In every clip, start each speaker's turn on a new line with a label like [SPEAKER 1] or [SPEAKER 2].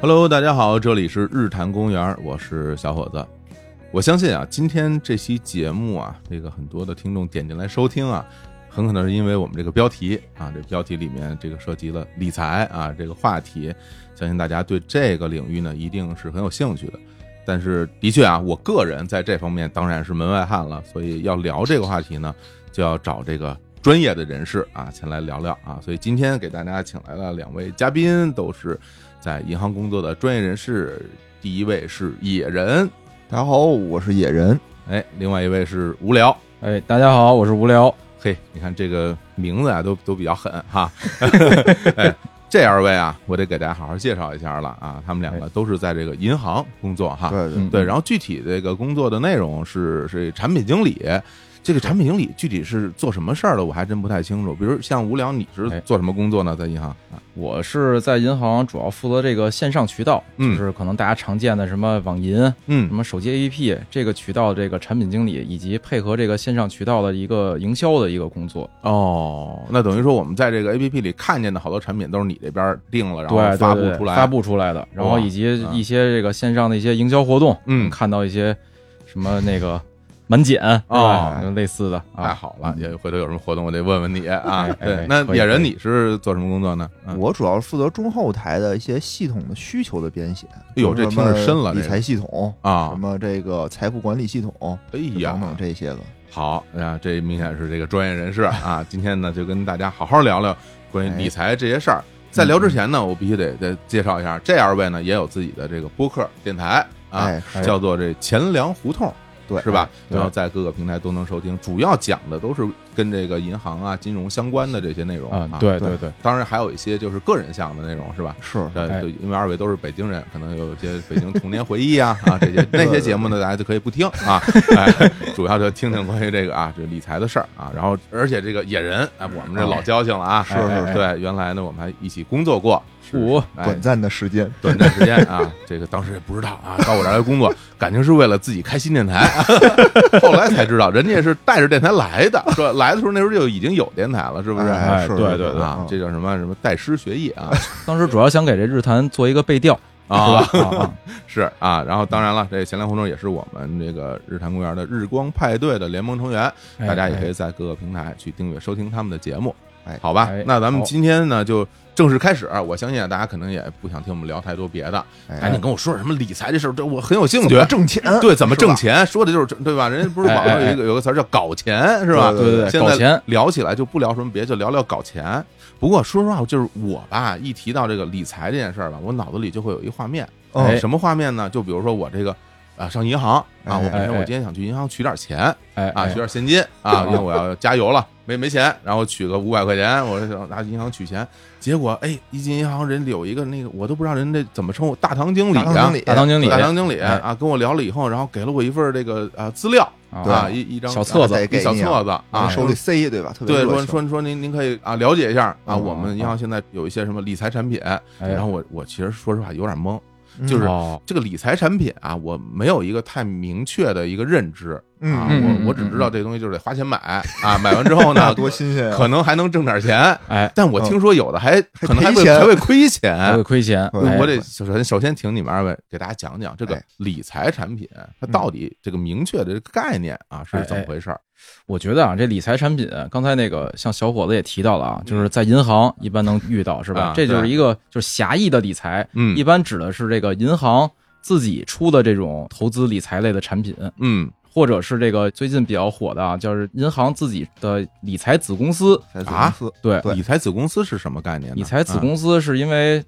[SPEAKER 1] Hello，大家好，这里是日坛公园，我是小伙子。我相信啊，今天这期节目啊，这个很多的听众点进来收听啊，很可能是因为我们这个标题啊，这标题里面这个涉及了理财啊这个话题，相信大家对这个领域呢一定是很有兴趣的。但是的确啊，我个人在这方面当然是门外汉了，所以要聊这个话题呢，就要找这个专业的人士啊前来聊聊啊。所以今天给大家请来了两位嘉宾，都是在银行工作的专业人士。第一位是野人，
[SPEAKER 2] 大家好，我是野人。
[SPEAKER 1] 哎，另外一位是无聊。
[SPEAKER 3] 哎，大家好，我是无聊。
[SPEAKER 1] 嘿，你看这个名字啊，都都比较狠 哈。哎，这二位啊，我得给大家好好介绍一下了啊。他们两个都是在这个银行工作哈。
[SPEAKER 2] 对对
[SPEAKER 3] 嗯
[SPEAKER 1] 对，然后具体这个工作的内容是是产品经理。这个产品经理具体是做什么事儿的，我还真不太清楚。比如像无聊，你是
[SPEAKER 3] 哎
[SPEAKER 1] 做什么工作呢？在银行啊？
[SPEAKER 3] 我是在银行主要负责这个线上渠道，
[SPEAKER 1] 嗯
[SPEAKER 3] 就是可能大家常见的什么网银、
[SPEAKER 1] 嗯
[SPEAKER 3] 什么手机 APP 这个渠道，这个产品经理以及配合这个线上渠道的一个营销的一个工作。
[SPEAKER 1] 哦，那等于说我们在这个 A P P 里看见的好多产品都是你这边定了，然后
[SPEAKER 3] 对，
[SPEAKER 1] 发
[SPEAKER 3] 对
[SPEAKER 1] 布
[SPEAKER 3] 对
[SPEAKER 1] 出来。
[SPEAKER 3] 发布出来的，然后以及
[SPEAKER 1] 啊
[SPEAKER 3] 一些这个线上的一些营销活动，
[SPEAKER 1] 嗯
[SPEAKER 3] 看到一些什么那个满减啊，
[SPEAKER 1] 哦
[SPEAKER 3] 就类似的
[SPEAKER 1] 太
[SPEAKER 3] 啊，
[SPEAKER 1] 好了，也回头有什么活动我得问问你啊。
[SPEAKER 3] 哎
[SPEAKER 1] 对
[SPEAKER 3] 哎，
[SPEAKER 1] 那
[SPEAKER 3] 可以
[SPEAKER 1] 野人
[SPEAKER 3] 可以
[SPEAKER 1] 你是做什么工作呢？嗯
[SPEAKER 2] 我主要负责中后台的一些系统的需求的编写。哎
[SPEAKER 1] 呦这听着深了这个
[SPEAKER 2] 理财系统
[SPEAKER 1] 啊
[SPEAKER 2] 什，么这个财富管理系统
[SPEAKER 1] 哎
[SPEAKER 2] 等等
[SPEAKER 1] 呀，
[SPEAKER 2] 这些个。
[SPEAKER 1] 好啊，这明显是这个专业人士啊。今天呢，就跟大家好好聊聊关于
[SPEAKER 2] 哎
[SPEAKER 1] 理财这些事儿。在聊之前
[SPEAKER 3] 嗯
[SPEAKER 1] 呢，我必须得得介绍一下，这二位呢也有自己的这个播客电台啊，
[SPEAKER 2] 哎，
[SPEAKER 3] 哎
[SPEAKER 1] 叫做这钱粮胡同，
[SPEAKER 2] 对，
[SPEAKER 1] 是吧？
[SPEAKER 3] 对
[SPEAKER 1] 然后在各个平台都能收听，主要讲的都是跟这个银行啊、金融相关的这些内容
[SPEAKER 3] 啊
[SPEAKER 1] 啊。，，
[SPEAKER 3] 对
[SPEAKER 2] 对
[SPEAKER 3] 对对，
[SPEAKER 1] 当然还有一些就是个人向的内容，是吧？
[SPEAKER 2] 是？
[SPEAKER 1] 对
[SPEAKER 3] 哎
[SPEAKER 1] 对，因为二位都是北京人，可能有一些北京童年回忆啊啊这 些那些节目呢，大家就可以不听啊，哎，主要就听听关于这个啊这理财的事儿啊。然后而且这个野人，哎，我们这
[SPEAKER 3] 哦
[SPEAKER 1] 老交情了啊，
[SPEAKER 3] 是是是
[SPEAKER 1] 对，原来呢我们还一起工作过，
[SPEAKER 3] 五
[SPEAKER 1] 哎
[SPEAKER 2] 短。暂的时间，
[SPEAKER 1] 短暂时间啊，这个当时也不知道啊，到我这儿来工作，感情是为了自己开新电台， 后来才知道人家也是带着电台来的，说来的时候那时候就已经有电台了，是不是？
[SPEAKER 3] 哎
[SPEAKER 2] 是
[SPEAKER 3] 对
[SPEAKER 2] 是
[SPEAKER 3] 对
[SPEAKER 2] 是
[SPEAKER 3] 对
[SPEAKER 1] 啊，这叫什么什么拜师学艺啊
[SPEAKER 3] 当时主要想给这日坛做一个背调
[SPEAKER 1] 啊！
[SPEAKER 3] 啊啊，
[SPEAKER 1] 是啊，然后当然了，这个闲聊胡同也是我们这个日坛公园的日光派对的联盟成员，
[SPEAKER 3] 哎
[SPEAKER 1] 大家也可以在各个平台去订阅收听他们的节目。
[SPEAKER 2] 哎
[SPEAKER 1] 好吧
[SPEAKER 3] 哎，
[SPEAKER 1] 那咱们
[SPEAKER 3] 好
[SPEAKER 1] 今天呢就正式开始。我相信啊大家可能也不想听我们聊太多别的，
[SPEAKER 2] 哎
[SPEAKER 1] 赶紧跟我说说什么理财这事儿，这我很有兴
[SPEAKER 2] 怎
[SPEAKER 1] 趣啊
[SPEAKER 2] 么。挣钱？
[SPEAKER 1] 对，怎么
[SPEAKER 2] 嗯是
[SPEAKER 1] 挣
[SPEAKER 2] 吧？
[SPEAKER 1] 钱？说的就是这对吧？人家不是网上有一个有个词儿叫“搞钱”，是吧？
[SPEAKER 2] 对
[SPEAKER 3] 哎对对对
[SPEAKER 1] 现
[SPEAKER 3] 搞
[SPEAKER 1] 在
[SPEAKER 3] 钱
[SPEAKER 1] 聊起来就不聊什么别，就聊聊搞钱。不过说实话，就是我吧，一提到这个理财这件事儿吧，我脑子里就会有一画面，
[SPEAKER 2] 嗯
[SPEAKER 3] 哎
[SPEAKER 1] 什么画面呢？就比如说我这个。啊，上银行啊！
[SPEAKER 2] 哎
[SPEAKER 1] 我本身
[SPEAKER 3] 哎
[SPEAKER 1] 我今天想去银行取点钱
[SPEAKER 3] 哎
[SPEAKER 1] 啊，
[SPEAKER 3] 哎
[SPEAKER 1] 取点现金 啊，因为我要加油了，没没钱，然后取个五百块钱，我就想拿银行取钱。结果哎，一进银行，人有一个那个，我都不知道人家怎么称呼，大堂经理
[SPEAKER 2] 哦
[SPEAKER 1] 啊，
[SPEAKER 2] 大堂经理，
[SPEAKER 3] 大堂经理
[SPEAKER 1] 大堂经理
[SPEAKER 3] 哎
[SPEAKER 1] 啊，跟我聊了以后，然后给了我一份这个呃资料
[SPEAKER 3] 哎
[SPEAKER 1] 啊，一一张
[SPEAKER 3] 小册子
[SPEAKER 1] 啊一小册子啊，
[SPEAKER 2] 往手里塞对吧？特别
[SPEAKER 1] 对
[SPEAKER 2] 热
[SPEAKER 1] 说
[SPEAKER 2] 情
[SPEAKER 1] 说说您您可以啊了解一下啊，
[SPEAKER 3] 嗯
[SPEAKER 1] 我们银行现在有一些什么理财产品，
[SPEAKER 3] 哎
[SPEAKER 1] 然后我我其实说实话有点懵，
[SPEAKER 2] 嗯
[SPEAKER 1] 就是
[SPEAKER 3] 哦
[SPEAKER 1] 这个理财产品啊，我没有一个太明确的一个认知啊，
[SPEAKER 2] 嗯
[SPEAKER 3] 嗯
[SPEAKER 1] 我我只知道这东西就是得花钱 买啊，买完之后
[SPEAKER 2] 那
[SPEAKER 1] 呢，
[SPEAKER 2] 多新鲜呀！啊
[SPEAKER 1] 可能还能挣点钱，
[SPEAKER 3] 哎，
[SPEAKER 1] 但我听说有的还可能还
[SPEAKER 2] 赔
[SPEAKER 1] 会
[SPEAKER 2] 钱
[SPEAKER 1] 还会亏钱，
[SPEAKER 3] 还会亏钱，
[SPEAKER 2] 我
[SPEAKER 3] 哎
[SPEAKER 1] 嗯我得首先首先请你们二位给大家讲讲这个
[SPEAKER 2] 哎
[SPEAKER 1] 理财产品，
[SPEAKER 3] 嗯
[SPEAKER 1] 它到底这个明确的这个概念啊
[SPEAKER 3] 哎
[SPEAKER 1] 是怎么回事儿？
[SPEAKER 3] 我觉得啊，这理财产品，刚才那个像小伙子也提到了啊，就是在银行一般能遇到，是
[SPEAKER 1] 啊
[SPEAKER 3] 吧？这就是一个就是狭义的理财，
[SPEAKER 1] 嗯
[SPEAKER 3] 一般指的是这个银行自己出的这种投资理财类的产品，
[SPEAKER 1] 嗯
[SPEAKER 3] 或者是这个最近比较火的啊，就是银行自己的理财子公司。
[SPEAKER 2] 才子
[SPEAKER 1] 啊
[SPEAKER 2] 公 司
[SPEAKER 3] 对，
[SPEAKER 2] 对
[SPEAKER 1] 理财子公司是什么概念呢？
[SPEAKER 3] 理财子
[SPEAKER 1] 啊
[SPEAKER 3] 公司是因为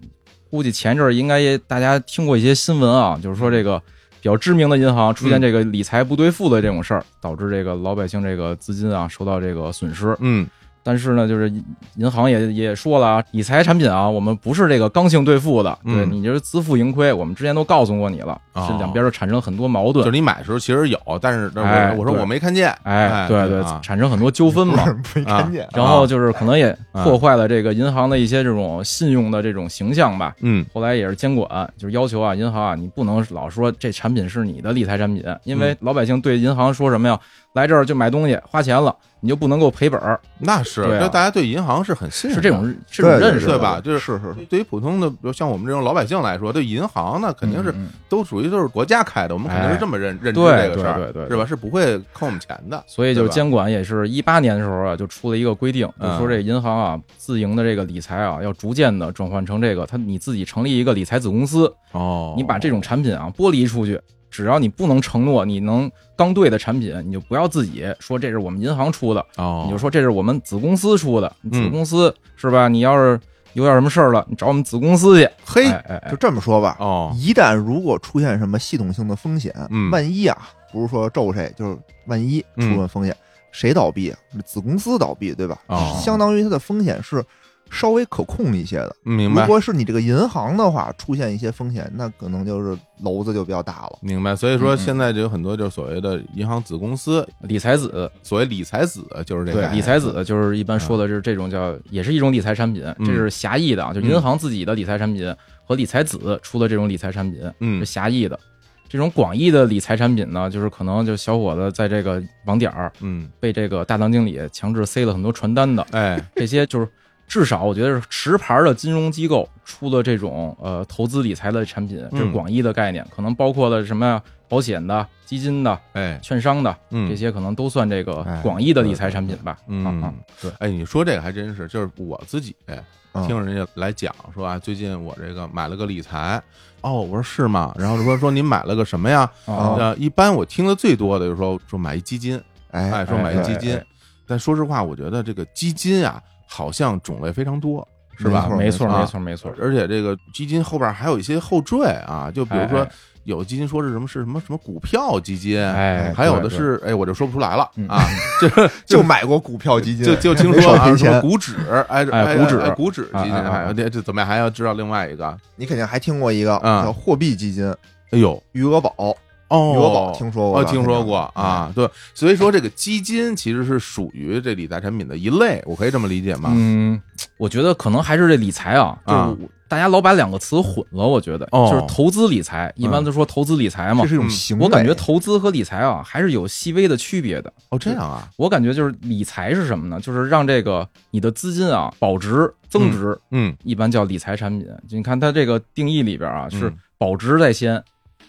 [SPEAKER 3] 估计前阵儿应该也大家听过一些新闻啊，就是说这个。比较知名的银行出现这个理财不兑付的这种事儿，导致这个老百姓这个资金啊受到这个损失。
[SPEAKER 1] 嗯
[SPEAKER 3] 但是呢，就是银银行也也说了啊，理财产品啊，我们不是这个刚性兑付的，
[SPEAKER 1] 嗯
[SPEAKER 3] 对你就是自负盈亏，我们之前都告诉过你了，
[SPEAKER 1] 哦
[SPEAKER 3] 这两边就产生很多矛
[SPEAKER 1] 就是
[SPEAKER 3] 盾。
[SPEAKER 1] 你买的时候其实有，但是
[SPEAKER 3] 哎
[SPEAKER 1] 我我说
[SPEAKER 3] 对
[SPEAKER 1] 我没看见，哎
[SPEAKER 3] 哎，对对
[SPEAKER 1] 啊，
[SPEAKER 3] 产生很多纠 纷嘛，
[SPEAKER 2] 没看见。
[SPEAKER 3] 然后就是可能也
[SPEAKER 1] 啊
[SPEAKER 3] 破坏了这个银行的一些这种信用的这种形象吧。
[SPEAKER 1] 嗯
[SPEAKER 3] 后来也是监管，就是要求啊，
[SPEAKER 1] 嗯
[SPEAKER 3] 银行啊，你不能老说这产品是你的理财产品，因为老百姓对银行说什么呀？来这儿就买东西花钱了，你就不能够赔本儿，
[SPEAKER 1] 那是，
[SPEAKER 3] 对啊
[SPEAKER 1] 这大家对银行是很信任
[SPEAKER 3] 是
[SPEAKER 1] 的，
[SPEAKER 3] 这种这种
[SPEAKER 2] 对对
[SPEAKER 3] 认
[SPEAKER 1] 嗯
[SPEAKER 3] 识
[SPEAKER 1] 对
[SPEAKER 3] 的
[SPEAKER 1] 吧？就是
[SPEAKER 2] 是是，
[SPEAKER 1] 对于普通的，比如像我们这种老百姓来说，对银行那肯定是
[SPEAKER 3] 嗯嗯哎
[SPEAKER 1] 都属于都是国家开的，我们肯定是这么认认知
[SPEAKER 3] 对
[SPEAKER 1] 这个
[SPEAKER 3] 对
[SPEAKER 1] 事儿，
[SPEAKER 3] 对对，
[SPEAKER 1] 是吧？是不会扣我们钱的。
[SPEAKER 3] 所以就
[SPEAKER 1] 对
[SPEAKER 3] 是
[SPEAKER 1] 吧
[SPEAKER 3] 监管也是一八年的时候啊，就出了一个规定，就
[SPEAKER 1] 嗯
[SPEAKER 3] 说这银行啊自营的这个理财啊，要逐渐的转换成这个，它你自己成立一个理财子公司，
[SPEAKER 1] 哦
[SPEAKER 3] 你把这种产品啊剥离出去，只要你不能承诺你能刚兑的产品，你就不要自己说这是我们银行出的，
[SPEAKER 1] 哦，
[SPEAKER 3] 你就说这是我们子公司出的，
[SPEAKER 1] 嗯
[SPEAKER 3] 子公司是吧？你要是有点什么事儿了，你找我们子公司去。
[SPEAKER 1] 嘿
[SPEAKER 3] 哎哎哎
[SPEAKER 2] 就这么说吧。
[SPEAKER 1] 哦，
[SPEAKER 2] 一旦如果出现什么系统性的风险，
[SPEAKER 1] 嗯
[SPEAKER 2] 万一啊，不是说咒谁，就是万一出现风险，谁倒闭啊？子公司倒闭，对吧？
[SPEAKER 1] 哦
[SPEAKER 2] 相当于它的风险是稍微可控一些的。
[SPEAKER 1] 明
[SPEAKER 2] 如
[SPEAKER 1] 白
[SPEAKER 2] 果是你这个银行的话，出现一些风险，那可能就是娄子就比较大了。
[SPEAKER 1] 明白。所以说
[SPEAKER 3] 嗯嗯
[SPEAKER 1] 现在就有很多就是所谓的银行子公司，
[SPEAKER 3] 理财子，
[SPEAKER 1] 所谓理财子就是这个
[SPEAKER 3] 对，理财子就是一般说的就是这种叫，也是一种理财产品，
[SPEAKER 1] 嗯
[SPEAKER 3] 这是狭义的啊，就银行自己的理财产品和理财子出的这种理财产品
[SPEAKER 1] 嗯
[SPEAKER 3] 是狭义的。这种广义的理财产品呢，就是可能就小伙子在这个网点儿
[SPEAKER 1] 嗯，
[SPEAKER 3] 被这个大堂经理强制塞了很多传单的，
[SPEAKER 1] 哎，
[SPEAKER 3] 这些就是至少我觉得是持牌的金融机构出的这种呃投资理财的产品，这是
[SPEAKER 1] 嗯
[SPEAKER 3] 广义的概念，可能包括了什么呀，保险的、基金的、
[SPEAKER 1] 哎，
[SPEAKER 3] 券商的
[SPEAKER 1] 嗯，
[SPEAKER 3] 这些，可能都算这个
[SPEAKER 2] 哎
[SPEAKER 3] 广义的理财产品吧。啊啊
[SPEAKER 1] 嗯，
[SPEAKER 3] 对，
[SPEAKER 1] 哎，你说这个还真是，就是我自己哎
[SPEAKER 2] 嗯
[SPEAKER 1] 听人家来讲说啊，最近我这个买了个理财，哦，我说是吗？然后说说您买了个什么呀？
[SPEAKER 3] 啊
[SPEAKER 2] 哦
[SPEAKER 1] 呃，一般我听的最多的就是说说买一基金，
[SPEAKER 2] 哎，
[SPEAKER 1] 哎，说买一
[SPEAKER 2] 哎
[SPEAKER 1] 基金
[SPEAKER 3] 哎。
[SPEAKER 1] 但说实话，我觉得这个基金啊，好像种类非常多，是吧？
[SPEAKER 3] 没错，
[SPEAKER 1] 啊
[SPEAKER 3] 没错，没错。
[SPEAKER 1] 而且这个基金后边还有一些后缀啊，就比如
[SPEAKER 3] 哎
[SPEAKER 1] 说
[SPEAKER 3] 哎
[SPEAKER 1] 有基金说是什么是什么什么股票基金，
[SPEAKER 3] 哎
[SPEAKER 1] 还有的
[SPEAKER 3] 对对
[SPEAKER 1] 是哎，我就说不出来了
[SPEAKER 3] 嗯
[SPEAKER 1] 啊，就是
[SPEAKER 2] 哎就买过股票基金，
[SPEAKER 1] 就就听
[SPEAKER 2] 没
[SPEAKER 1] 说
[SPEAKER 2] 少
[SPEAKER 1] 啊
[SPEAKER 2] 赔
[SPEAKER 1] 什么
[SPEAKER 2] 钱，
[SPEAKER 1] 股指，哎
[SPEAKER 3] 哎股指
[SPEAKER 1] 哎股指基金，
[SPEAKER 3] 哎哎哎
[SPEAKER 1] 还有这这怎么还要知道另外一个？
[SPEAKER 2] 你肯定还听过一个
[SPEAKER 1] 嗯
[SPEAKER 2] 叫货币基金，
[SPEAKER 1] 哎呦
[SPEAKER 2] 余额宝，
[SPEAKER 1] 哦，
[SPEAKER 2] 余额宝听说过
[SPEAKER 1] 哦，
[SPEAKER 2] 吧，嗯哎
[SPEAKER 1] 听说过
[SPEAKER 2] 肯定
[SPEAKER 1] 啊，对，所以说这个基金其实是属于这理财产品的一类，我可以这么理解吗？
[SPEAKER 3] 嗯，我觉得可能还是这理财啊，就
[SPEAKER 1] 啊
[SPEAKER 3] 是大家老把两个词混了。我觉得
[SPEAKER 1] 哦
[SPEAKER 3] 就是投资理财，一般都说投资理财嘛
[SPEAKER 2] 这。是一种
[SPEAKER 1] 嗯
[SPEAKER 2] 行为。
[SPEAKER 3] 我感觉投资和理财啊，还是有细微的区别的。
[SPEAKER 1] 哦，这样啊，
[SPEAKER 3] 我感觉就是理财是什么呢？就是让这个你的资金啊保值增值，
[SPEAKER 1] 嗯，
[SPEAKER 3] 一般叫理财产品。就你看它这个定义里边啊，是
[SPEAKER 1] 嗯
[SPEAKER 3] 保值在先，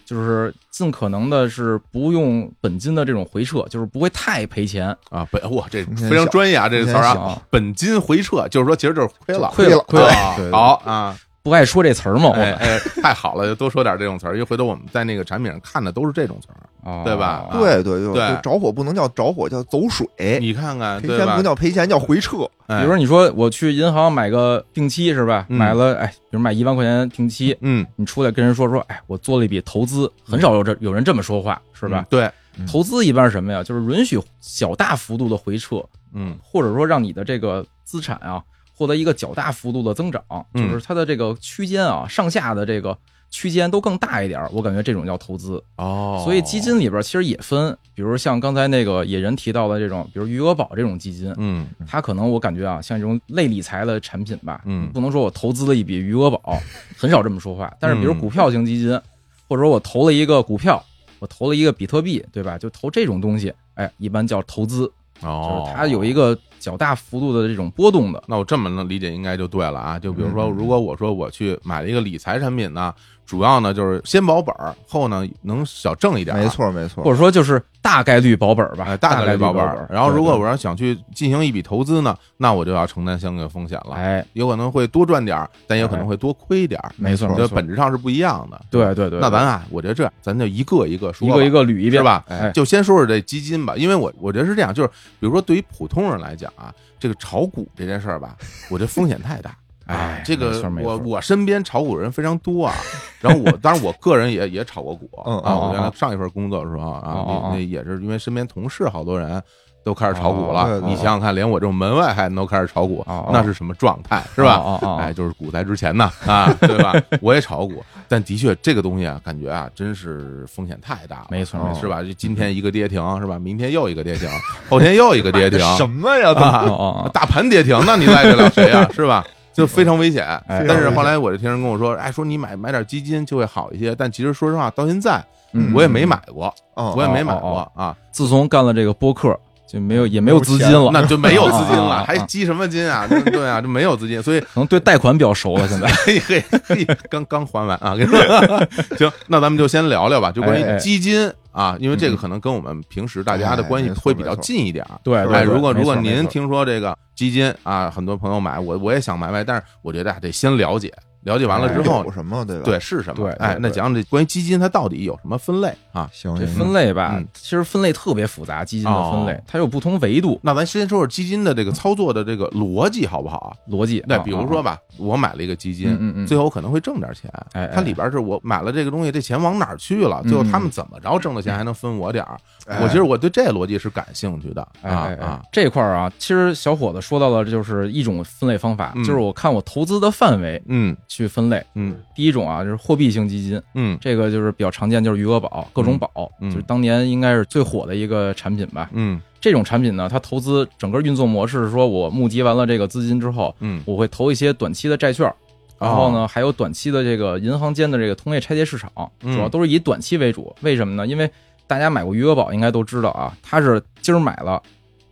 [SPEAKER 3] 就是尽可能的是不用本金的这种回撤，就是不会太赔钱，
[SPEAKER 1] 啊，本哇，这
[SPEAKER 2] 风险
[SPEAKER 1] 非常
[SPEAKER 2] 小
[SPEAKER 1] 专业啊，这个词儿
[SPEAKER 3] 风险
[SPEAKER 1] 啊
[SPEAKER 3] 小，
[SPEAKER 1] 本金回撤，就是说其实就是亏了，
[SPEAKER 3] 亏了亏
[SPEAKER 1] 了
[SPEAKER 3] 了。
[SPEAKER 1] 啊
[SPEAKER 2] 哎对对
[SPEAKER 1] 好啊，
[SPEAKER 3] 不爱说这词儿嘛，我
[SPEAKER 1] 哎
[SPEAKER 3] 们
[SPEAKER 1] 哎，太好了，就多说点这种词儿，因为回头我们在那个产品上看的都是这种词儿。
[SPEAKER 3] 哦
[SPEAKER 1] 对吧啊
[SPEAKER 2] 对对对，
[SPEAKER 1] 对
[SPEAKER 2] 就着火不能叫着火，叫走水。
[SPEAKER 3] 哎
[SPEAKER 1] 你看看，
[SPEAKER 2] 赔
[SPEAKER 1] 对
[SPEAKER 2] 钱
[SPEAKER 1] 吧
[SPEAKER 2] 不？叫赔钱，叫回撤。
[SPEAKER 1] 哎
[SPEAKER 3] 比如说，你说我去银行买个定期是吧？
[SPEAKER 1] 嗯
[SPEAKER 3] 买了哎，比如买一万块钱定期，
[SPEAKER 1] 嗯，
[SPEAKER 3] 你出来跟人说说，哎，我做了一笔投资，很少有这有人这么说话是
[SPEAKER 1] 嗯
[SPEAKER 3] 吧？
[SPEAKER 1] 对，
[SPEAKER 3] 投资一般是什么呀？就是允许小大幅度的回撤，
[SPEAKER 1] 嗯
[SPEAKER 3] 或者说让你的这个资产啊获得一个较大幅度的增长，就
[SPEAKER 1] 嗯
[SPEAKER 3] 是它的这个区间啊上下的这个区间都更大一点儿，我感觉这种叫投资。
[SPEAKER 1] 哦，
[SPEAKER 3] 所以基金里边其实也分，比如像刚才那个野人提到的这种，比如余额宝这种基金，
[SPEAKER 1] 嗯，
[SPEAKER 3] 它可能我感觉啊像这种类理财的产品吧，
[SPEAKER 1] 嗯
[SPEAKER 3] 不能说我投资了一笔余额宝，很少这么说话。但是比如
[SPEAKER 1] 嗯
[SPEAKER 3] 股票型基金，或者说我投了一个股票，我投了一个比特币，对吧？就投这种东西，哎，一般叫投资。就
[SPEAKER 1] 哦，
[SPEAKER 3] 是它有一。个较大幅度的这种波动的。
[SPEAKER 1] 那我这么能理解应该就对了啊，就比如说，
[SPEAKER 2] 嗯
[SPEAKER 1] 如果我说我去买了一个理财产品呢，主要呢就是先保本儿，后呢能小挣一点儿，啊
[SPEAKER 2] 没错没
[SPEAKER 3] 或
[SPEAKER 2] 错，
[SPEAKER 3] 者说就是大概率保本儿吧
[SPEAKER 1] 哎，，大
[SPEAKER 3] 概
[SPEAKER 1] 率保
[SPEAKER 3] 保
[SPEAKER 1] 本
[SPEAKER 3] 儿
[SPEAKER 1] 儿。然后如果
[SPEAKER 3] 对
[SPEAKER 1] 我要想去进行一笔投资呢，那我就要承担相应的风险
[SPEAKER 3] 对
[SPEAKER 1] 了，
[SPEAKER 3] 哎，
[SPEAKER 1] 有可能会多赚点儿，但也有可能会多亏点儿，
[SPEAKER 3] 没错
[SPEAKER 1] 我
[SPEAKER 3] 没
[SPEAKER 1] 觉得
[SPEAKER 3] 错，
[SPEAKER 1] 本质上是不一样的。
[SPEAKER 3] 对对对，
[SPEAKER 1] 那咱
[SPEAKER 3] 对
[SPEAKER 1] 啊，我觉得这样，咱就一个一个说
[SPEAKER 3] 一
[SPEAKER 1] 吧，
[SPEAKER 3] 个一个捋一
[SPEAKER 1] 是？
[SPEAKER 3] 遍
[SPEAKER 1] 吧？
[SPEAKER 3] 哎，
[SPEAKER 1] 就先说说这基金吧，因为我我觉得是这样，就是比如说对于普通人来讲啊，这个炒股这件事儿吧，我觉得风险 太大。啊
[SPEAKER 3] 哎
[SPEAKER 1] 这
[SPEAKER 3] 没
[SPEAKER 1] 个
[SPEAKER 3] 错没
[SPEAKER 1] 我
[SPEAKER 3] 错
[SPEAKER 1] 我身边炒股的人非常多啊，然后我当然我个人也也炒过股
[SPEAKER 2] 嗯
[SPEAKER 1] 啊，
[SPEAKER 3] 嗯
[SPEAKER 1] 我原来
[SPEAKER 3] 嗯
[SPEAKER 1] 上一份工作的时候
[SPEAKER 3] 嗯
[SPEAKER 1] 啊
[SPEAKER 3] 嗯，
[SPEAKER 1] 那
[SPEAKER 3] 嗯
[SPEAKER 1] 那也是因为身边同事好多人都开始炒股
[SPEAKER 2] 哦
[SPEAKER 1] 了
[SPEAKER 2] 对，对
[SPEAKER 1] 你想想看，连我这种门外汉都开始炒股
[SPEAKER 3] 哦，
[SPEAKER 1] 那是什么状态是吧？
[SPEAKER 3] 哦哦哦
[SPEAKER 1] 哎，就是股灾之前呢，啊，对吧？我也炒股，但的确这个东西啊，感觉啊，真是风险太大了，
[SPEAKER 3] 没错没错
[SPEAKER 1] 是吧？就今天一个跌停，是吧？明天又一个跌停，后天又一个跌停，
[SPEAKER 2] 什么呀？怎么
[SPEAKER 3] 哦
[SPEAKER 1] 啊，
[SPEAKER 3] 哦哦，
[SPEAKER 1] 大盘跌停，那你赖得了谁呀、是吧？就非常危险。
[SPEAKER 3] 哎
[SPEAKER 1] 但是后来我就听人跟我说，哎，说你买买点基金就会好一些。但其实说实话，到现在
[SPEAKER 3] 嗯
[SPEAKER 1] 我也没买过，
[SPEAKER 2] 哦
[SPEAKER 1] 我也没买
[SPEAKER 3] 哦
[SPEAKER 1] 过啊，
[SPEAKER 3] 自从干了这个播客，就没有也没有资金了，
[SPEAKER 1] 那就没有资金
[SPEAKER 3] 啊啊
[SPEAKER 1] 了，
[SPEAKER 3] 啊
[SPEAKER 1] 还积什么金啊？对对啊，就没有资金，所以
[SPEAKER 3] 可能对贷款比较熟了。现 在
[SPEAKER 1] 嘿嘿嘿，刚刚还完啊！跟你 说，行，那咱们就先聊聊吧，就关
[SPEAKER 3] 哎嗯
[SPEAKER 1] 于
[SPEAKER 3] 哎
[SPEAKER 1] 基金啊，因为这个可能跟我们平时大家的关系
[SPEAKER 2] 哎没错
[SPEAKER 1] 会比较
[SPEAKER 2] 没错
[SPEAKER 1] 近一点儿。
[SPEAKER 3] 对
[SPEAKER 2] 是
[SPEAKER 3] 对
[SPEAKER 1] 哎，
[SPEAKER 3] 对
[SPEAKER 1] 如果
[SPEAKER 3] 没
[SPEAKER 1] 如果
[SPEAKER 3] 错没
[SPEAKER 1] 您
[SPEAKER 3] 错
[SPEAKER 1] 听说这个基金啊，很多朋友买，我我也想买买，但是我觉得啊得先了解，了解完
[SPEAKER 3] 哎
[SPEAKER 1] 了之后
[SPEAKER 2] 有，什么对吧？
[SPEAKER 1] 对是什么
[SPEAKER 3] 对？对
[SPEAKER 1] 哎，
[SPEAKER 3] 对
[SPEAKER 1] 那讲讲这关于基金它到底有什么分类啊？
[SPEAKER 2] 行，
[SPEAKER 3] 这
[SPEAKER 2] 行
[SPEAKER 3] 分类吧
[SPEAKER 1] 嗯，
[SPEAKER 3] 其实分类特别复杂，基金的分类
[SPEAKER 1] 哦
[SPEAKER 3] 它有不同维度
[SPEAKER 1] 那咱先说说基金的这个操作的这个逻辑好不好啊？
[SPEAKER 3] 逻辑。
[SPEAKER 1] 那
[SPEAKER 3] 啊
[SPEAKER 1] 比如说，吧，我买了一个基金，
[SPEAKER 3] 嗯嗯嗯
[SPEAKER 1] 最后我可能会挣点钱。
[SPEAKER 3] 哎哎嗯
[SPEAKER 1] 它里边是我买了这个东西，这钱往哪儿去了？最后他们怎么着挣的钱还能分我点儿？
[SPEAKER 2] 哎
[SPEAKER 1] 我其实我对这逻辑是感兴趣的
[SPEAKER 3] 啊
[SPEAKER 1] 啊
[SPEAKER 3] 哎哎哎
[SPEAKER 1] 啊！，
[SPEAKER 3] 这块儿啊，其实小伙子说到了，就是一种分类方法，
[SPEAKER 1] 嗯
[SPEAKER 3] 就是我看我投资的范围
[SPEAKER 1] 嗯
[SPEAKER 3] 去分类。
[SPEAKER 1] 嗯
[SPEAKER 3] 第一种啊，就是货币性基金，
[SPEAKER 1] 嗯
[SPEAKER 3] 这个就是比较常见，就是余额宝、各种宝，
[SPEAKER 1] 嗯嗯
[SPEAKER 3] 就是当年应该是最火的一个产品吧。
[SPEAKER 1] 嗯
[SPEAKER 3] 这种产品呢，它投资整个运作模式是说，我募集完了这个资金之后，
[SPEAKER 1] 嗯
[SPEAKER 3] 我会投一些短期的债券，然后
[SPEAKER 1] 哦
[SPEAKER 3] 呢，还有短期的这个银行间的这个通业拆借市场，
[SPEAKER 1] 嗯
[SPEAKER 3] 主要都是以短期为主。为什么呢？因为大家买过余额宝应该都知道啊，它是今儿买了。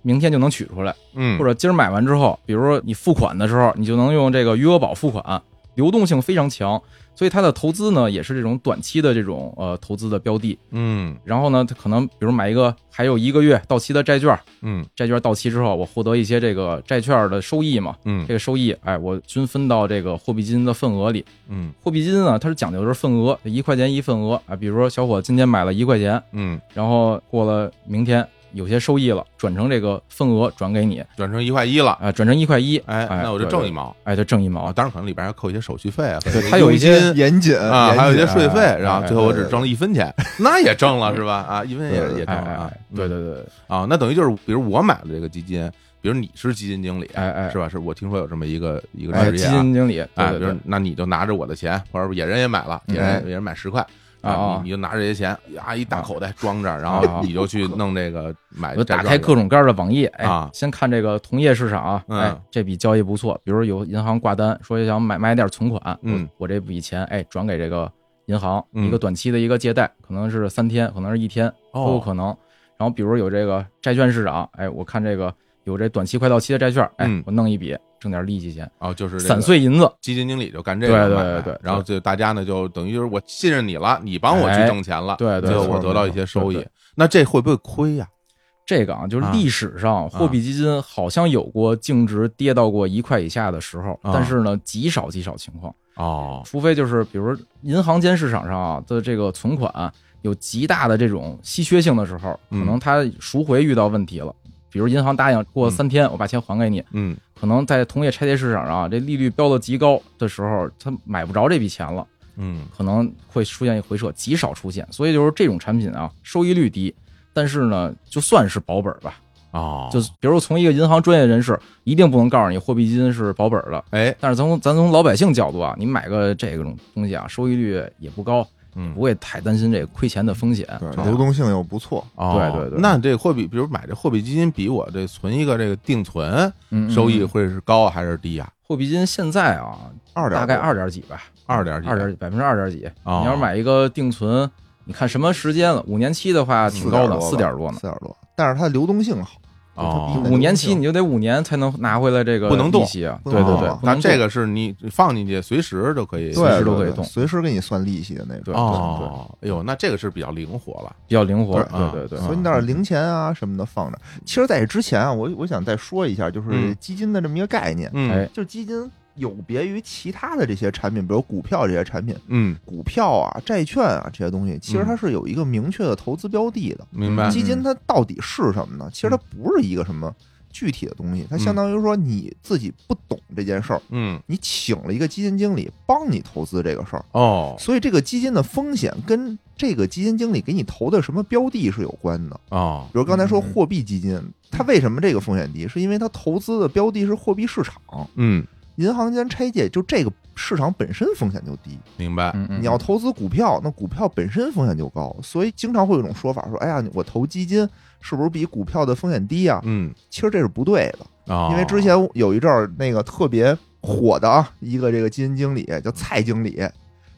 [SPEAKER 3] 明天就能取出来，
[SPEAKER 1] 嗯，
[SPEAKER 3] 或
[SPEAKER 1] 者
[SPEAKER 3] 者今儿买完之后，比如说你付款的时候，你就能用这个余额宝付款，流动性非常强，所以它的投资呢也是这种短期的这种呃投资的标的。
[SPEAKER 1] 嗯
[SPEAKER 3] 然后呢，它可能比如买一个还有一个月到期的债券，
[SPEAKER 1] 嗯
[SPEAKER 3] 债券到期之后，我获得一些这个债券的收益嘛，
[SPEAKER 1] 嗯
[SPEAKER 3] 这个收益，哎，我均分到这个货币基金的份额里。
[SPEAKER 1] 嗯
[SPEAKER 3] 货币基金呢，它是讲究的是份额，一块钱一份额啊。比如说小伙今天买了一块钱，
[SPEAKER 1] 嗯，
[SPEAKER 3] 然后过了明天有些收益了，转成这个份额转给你
[SPEAKER 1] 转成一块一了，
[SPEAKER 3] 啊，转成一块一，
[SPEAKER 1] 哎，那我就挣一
[SPEAKER 3] 毛，
[SPEAKER 1] 毛
[SPEAKER 3] 哎，就挣一毛
[SPEAKER 1] 啊！。当然可能里边还扣一些手续费啊，
[SPEAKER 3] 对它有一些
[SPEAKER 1] 佣金
[SPEAKER 2] 严谨
[SPEAKER 1] 啊，还有一些税费，
[SPEAKER 3] 哎
[SPEAKER 1] 然后
[SPEAKER 3] 哎
[SPEAKER 1] 最后我
[SPEAKER 2] 对
[SPEAKER 1] 只
[SPEAKER 2] 对
[SPEAKER 1] 挣了一分钱，那也挣了是吧？啊，一分也
[SPEAKER 2] 对对
[SPEAKER 1] 也
[SPEAKER 3] 哎
[SPEAKER 1] 挣
[SPEAKER 3] 哎
[SPEAKER 1] 了啊
[SPEAKER 3] 哎，，对对对，
[SPEAKER 1] 啊，那等于就是，比如我买了这个基金，比如你是基金经理，
[SPEAKER 3] 哎哎
[SPEAKER 1] 是吧？是我听说有这么一个一个
[SPEAKER 3] 哎，
[SPEAKER 1] 职
[SPEAKER 3] 基
[SPEAKER 1] 业啊，
[SPEAKER 3] 金经理，
[SPEAKER 1] 哎，比
[SPEAKER 3] 对对
[SPEAKER 1] 如
[SPEAKER 3] 对，
[SPEAKER 1] 那你就拿着我的钱，或者野人也买了，野
[SPEAKER 2] 哎
[SPEAKER 1] 人野人买十块。啊，
[SPEAKER 3] 啊啊
[SPEAKER 1] 你你就拿着这些钱，啊，一大口袋装着，然
[SPEAKER 3] 啊
[SPEAKER 1] 后
[SPEAKER 3] 啊
[SPEAKER 1] 你就去弄哎这个买
[SPEAKER 3] 我就打
[SPEAKER 1] 债券
[SPEAKER 3] 开各种各样的网页，哎
[SPEAKER 1] 啊，
[SPEAKER 3] 先看这个同业市场啊，
[SPEAKER 1] 嗯
[SPEAKER 3] 哎，这笔交易不错，比如有银行挂单说想买买点存款，
[SPEAKER 1] 嗯
[SPEAKER 3] 我，我这笔钱哎转给这个银行
[SPEAKER 1] 嗯
[SPEAKER 3] 一个短期的一个借贷，可能是三天，可能是一天
[SPEAKER 1] 哦
[SPEAKER 3] 都有可能。然后比如有这个债券市场，哎，我看这个有这短期快到期的债券，
[SPEAKER 1] 嗯
[SPEAKER 3] 哎，我弄一笔挣点利息钱，
[SPEAKER 1] 哦，就是这个
[SPEAKER 3] 散碎银子，
[SPEAKER 1] 基金经理就干这个
[SPEAKER 3] 对对
[SPEAKER 1] 买卖，
[SPEAKER 3] 对对
[SPEAKER 1] 然后就大家呢就等于就是我信任你了，你帮我去
[SPEAKER 3] 哎
[SPEAKER 1] 挣钱了，
[SPEAKER 3] 对对
[SPEAKER 1] 最后
[SPEAKER 2] 没错
[SPEAKER 1] 我得到一些
[SPEAKER 3] 没错
[SPEAKER 1] 收
[SPEAKER 3] 对
[SPEAKER 1] 益
[SPEAKER 3] 对，
[SPEAKER 1] 那这会不会亏呀？
[SPEAKER 3] 这个啊，就是
[SPEAKER 1] 啊
[SPEAKER 3] 历史上货币基金好像有过净值跌到过一块以下的时候，
[SPEAKER 1] 啊
[SPEAKER 3] 但是呢，极少极少情况，
[SPEAKER 1] 哦，
[SPEAKER 3] 除非就是比如银行间市场上啊的这个存款啊有极大的这种稀缺性的时候，可
[SPEAKER 1] 嗯
[SPEAKER 3] 能它赎回遇到问题了，比如银行答应过三天我把钱还给你，
[SPEAKER 1] 嗯
[SPEAKER 3] 可能在同业拆借市场上啊这利率飙到极高的时候，他买不着这笔钱了，
[SPEAKER 1] 嗯
[SPEAKER 3] 可能会出现一回撤，极少出现，啊所以就是这种产品啊收益率低。但是呢，就算是保本吧，
[SPEAKER 1] 哦，
[SPEAKER 3] 就是比如从一个银行专业人士，一定不能告诉你货币基金是保本的，
[SPEAKER 1] 哎，
[SPEAKER 3] 但是从咱从老百姓角度啊，你买个这种东西啊，收益率也不高，
[SPEAKER 1] 嗯
[SPEAKER 3] 不会太担心这个亏钱的风险。
[SPEAKER 2] 对
[SPEAKER 3] 这样
[SPEAKER 2] 流动性又不错，
[SPEAKER 1] 哦
[SPEAKER 3] 对对对
[SPEAKER 1] 那这货币，比如买这货币基金，比我这存一个这个定存
[SPEAKER 3] 嗯嗯
[SPEAKER 1] 收益
[SPEAKER 3] 嗯
[SPEAKER 1] 会是高还是低啊？
[SPEAKER 3] 货币基金现在啊，
[SPEAKER 2] 二点
[SPEAKER 3] 大概二点几吧，
[SPEAKER 1] 二点几，
[SPEAKER 3] 二点几百分之二点几。
[SPEAKER 1] 哦
[SPEAKER 3] 你要是买一个定存，你看什么时间了？五年期的话挺高的，四
[SPEAKER 2] 四
[SPEAKER 3] 点
[SPEAKER 2] 多
[SPEAKER 3] 多
[SPEAKER 2] 吧
[SPEAKER 3] 呢。
[SPEAKER 2] 四点多，但是它流动性好，
[SPEAKER 1] 哦
[SPEAKER 2] 它比
[SPEAKER 3] 五年期你就得五年才能拿回来这个
[SPEAKER 1] 不能动哦
[SPEAKER 3] 利息啊！
[SPEAKER 2] 不
[SPEAKER 3] 对
[SPEAKER 2] 能
[SPEAKER 3] 对
[SPEAKER 2] 动
[SPEAKER 3] 对
[SPEAKER 2] 啊，
[SPEAKER 3] 不
[SPEAKER 1] 那
[SPEAKER 3] 能
[SPEAKER 1] 这
[SPEAKER 3] 动
[SPEAKER 1] 个是你放进去随时就可以
[SPEAKER 2] 对
[SPEAKER 3] 随时都
[SPEAKER 2] 对
[SPEAKER 3] 可以
[SPEAKER 2] 对
[SPEAKER 3] 动
[SPEAKER 2] 随时给你算利息的那种。
[SPEAKER 3] 对
[SPEAKER 1] 哦，哎呦，那这个是比较灵活了，
[SPEAKER 3] 比较灵活。
[SPEAKER 2] 对
[SPEAKER 1] 啊
[SPEAKER 3] 对对
[SPEAKER 1] 嗯
[SPEAKER 3] 对，
[SPEAKER 2] 所以你那点零钱啊什么的放着。其实，在这之前啊，我我想再说一下，就是
[SPEAKER 1] 嗯
[SPEAKER 2] 基金的这么一个概念，
[SPEAKER 1] 嗯
[SPEAKER 3] 哎
[SPEAKER 2] 就是基金有别于其他的这些产品，比如股票这些产品，
[SPEAKER 1] 嗯，
[SPEAKER 2] 股票啊、债券啊这些东西，其实它是有一个明确的投资标的的。
[SPEAKER 1] 明白
[SPEAKER 3] 嗯，
[SPEAKER 2] 基金它到底是什么呢？其实它不是一个什么具体的东西，它相当于说你自己不懂这件事儿，
[SPEAKER 1] 嗯，
[SPEAKER 2] 你请了一个基金经理帮你投资这个事儿，
[SPEAKER 1] 哦
[SPEAKER 2] 所以这个基金的风险跟这个基金经理给你投的什么标的是有关的。
[SPEAKER 1] 哦，
[SPEAKER 2] 比如刚才说
[SPEAKER 3] 嗯
[SPEAKER 2] 货币基金，它为什么这个风险低？是因为它投资的标的是货币市场，
[SPEAKER 1] 嗯，
[SPEAKER 2] 银行间拆借，就这个市场本身风险就低。
[SPEAKER 1] 明白，
[SPEAKER 3] 嗯嗯
[SPEAKER 2] 你要投资股票，那股票本身风险就高，所以经常会有一种说法说，哎呀，我投基金是不是比股票的风险低啊？
[SPEAKER 1] 嗯，
[SPEAKER 2] 其实这是不对的，
[SPEAKER 1] 哦，
[SPEAKER 2] 因为之前有一阵儿那个特别火的啊，一个这个基金经理叫蔡经理，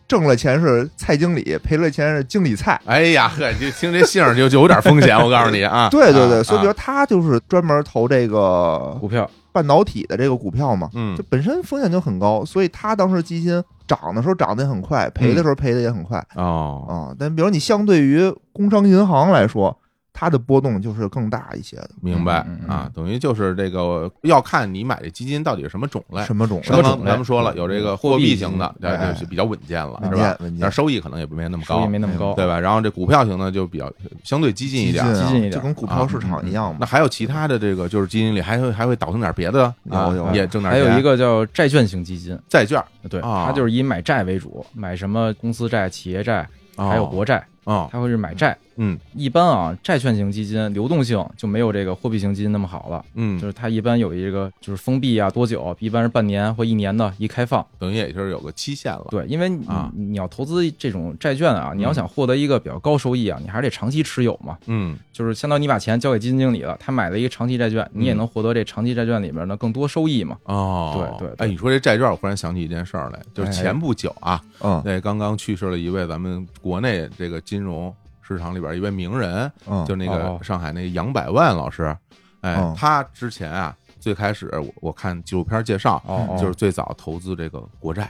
[SPEAKER 2] 挣了钱是蔡经理，赔了钱是经理蔡。
[SPEAKER 1] 哎呀，呵，就听这姓儿就就有点风险，我告诉你 啊。
[SPEAKER 2] 对对对，
[SPEAKER 1] 啊
[SPEAKER 2] 所以比如他就是专门投这个
[SPEAKER 3] 股票，
[SPEAKER 2] 半导体的这个股票嘛，
[SPEAKER 1] 嗯
[SPEAKER 2] 这本身风险就很高，所以他当时基金涨的时候涨得也很快，赔的时候赔的也很快
[SPEAKER 1] 哦，
[SPEAKER 2] 啊。但比如你相对于工商银行来说，它的波动就是更大一些的。
[SPEAKER 1] 明白
[SPEAKER 3] 嗯嗯嗯
[SPEAKER 1] 啊，等于就是这个要看你买这基金到底是什么种类。
[SPEAKER 2] 什么种类？
[SPEAKER 3] 什么
[SPEAKER 1] 刚刚
[SPEAKER 3] 种类哎
[SPEAKER 1] 咱们说了，有这个货币型的，
[SPEAKER 2] 嗯
[SPEAKER 1] 这就比较稳健了，
[SPEAKER 2] 稳
[SPEAKER 1] 是吧
[SPEAKER 2] 健？稳
[SPEAKER 1] 但
[SPEAKER 2] 健
[SPEAKER 1] 是，收益可能也没那么
[SPEAKER 3] 收益
[SPEAKER 1] 高，嗯
[SPEAKER 3] 没那么高，
[SPEAKER 1] 对吧？然后这股票型的就比较相对激进一点
[SPEAKER 2] 啊。
[SPEAKER 3] 激进一点
[SPEAKER 2] 就跟股票市场一样嘛。
[SPEAKER 1] 那还有其他的这个，就是基金里还会还会倒腾点别的啊
[SPEAKER 2] 有有，
[SPEAKER 1] 也挣点
[SPEAKER 3] 还
[SPEAKER 1] 钱。
[SPEAKER 3] 有一个叫债券型基金，
[SPEAKER 1] 债券，
[SPEAKER 3] 对，
[SPEAKER 1] 啊
[SPEAKER 3] 它就是以买债为主，买什么公司债、企业债，还有国债，
[SPEAKER 1] 啊，哦
[SPEAKER 3] 它会是买债。
[SPEAKER 1] 嗯
[SPEAKER 3] 一般啊，债券型基金流动性就没有这个货币型基金那么好了，就
[SPEAKER 1] 嗯，
[SPEAKER 3] 是它一般有一个就是封闭啊多久，一般是半年或一年的一开放。
[SPEAKER 1] 等于也就是有个期限了。
[SPEAKER 3] 对，因为你
[SPEAKER 1] 啊
[SPEAKER 3] 你要投资这种债券啊，你要想获得一个比较高收益啊，你还是得长期持有嘛。
[SPEAKER 1] 嗯
[SPEAKER 3] 就是相当于你把钱交给基金经理了，他买了一个长期债券，你也
[SPEAKER 1] 嗯
[SPEAKER 3] 能获得这长期债券里面的更多收益嘛。
[SPEAKER 1] 哦，
[SPEAKER 3] 对对
[SPEAKER 1] 哎，
[SPEAKER 3] 对哎
[SPEAKER 1] 你说这债券，我忽然想起一件事儿来，就是前不久啊，
[SPEAKER 2] 嗯
[SPEAKER 1] 那刚刚去世了一位咱们国内这个金融市场里边一位名人，
[SPEAKER 2] 嗯，
[SPEAKER 1] 就那
[SPEAKER 3] 哦
[SPEAKER 1] 个
[SPEAKER 3] 哦
[SPEAKER 1] 上海那个杨百万老师，哎
[SPEAKER 2] 嗯，
[SPEAKER 1] 他之前啊，最开始我我看纪录片介绍，
[SPEAKER 3] 哦哦
[SPEAKER 1] 嗯就是最早投资这个国债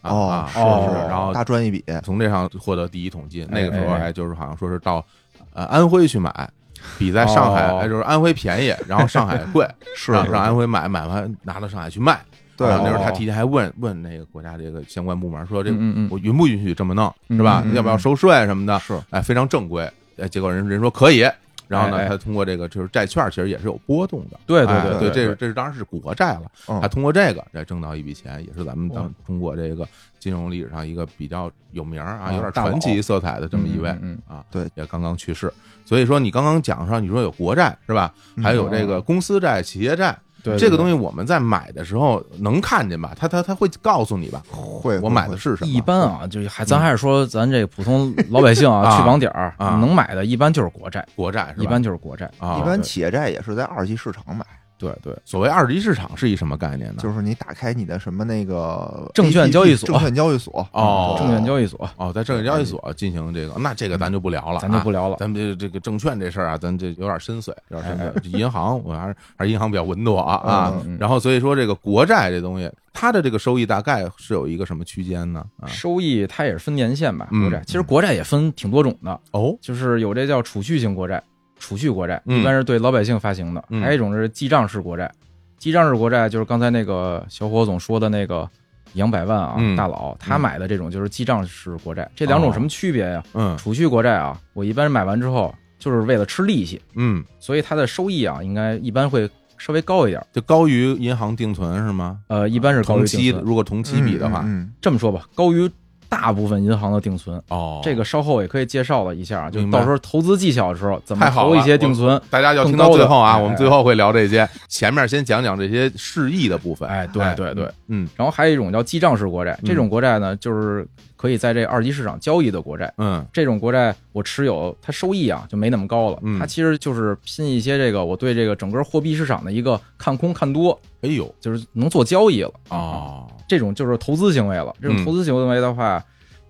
[SPEAKER 1] 啊
[SPEAKER 2] 哦
[SPEAKER 1] 啊，，
[SPEAKER 2] 是
[SPEAKER 3] 哦
[SPEAKER 2] 是，
[SPEAKER 1] 然后啊
[SPEAKER 2] 大赚一笔，
[SPEAKER 1] 从这上获得第一桶金。
[SPEAKER 3] 哎
[SPEAKER 1] 那个时候
[SPEAKER 3] 哎哎
[SPEAKER 1] 哎，就是好像说是到呃安徽去买，比在上海
[SPEAKER 3] 哦
[SPEAKER 1] 哎就是安徽便宜，然后上海贵，
[SPEAKER 2] 是
[SPEAKER 1] 让让安徽买，买完拿到上海去卖。
[SPEAKER 2] 对
[SPEAKER 1] 啊那时候
[SPEAKER 3] 哦
[SPEAKER 1] 他提前还问问那个国家这个相关部门说这个
[SPEAKER 3] 嗯嗯嗯
[SPEAKER 1] 我允不允许这么弄是吧
[SPEAKER 2] 嗯嗯？嗯
[SPEAKER 1] 要不要收税什么的？
[SPEAKER 2] 是
[SPEAKER 1] 哎，非常正规。哎，结果人人说可以。然后
[SPEAKER 3] 哎
[SPEAKER 1] 呢，
[SPEAKER 3] 哎
[SPEAKER 1] 他通过这个就是债券，其实也是有波动的。
[SPEAKER 3] 对
[SPEAKER 1] 哎
[SPEAKER 3] 对
[SPEAKER 1] 对，
[SPEAKER 3] 对
[SPEAKER 1] 这是这是当然是国债了。
[SPEAKER 2] 嗯
[SPEAKER 1] 他通过这个再挣到一笔钱，也是咱们当
[SPEAKER 3] 哇
[SPEAKER 1] 中国这个金融历史上一个比较有名儿啊，
[SPEAKER 3] 啊
[SPEAKER 1] 有点
[SPEAKER 3] 大佬
[SPEAKER 1] 传奇色彩的这么一位
[SPEAKER 3] 嗯嗯
[SPEAKER 1] 啊，
[SPEAKER 2] 对，
[SPEAKER 1] 也刚刚去世。所以说你刚刚讲上，你说有国债是吧？还
[SPEAKER 2] 嗯
[SPEAKER 1] 有这个公司债、企业债，
[SPEAKER 3] 嗯对
[SPEAKER 1] 这个东
[SPEAKER 3] 西
[SPEAKER 1] 西我们在买的时候能看见吧？他他他会告诉你吧？
[SPEAKER 2] 会
[SPEAKER 1] 我买的是什么？嗯
[SPEAKER 3] 一般啊，就是还咱还是说咱这普通老百姓啊，
[SPEAKER 1] 啊
[SPEAKER 3] 去网点儿
[SPEAKER 1] 啊
[SPEAKER 3] 能买的，一般就是国债，
[SPEAKER 1] 国债是吧？
[SPEAKER 3] 一般就是国债。嗯
[SPEAKER 1] 啊，
[SPEAKER 2] 一般企业债也是在二级市场买，
[SPEAKER 3] 对对，
[SPEAKER 1] 所谓二级市场是一什么概念呢？
[SPEAKER 2] 就是你打开你的什么那个
[SPEAKER 3] 证券
[SPEAKER 2] APP
[SPEAKER 3] 交易所
[SPEAKER 2] 证券交易所
[SPEAKER 1] 哦
[SPEAKER 3] 证券交易所嗯
[SPEAKER 1] 哦，在证券交易所进行这个，那这个咱就不聊了，啊
[SPEAKER 3] 咱就不聊了哎
[SPEAKER 1] 咱们这这个证券这事儿啊，咱这有点深邃，有点深邃。这银行，我还是还是银行比较稳妥啊啊
[SPEAKER 2] 嗯
[SPEAKER 3] 嗯。嗯
[SPEAKER 1] 然后所以说这个国债这东西，它的这个收益大概是有一个什么区间呢？啊，
[SPEAKER 3] 收益它也是分年限吧，
[SPEAKER 1] 嗯
[SPEAKER 3] 国债其实国债也分挺多种的，
[SPEAKER 1] 哦，
[SPEAKER 3] 就是有这叫储蓄型国债，储蓄国债
[SPEAKER 1] 嗯
[SPEAKER 3] 一般是对老百姓发行的，
[SPEAKER 1] 嗯
[SPEAKER 3] 还有一种是记账式国债，记账式国债就是刚才那个小伙总说的那个杨百万啊、
[SPEAKER 1] 嗯哦
[SPEAKER 3] 大佬他买的这种就是记账式国债，这两种什么区别呀、
[SPEAKER 1] 嗯
[SPEAKER 3] 储蓄国债啊，我一般买完之后就是为了吃利息，
[SPEAKER 1] 嗯，
[SPEAKER 3] 所以它的收益啊应该一般会稍微高一点，
[SPEAKER 1] 就高于银行定存是吗？
[SPEAKER 3] 呃，一般是高
[SPEAKER 1] 同
[SPEAKER 3] 于
[SPEAKER 1] 期
[SPEAKER 3] 定
[SPEAKER 1] 的
[SPEAKER 3] 存。
[SPEAKER 1] 如果同期比的话，
[SPEAKER 2] 嗯，
[SPEAKER 3] 这么说吧，高于大部分银行的定存。
[SPEAKER 1] 哦，
[SPEAKER 3] 这个稍后也可以介绍了一下啊，就
[SPEAKER 1] 明白哦
[SPEAKER 3] 到时候投资技巧的时候怎么
[SPEAKER 1] 太好
[SPEAKER 3] 投一
[SPEAKER 1] 了
[SPEAKER 3] 些
[SPEAKER 1] 我
[SPEAKER 3] 定存。
[SPEAKER 1] 大家要听到最后啊，
[SPEAKER 3] 更高的哎
[SPEAKER 1] 我们最后会聊这些，前面先讲讲这些释义的部分。
[SPEAKER 3] 哎，对对对。
[SPEAKER 1] 嗯
[SPEAKER 3] 然后还有一种叫记账式国债，
[SPEAKER 1] 嗯
[SPEAKER 3] 这种国债呢，就是可以在这二级市场交易的国债。
[SPEAKER 1] 嗯
[SPEAKER 3] 这种国债我持有，它收益啊就没那么高了
[SPEAKER 1] 嗯。
[SPEAKER 3] 它其实就是拼一些这个我对这个整个货币市场的一个看空看多，
[SPEAKER 1] 哎呦
[SPEAKER 3] 就是能做交易了。
[SPEAKER 1] 哦，
[SPEAKER 3] 这种就是投资行为了。这
[SPEAKER 1] 嗯
[SPEAKER 3] 种投资行为的话，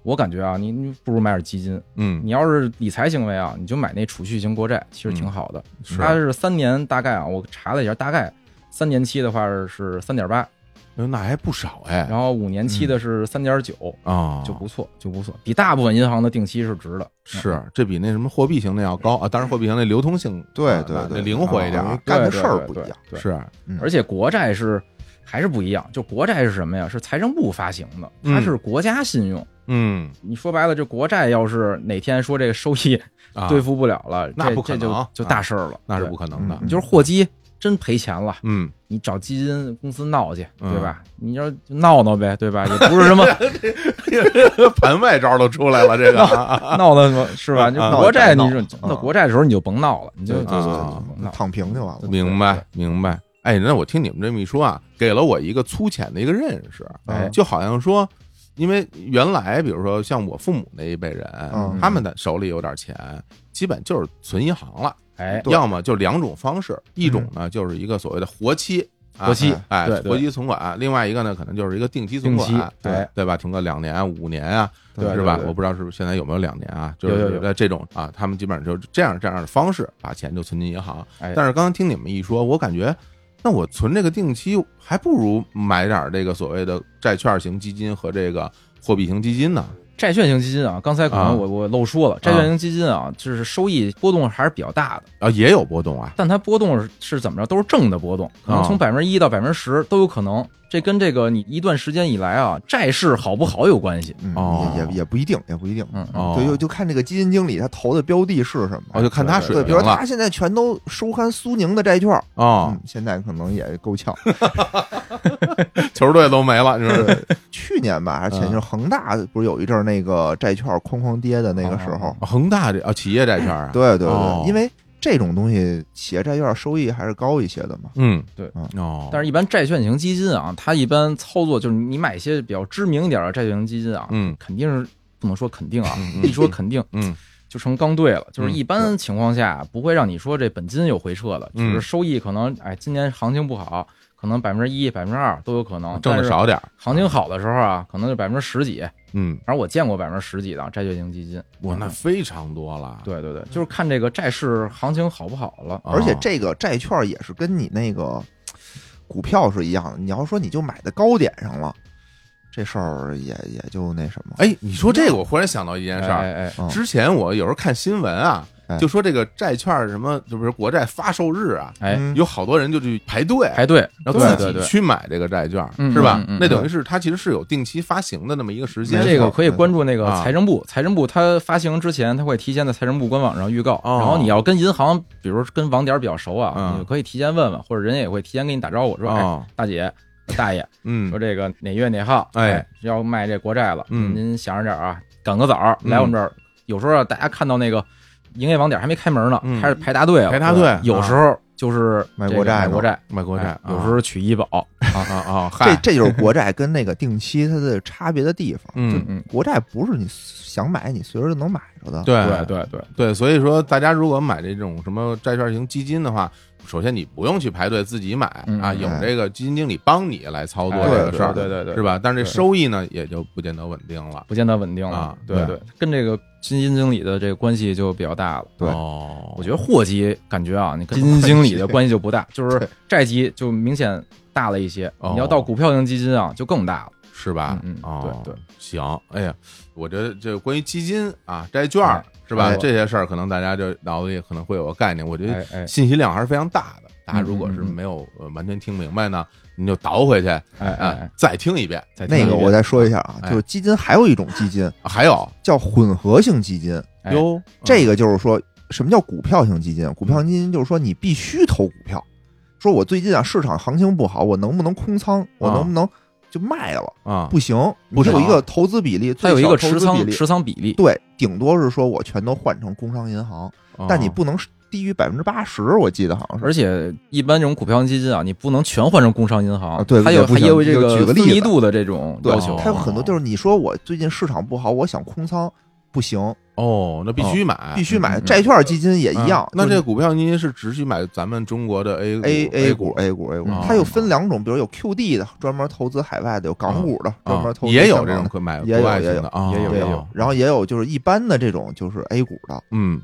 [SPEAKER 3] 我感觉啊，你你不如买点基金。
[SPEAKER 1] 嗯
[SPEAKER 3] 你要是理财行为啊，你就买那储蓄型国债，其实挺好的。
[SPEAKER 2] 嗯
[SPEAKER 1] 是
[SPEAKER 3] 它是三年大概啊，我查了一下，大概三年期的话是三点八，
[SPEAKER 1] 哎那还不少哎
[SPEAKER 3] 然后五年
[SPEAKER 2] 嗯
[SPEAKER 3] 期的是三点
[SPEAKER 2] 哦
[SPEAKER 3] 九，
[SPEAKER 1] 啊，
[SPEAKER 3] 就不错，就不错，比大部分银行的定期是值的。
[SPEAKER 1] 是，这比那什么货币型那要高啊！当然，货币型那流通性
[SPEAKER 2] 对
[SPEAKER 1] 啊
[SPEAKER 2] 对
[SPEAKER 1] 那
[SPEAKER 2] 对
[SPEAKER 1] 灵活一点
[SPEAKER 2] 啊
[SPEAKER 1] 儿，
[SPEAKER 2] 干的
[SPEAKER 3] 对
[SPEAKER 2] 事儿不一，
[SPEAKER 3] 对
[SPEAKER 2] 样
[SPEAKER 3] 对对
[SPEAKER 1] 是
[SPEAKER 2] 嗯
[SPEAKER 3] 而且国债是还是不一样，就国债是什么呀？是财政部发行的，它
[SPEAKER 1] 嗯
[SPEAKER 3] 是国家信用。
[SPEAKER 1] 嗯
[SPEAKER 3] 你说白了，这国债要是哪天说这个收益
[SPEAKER 1] 啊，
[SPEAKER 3] 对付不了了，
[SPEAKER 1] 那
[SPEAKER 3] 这
[SPEAKER 1] 不可
[SPEAKER 3] 这就
[SPEAKER 1] 能
[SPEAKER 3] 就
[SPEAKER 1] 啊
[SPEAKER 3] 大事儿了，
[SPEAKER 1] 那是
[SPEAKER 3] 对
[SPEAKER 1] 不可能的
[SPEAKER 2] 嗯，
[SPEAKER 3] 你就是货基真赔钱了，
[SPEAKER 1] 嗯，
[SPEAKER 3] 你找基金公司闹去，
[SPEAKER 1] 嗯
[SPEAKER 3] 对吧？你要闹闹呗，对吧？也不是什 么
[SPEAKER 1] 盘外招都出来了，这个 啊
[SPEAKER 3] 闹的什么，是吧？就
[SPEAKER 1] 啊
[SPEAKER 3] 国债，你
[SPEAKER 2] 闹
[SPEAKER 3] 说
[SPEAKER 2] 啊
[SPEAKER 3] 那国债的时候你就甭闹了，你就
[SPEAKER 2] 对
[SPEAKER 3] 就
[SPEAKER 2] 对
[SPEAKER 3] 就
[SPEAKER 1] 啊
[SPEAKER 3] 就甭
[SPEAKER 2] 对，
[SPEAKER 3] 闹。
[SPEAKER 2] 躺平就完了。
[SPEAKER 1] 明白明白。哎，那我听你们这么一说啊，给了我一个粗浅的一个认识，
[SPEAKER 3] 哎
[SPEAKER 1] 就好像说，因为原来比如说像我父母那一辈人，
[SPEAKER 2] 嗯
[SPEAKER 1] 他们的手里有点钱，基本就是存银行了，
[SPEAKER 3] 哎，
[SPEAKER 2] 对
[SPEAKER 1] 要么就两种方式，一种呢就是一个所谓的活期啊
[SPEAKER 3] 嗯活期，
[SPEAKER 1] 哎
[SPEAKER 3] 对，
[SPEAKER 1] 活
[SPEAKER 3] 对
[SPEAKER 1] 期存款。另外一个呢，可能就是一个定期存
[SPEAKER 3] 定期
[SPEAKER 1] 款，啊
[SPEAKER 3] 对
[SPEAKER 1] 对吧？停个两年啊、五年啊，
[SPEAKER 3] 对
[SPEAKER 1] 是吧
[SPEAKER 3] 对？对
[SPEAKER 1] 我不知道是不是现在有没有两年啊，就
[SPEAKER 3] 有有
[SPEAKER 1] 是
[SPEAKER 3] 有
[SPEAKER 1] 在这种啊，他们基本上就是这样这样的方式把钱就存进银行。
[SPEAKER 3] 哎
[SPEAKER 1] 但是刚刚听你们一说，我感觉。那我存这个定期，还不如买点儿这个所谓的债券型基金和这个货币型基金呢。
[SPEAKER 3] 债券型基金啊，刚才可
[SPEAKER 1] 啊
[SPEAKER 3] 能我我漏说了，债券型基金啊，就是收益波动还是比较大的，
[SPEAKER 1] 啊，也有波动啊。
[SPEAKER 3] 但它波动是是怎么着，都是正的波动，可能
[SPEAKER 1] 啊
[SPEAKER 3] 从百分之一到百分之十都有可能。这跟这个你一段时间以来啊，债市好不好有关系。
[SPEAKER 2] 嗯
[SPEAKER 1] 哦
[SPEAKER 2] 也也也不一定，也不一定。
[SPEAKER 3] 嗯，
[SPEAKER 1] 哦
[SPEAKER 2] 对，就就看这个基金经理他投的标的是什么，
[SPEAKER 1] 哦，就看他水
[SPEAKER 2] 对，比
[SPEAKER 1] 平
[SPEAKER 2] 如
[SPEAKER 1] 了
[SPEAKER 2] 他现在全都收看苏宁的债券，
[SPEAKER 1] 啊
[SPEAKER 2] 嗯，，现在可能也 够呛。
[SPEAKER 1] 球队都没了，就是
[SPEAKER 2] 对去年吧，还是前
[SPEAKER 1] 嗯
[SPEAKER 2] 年，恒大不是有一阵儿那个债券哐哐跌的那个时候
[SPEAKER 3] 哦，
[SPEAKER 1] 啊恒大这啊企业债券啊，，
[SPEAKER 2] 对对
[SPEAKER 1] 哦
[SPEAKER 2] 对，因为这种东西企业债券收益还是高一些的嘛。
[SPEAKER 1] 嗯，
[SPEAKER 3] 对
[SPEAKER 1] 哦，
[SPEAKER 3] 但是，一般债券型基金啊，它一般操作就是你买一些比较知名一点的债券型基金啊，
[SPEAKER 1] 嗯
[SPEAKER 3] 肯定是不能说肯定啊，
[SPEAKER 1] 嗯
[SPEAKER 3] 一说肯定
[SPEAKER 1] 嗯
[SPEAKER 3] 就成刚兑了。就是
[SPEAKER 1] 嗯
[SPEAKER 3] 一般情况下不会让你说这本金有回撤的，
[SPEAKER 1] 嗯
[SPEAKER 3] 就是收益可能哎今年行情不好，可能百分之一、百分之二都有可能，
[SPEAKER 1] 挣的。少点儿，
[SPEAKER 3] 行情好的时候啊，可能就百分之十几，
[SPEAKER 1] 嗯，
[SPEAKER 3] 反正我见过百分之十几的债券型基金。嗯
[SPEAKER 1] 哇，那嗯非常多了，，
[SPEAKER 3] 对对对，就是看这个债市行情好不好
[SPEAKER 1] 哦
[SPEAKER 3] 了。
[SPEAKER 2] 而且这个债券也是跟你那个股票是一样的，你要说你就买在高点上了，这事儿也也就那什么。
[SPEAKER 1] 哎，你说这个，我忽然想到一件事
[SPEAKER 3] 哎
[SPEAKER 1] 儿，
[SPEAKER 3] 哎哎，
[SPEAKER 2] 嗯
[SPEAKER 1] 之前我有时候看新闻啊
[SPEAKER 2] 哎，
[SPEAKER 1] 就说这个债券什么，就比如国债发售日啊。
[SPEAKER 3] 哎
[SPEAKER 2] 嗯
[SPEAKER 1] 有好多人就去排队，
[SPEAKER 3] 排队，
[SPEAKER 1] 然后
[SPEAKER 3] 对
[SPEAKER 1] 自
[SPEAKER 3] 对
[SPEAKER 1] 己
[SPEAKER 3] 对
[SPEAKER 1] 去买这个债券，
[SPEAKER 3] 嗯
[SPEAKER 1] 是吧
[SPEAKER 3] 嗯嗯？嗯
[SPEAKER 1] 那等于是它其实是有定期发行的那么一个时间，哦
[SPEAKER 3] 这个可以
[SPEAKER 2] 没错
[SPEAKER 3] 关注那个
[SPEAKER 1] 啊
[SPEAKER 3] 财政部，财政部它发行之前，它会提前在财政部官网上预告。
[SPEAKER 1] 哦
[SPEAKER 3] 然后你要跟银行，比如跟网点比较熟啊
[SPEAKER 1] 嗯，
[SPEAKER 3] 你可以提前问问，或者人家也会提前给你打招呼，说：“哎，
[SPEAKER 1] 啊，
[SPEAKER 3] 大姐、大爷，
[SPEAKER 1] 嗯
[SPEAKER 3] 说，这个哪月哪号，
[SPEAKER 1] 哎
[SPEAKER 3] 哎，要卖这国债了，
[SPEAKER 1] 嗯
[SPEAKER 3] 您想着点儿啊，赶个早儿
[SPEAKER 1] 嗯
[SPEAKER 3] 来我们这儿。有时候啊大家看到那个营业网点还没开门呢
[SPEAKER 1] 嗯，
[SPEAKER 3] 开始排大队了，
[SPEAKER 1] 排大队
[SPEAKER 3] 有时候就是
[SPEAKER 2] 买
[SPEAKER 3] 这个
[SPEAKER 2] 国债
[SPEAKER 3] 买
[SPEAKER 2] 呢
[SPEAKER 3] 国债，
[SPEAKER 1] 买国债
[SPEAKER 3] 哎，有时候取医保，
[SPEAKER 1] 啊啊啊，
[SPEAKER 2] 这
[SPEAKER 1] 嗨，
[SPEAKER 2] 这就是国债跟那个定期它的差别的地方。
[SPEAKER 1] 嗯
[SPEAKER 2] 就国债不是你想买你随时就能买着的。
[SPEAKER 1] 对
[SPEAKER 3] 嗯对对对，
[SPEAKER 1] 对，所以说大家如果买这种什么债券型基金的话，首先你不用去排队自己买
[SPEAKER 3] 嗯
[SPEAKER 1] 啊，
[SPEAKER 3] 嗯
[SPEAKER 1] 有
[SPEAKER 2] 嗯
[SPEAKER 1] 这个基金经理帮你来操作
[SPEAKER 3] 哎
[SPEAKER 1] 这个
[SPEAKER 2] 对
[SPEAKER 1] 事儿，
[SPEAKER 3] 对对对
[SPEAKER 1] 是吧？但是这
[SPEAKER 3] 对
[SPEAKER 1] 收益呢，也就不见得稳定了。
[SPEAKER 3] 不见得稳定了。
[SPEAKER 1] 啊
[SPEAKER 3] 对
[SPEAKER 2] 对
[SPEAKER 3] 对，跟这个基金经理的这个关系就比较大了。啊
[SPEAKER 2] 对
[SPEAKER 1] 哦，
[SPEAKER 3] 我觉得货基感觉啊， 你跟基金经理的关系就不大，就是
[SPEAKER 2] 对
[SPEAKER 3] 债基就明显大了一些。
[SPEAKER 1] 哦
[SPEAKER 3] 你要到股票型基金啊，就更大了。
[SPEAKER 1] 是吧？
[SPEAKER 3] 嗯嗯
[SPEAKER 1] 哦，
[SPEAKER 3] 对对，
[SPEAKER 1] 行，哎呀，我觉得这关于基金啊、债券
[SPEAKER 3] 哎
[SPEAKER 1] 是吧
[SPEAKER 2] 哎
[SPEAKER 1] 这些事儿，可能大家就脑子里可能会有个概念。我觉得
[SPEAKER 3] 哎哎
[SPEAKER 1] 信息量还是非常大的，大家如果
[SPEAKER 3] 嗯嗯
[SPEAKER 1] 是
[SPEAKER 3] 嗯
[SPEAKER 1] 没有呃完全听明白呢，你就倒回去
[SPEAKER 3] 哎哎
[SPEAKER 1] 啊
[SPEAKER 3] 哎，
[SPEAKER 1] 再听一遍。
[SPEAKER 3] 再听
[SPEAKER 2] 那个
[SPEAKER 3] 一遍
[SPEAKER 2] 我再说一下啊，
[SPEAKER 1] 哎
[SPEAKER 2] 就是基金还有一种基金
[SPEAKER 1] 啊还有
[SPEAKER 2] 叫混合性基金，
[SPEAKER 1] 嗯
[SPEAKER 3] 哎
[SPEAKER 1] 哟，
[SPEAKER 2] 这个就是说什么叫股票型基金？股票型基金就是说你必须投股票，说我最近啊市场行情不好，我能不能空仓？我
[SPEAKER 1] 啊
[SPEAKER 2] 能不能就卖了？
[SPEAKER 1] 啊，
[SPEAKER 2] 不行，
[SPEAKER 1] 不
[SPEAKER 2] 你
[SPEAKER 1] 行
[SPEAKER 2] 有一
[SPEAKER 1] 啊
[SPEAKER 2] 个投资比例，
[SPEAKER 3] 它有一
[SPEAKER 2] 最
[SPEAKER 3] 个
[SPEAKER 2] 小
[SPEAKER 3] 持
[SPEAKER 2] 投资比
[SPEAKER 3] 仓
[SPEAKER 2] 例
[SPEAKER 3] 持仓比例，
[SPEAKER 2] 对，顶多是说我全都换成工商银行，
[SPEAKER 1] 哦嗯
[SPEAKER 2] 但你不能低于百分之八十，我记得好像是。
[SPEAKER 3] 而且一般这种股票型基金啊，你不能全换成工商银行，
[SPEAKER 2] 啊对
[SPEAKER 3] 它
[SPEAKER 2] 也
[SPEAKER 3] 有
[SPEAKER 2] 不
[SPEAKER 3] 它也
[SPEAKER 2] 行
[SPEAKER 3] 有这
[SPEAKER 2] 就举个
[SPEAKER 3] 分
[SPEAKER 2] 例子
[SPEAKER 3] 离度的啊这种
[SPEAKER 2] 对
[SPEAKER 3] 要求。
[SPEAKER 2] 它有很多就是你说我最近市场不好，我想空仓，
[SPEAKER 1] 哎
[SPEAKER 2] 不行，
[SPEAKER 1] 哦，那必须买，
[SPEAKER 2] 必须买
[SPEAKER 3] 嗯嗯
[SPEAKER 2] 债券基金也一样
[SPEAKER 1] 啊。那
[SPEAKER 2] 就
[SPEAKER 1] 这
[SPEAKER 2] 是
[SPEAKER 1] 个股票您是只许买咱们中国的 A
[SPEAKER 2] 哎 A
[SPEAKER 1] A
[SPEAKER 2] 股 A 股 A 股
[SPEAKER 1] 嗯，
[SPEAKER 2] 它又分两种，比如有 QD 的，专门投资海外的；有港股的，专
[SPEAKER 1] 啊
[SPEAKER 2] 门，投资
[SPEAKER 1] 也有
[SPEAKER 2] 香
[SPEAKER 1] 这
[SPEAKER 2] 港
[SPEAKER 1] 种
[SPEAKER 2] 的
[SPEAKER 1] 可买
[SPEAKER 2] 也有
[SPEAKER 1] 国外
[SPEAKER 2] 也
[SPEAKER 1] 型
[SPEAKER 2] 有
[SPEAKER 1] 的啊，
[SPEAKER 3] 也有
[SPEAKER 2] 对
[SPEAKER 3] 也
[SPEAKER 2] 啊
[SPEAKER 3] 有
[SPEAKER 2] 然后也有就是一般的这种就是 A 股的
[SPEAKER 1] 嗯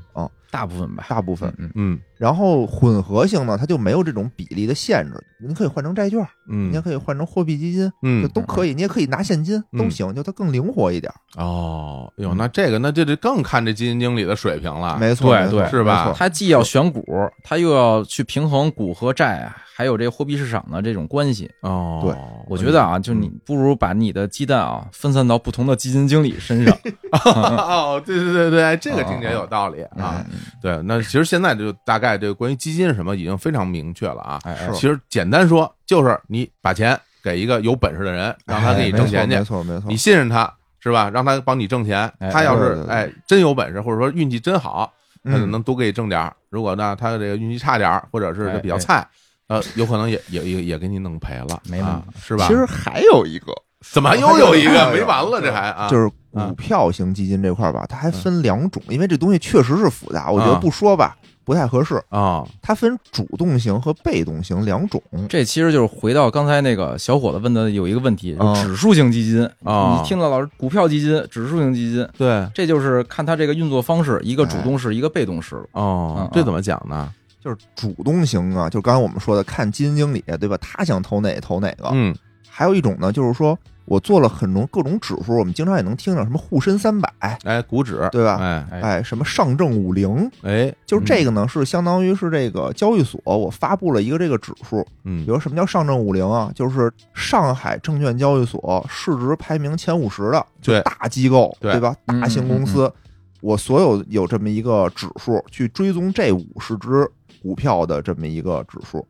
[SPEAKER 3] 大部分吧，
[SPEAKER 2] 大部分
[SPEAKER 3] 嗯。嗯
[SPEAKER 1] 嗯
[SPEAKER 2] 然后混合性呢，它就没有这种比例的限制，您可以换成债券，您也
[SPEAKER 1] 嗯
[SPEAKER 2] 可以换成货币基金，就
[SPEAKER 1] 嗯
[SPEAKER 2] 都可以，你也可以拿现金，都
[SPEAKER 1] 嗯
[SPEAKER 2] 行，就它更灵活一点。
[SPEAKER 1] 哦，哟，那这个那这就更看这基金经理的水平了，
[SPEAKER 2] 没错，
[SPEAKER 3] 对
[SPEAKER 2] 没错
[SPEAKER 3] 对
[SPEAKER 1] 啊是吧
[SPEAKER 2] 没错
[SPEAKER 3] 它既要选股，它又要去平衡股和债，啊还有这货币市场的这种关系。
[SPEAKER 1] 哦，
[SPEAKER 2] 对
[SPEAKER 3] 我觉得啊，就你不如把你的鸡蛋啊分散到不同的基金经理身 上。
[SPEAKER 1] 哦，对对对对，这个听起来有道理啊
[SPEAKER 3] 啊。，
[SPEAKER 2] 嗯
[SPEAKER 1] 对，那其实现在就大概这个关于基金什么已经非常明确了啊。
[SPEAKER 3] 哎哎
[SPEAKER 2] 是
[SPEAKER 1] 其实简单说，就是你把钱给一个有本事的人，让他给你挣钱去
[SPEAKER 2] 哎没，错没错
[SPEAKER 1] 你
[SPEAKER 2] 没错，
[SPEAKER 1] 信任他是吧？让他帮你挣钱，
[SPEAKER 3] 哎
[SPEAKER 1] 他要
[SPEAKER 2] 对
[SPEAKER 1] 是
[SPEAKER 2] 对对
[SPEAKER 1] 哎真有本事，或者说运气真好，他就
[SPEAKER 2] 嗯
[SPEAKER 1] 能多给你挣点儿。如果呢，他这个运气差点儿，或者是
[SPEAKER 3] 哎
[SPEAKER 1] 他比较菜，呃，有可能也也也也给你弄赔了，
[SPEAKER 3] 没
[SPEAKER 1] 啊
[SPEAKER 3] 问
[SPEAKER 1] 是吧？
[SPEAKER 2] 其实还有一个
[SPEAKER 1] 怎么又有一个
[SPEAKER 2] 还有
[SPEAKER 1] 没完了？这还啊，
[SPEAKER 2] 就是
[SPEAKER 1] 啊
[SPEAKER 2] 股票型基金这块儿吧，它还
[SPEAKER 1] 嗯
[SPEAKER 2] 分两种，因为这东西确实是复杂，我觉得
[SPEAKER 1] 啊
[SPEAKER 2] 不说吧不太合适。
[SPEAKER 1] 啊，
[SPEAKER 2] 它分主动型和被动型两种。
[SPEAKER 3] 这其实就是回到刚才那个小伙子问的有一个问题，就
[SPEAKER 2] 啊
[SPEAKER 3] 指数型基金
[SPEAKER 1] 啊
[SPEAKER 3] 哦你听到老师股票基金、指数型基金，
[SPEAKER 1] 对，
[SPEAKER 3] 这就是看它这个运作方式，一个主
[SPEAKER 2] 哎
[SPEAKER 3] 动式，一个被动式。
[SPEAKER 1] 哦
[SPEAKER 3] 嗯，
[SPEAKER 1] 这怎么讲呢？
[SPEAKER 2] 就是主动型啊，就是刚才我们说的，看基金经理对吧？他想投哪个投哪个。
[SPEAKER 1] 嗯
[SPEAKER 2] 还有一种呢，就是说我做了很多各种指数，我们经常也能听到什么沪深三百，
[SPEAKER 1] 哎，股指
[SPEAKER 2] 对吧
[SPEAKER 1] 哎
[SPEAKER 3] 哎
[SPEAKER 2] 哎，什么上证五零，
[SPEAKER 1] 哎，
[SPEAKER 2] 就是这个呢，是相当于是这个交易所我发布了一个这个指数，
[SPEAKER 1] 嗯，嗯，
[SPEAKER 2] 比如什么叫上证五零啊，就是上海证券交易所市值排名前五十的
[SPEAKER 1] 对，
[SPEAKER 2] 大机构，
[SPEAKER 1] 对
[SPEAKER 2] 对吧？
[SPEAKER 3] 嗯
[SPEAKER 2] 大型公司，我所有有这么一个指数去追踪这五十只股票的这么一个指数，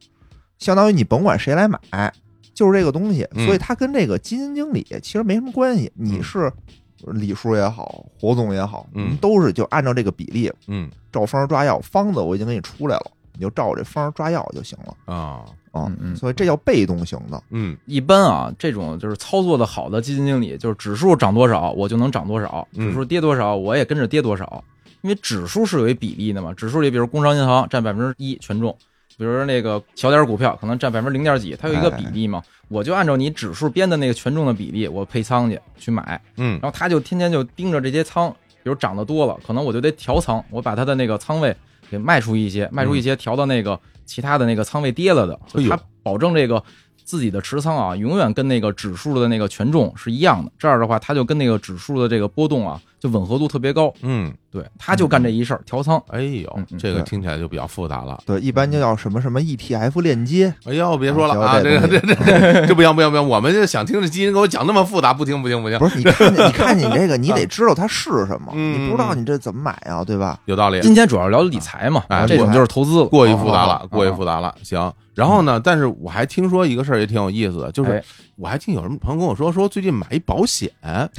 [SPEAKER 2] 相当于你甭管谁来买，就是这个东西，
[SPEAKER 1] 嗯
[SPEAKER 2] 所以它跟这个基金经理其实没什么关系。你是李叔也好，火总也好，
[SPEAKER 1] 嗯
[SPEAKER 2] 你们都是就按照这个比例
[SPEAKER 1] 嗯
[SPEAKER 2] 照方抓药，方子我已经给你出来了，你就照这方抓药就行了
[SPEAKER 1] 啊，
[SPEAKER 2] 啊。
[SPEAKER 3] 嗯嗯
[SPEAKER 2] 所以这叫被动型的。
[SPEAKER 1] 嗯
[SPEAKER 3] 一般啊，这种就是操作的好的基金经理，就是指数涨多少我就能涨多少，
[SPEAKER 1] 嗯
[SPEAKER 3] 指数跌多少我也跟着跌多少，因为指数是有一比例的嘛。指数里，比如工商银行占百分之一权重，比如说那个小点儿股票可能占百分之零点几，它有一个比例嘛。我就按照你指数编的那个权重的比例，我配仓去去买，
[SPEAKER 1] 嗯
[SPEAKER 3] 然后他就天天就盯着这些仓，比如涨得多了，可能我就得调仓，我把他的那个仓位给卖出一些，卖出一些调到那个其他的那个仓位跌了的，
[SPEAKER 1] 哎
[SPEAKER 3] 就
[SPEAKER 1] 呦
[SPEAKER 3] 他保证这个自己的持仓啊，永远跟那个指数的那个权重是一样的。这样的话，他就跟那个指数的这个波动啊，就吻合度特别高。
[SPEAKER 1] 嗯，
[SPEAKER 3] 对，他就干这一事儿，调仓。
[SPEAKER 1] 哎呦
[SPEAKER 3] 嗯，嗯
[SPEAKER 1] 这个
[SPEAKER 2] 对
[SPEAKER 1] 听起来就比较复杂了。
[SPEAKER 2] 对，一般就叫什么什么 ETF 链接，
[SPEAKER 1] 哎呦，别说了
[SPEAKER 2] 啊
[SPEAKER 1] 啊，
[SPEAKER 2] 不
[SPEAKER 1] 这
[SPEAKER 2] 要
[SPEAKER 1] 个
[SPEAKER 2] 带
[SPEAKER 1] 这这这不行不行不行，我 们就想听这基金给我讲那么复杂，不听不听不听，
[SPEAKER 2] 不是你看 见你看你这个，你得知道它是什么，
[SPEAKER 1] 啊嗯
[SPEAKER 2] 你不知道你这怎么买啊，对吧？
[SPEAKER 1] 有道理。
[SPEAKER 3] 今天主要聊理财嘛，
[SPEAKER 1] 嗯哎
[SPEAKER 3] 这种
[SPEAKER 2] 我
[SPEAKER 3] 就是投资了。
[SPEAKER 1] 过于复杂
[SPEAKER 3] 啊
[SPEAKER 1] 了，过于复杂了。行，然后呢？但是我还听说一个事儿也挺有意思的，就是
[SPEAKER 3] 哎
[SPEAKER 1] 我还听有人朋友跟我说，说最近买一保险，
[SPEAKER 3] 哦哎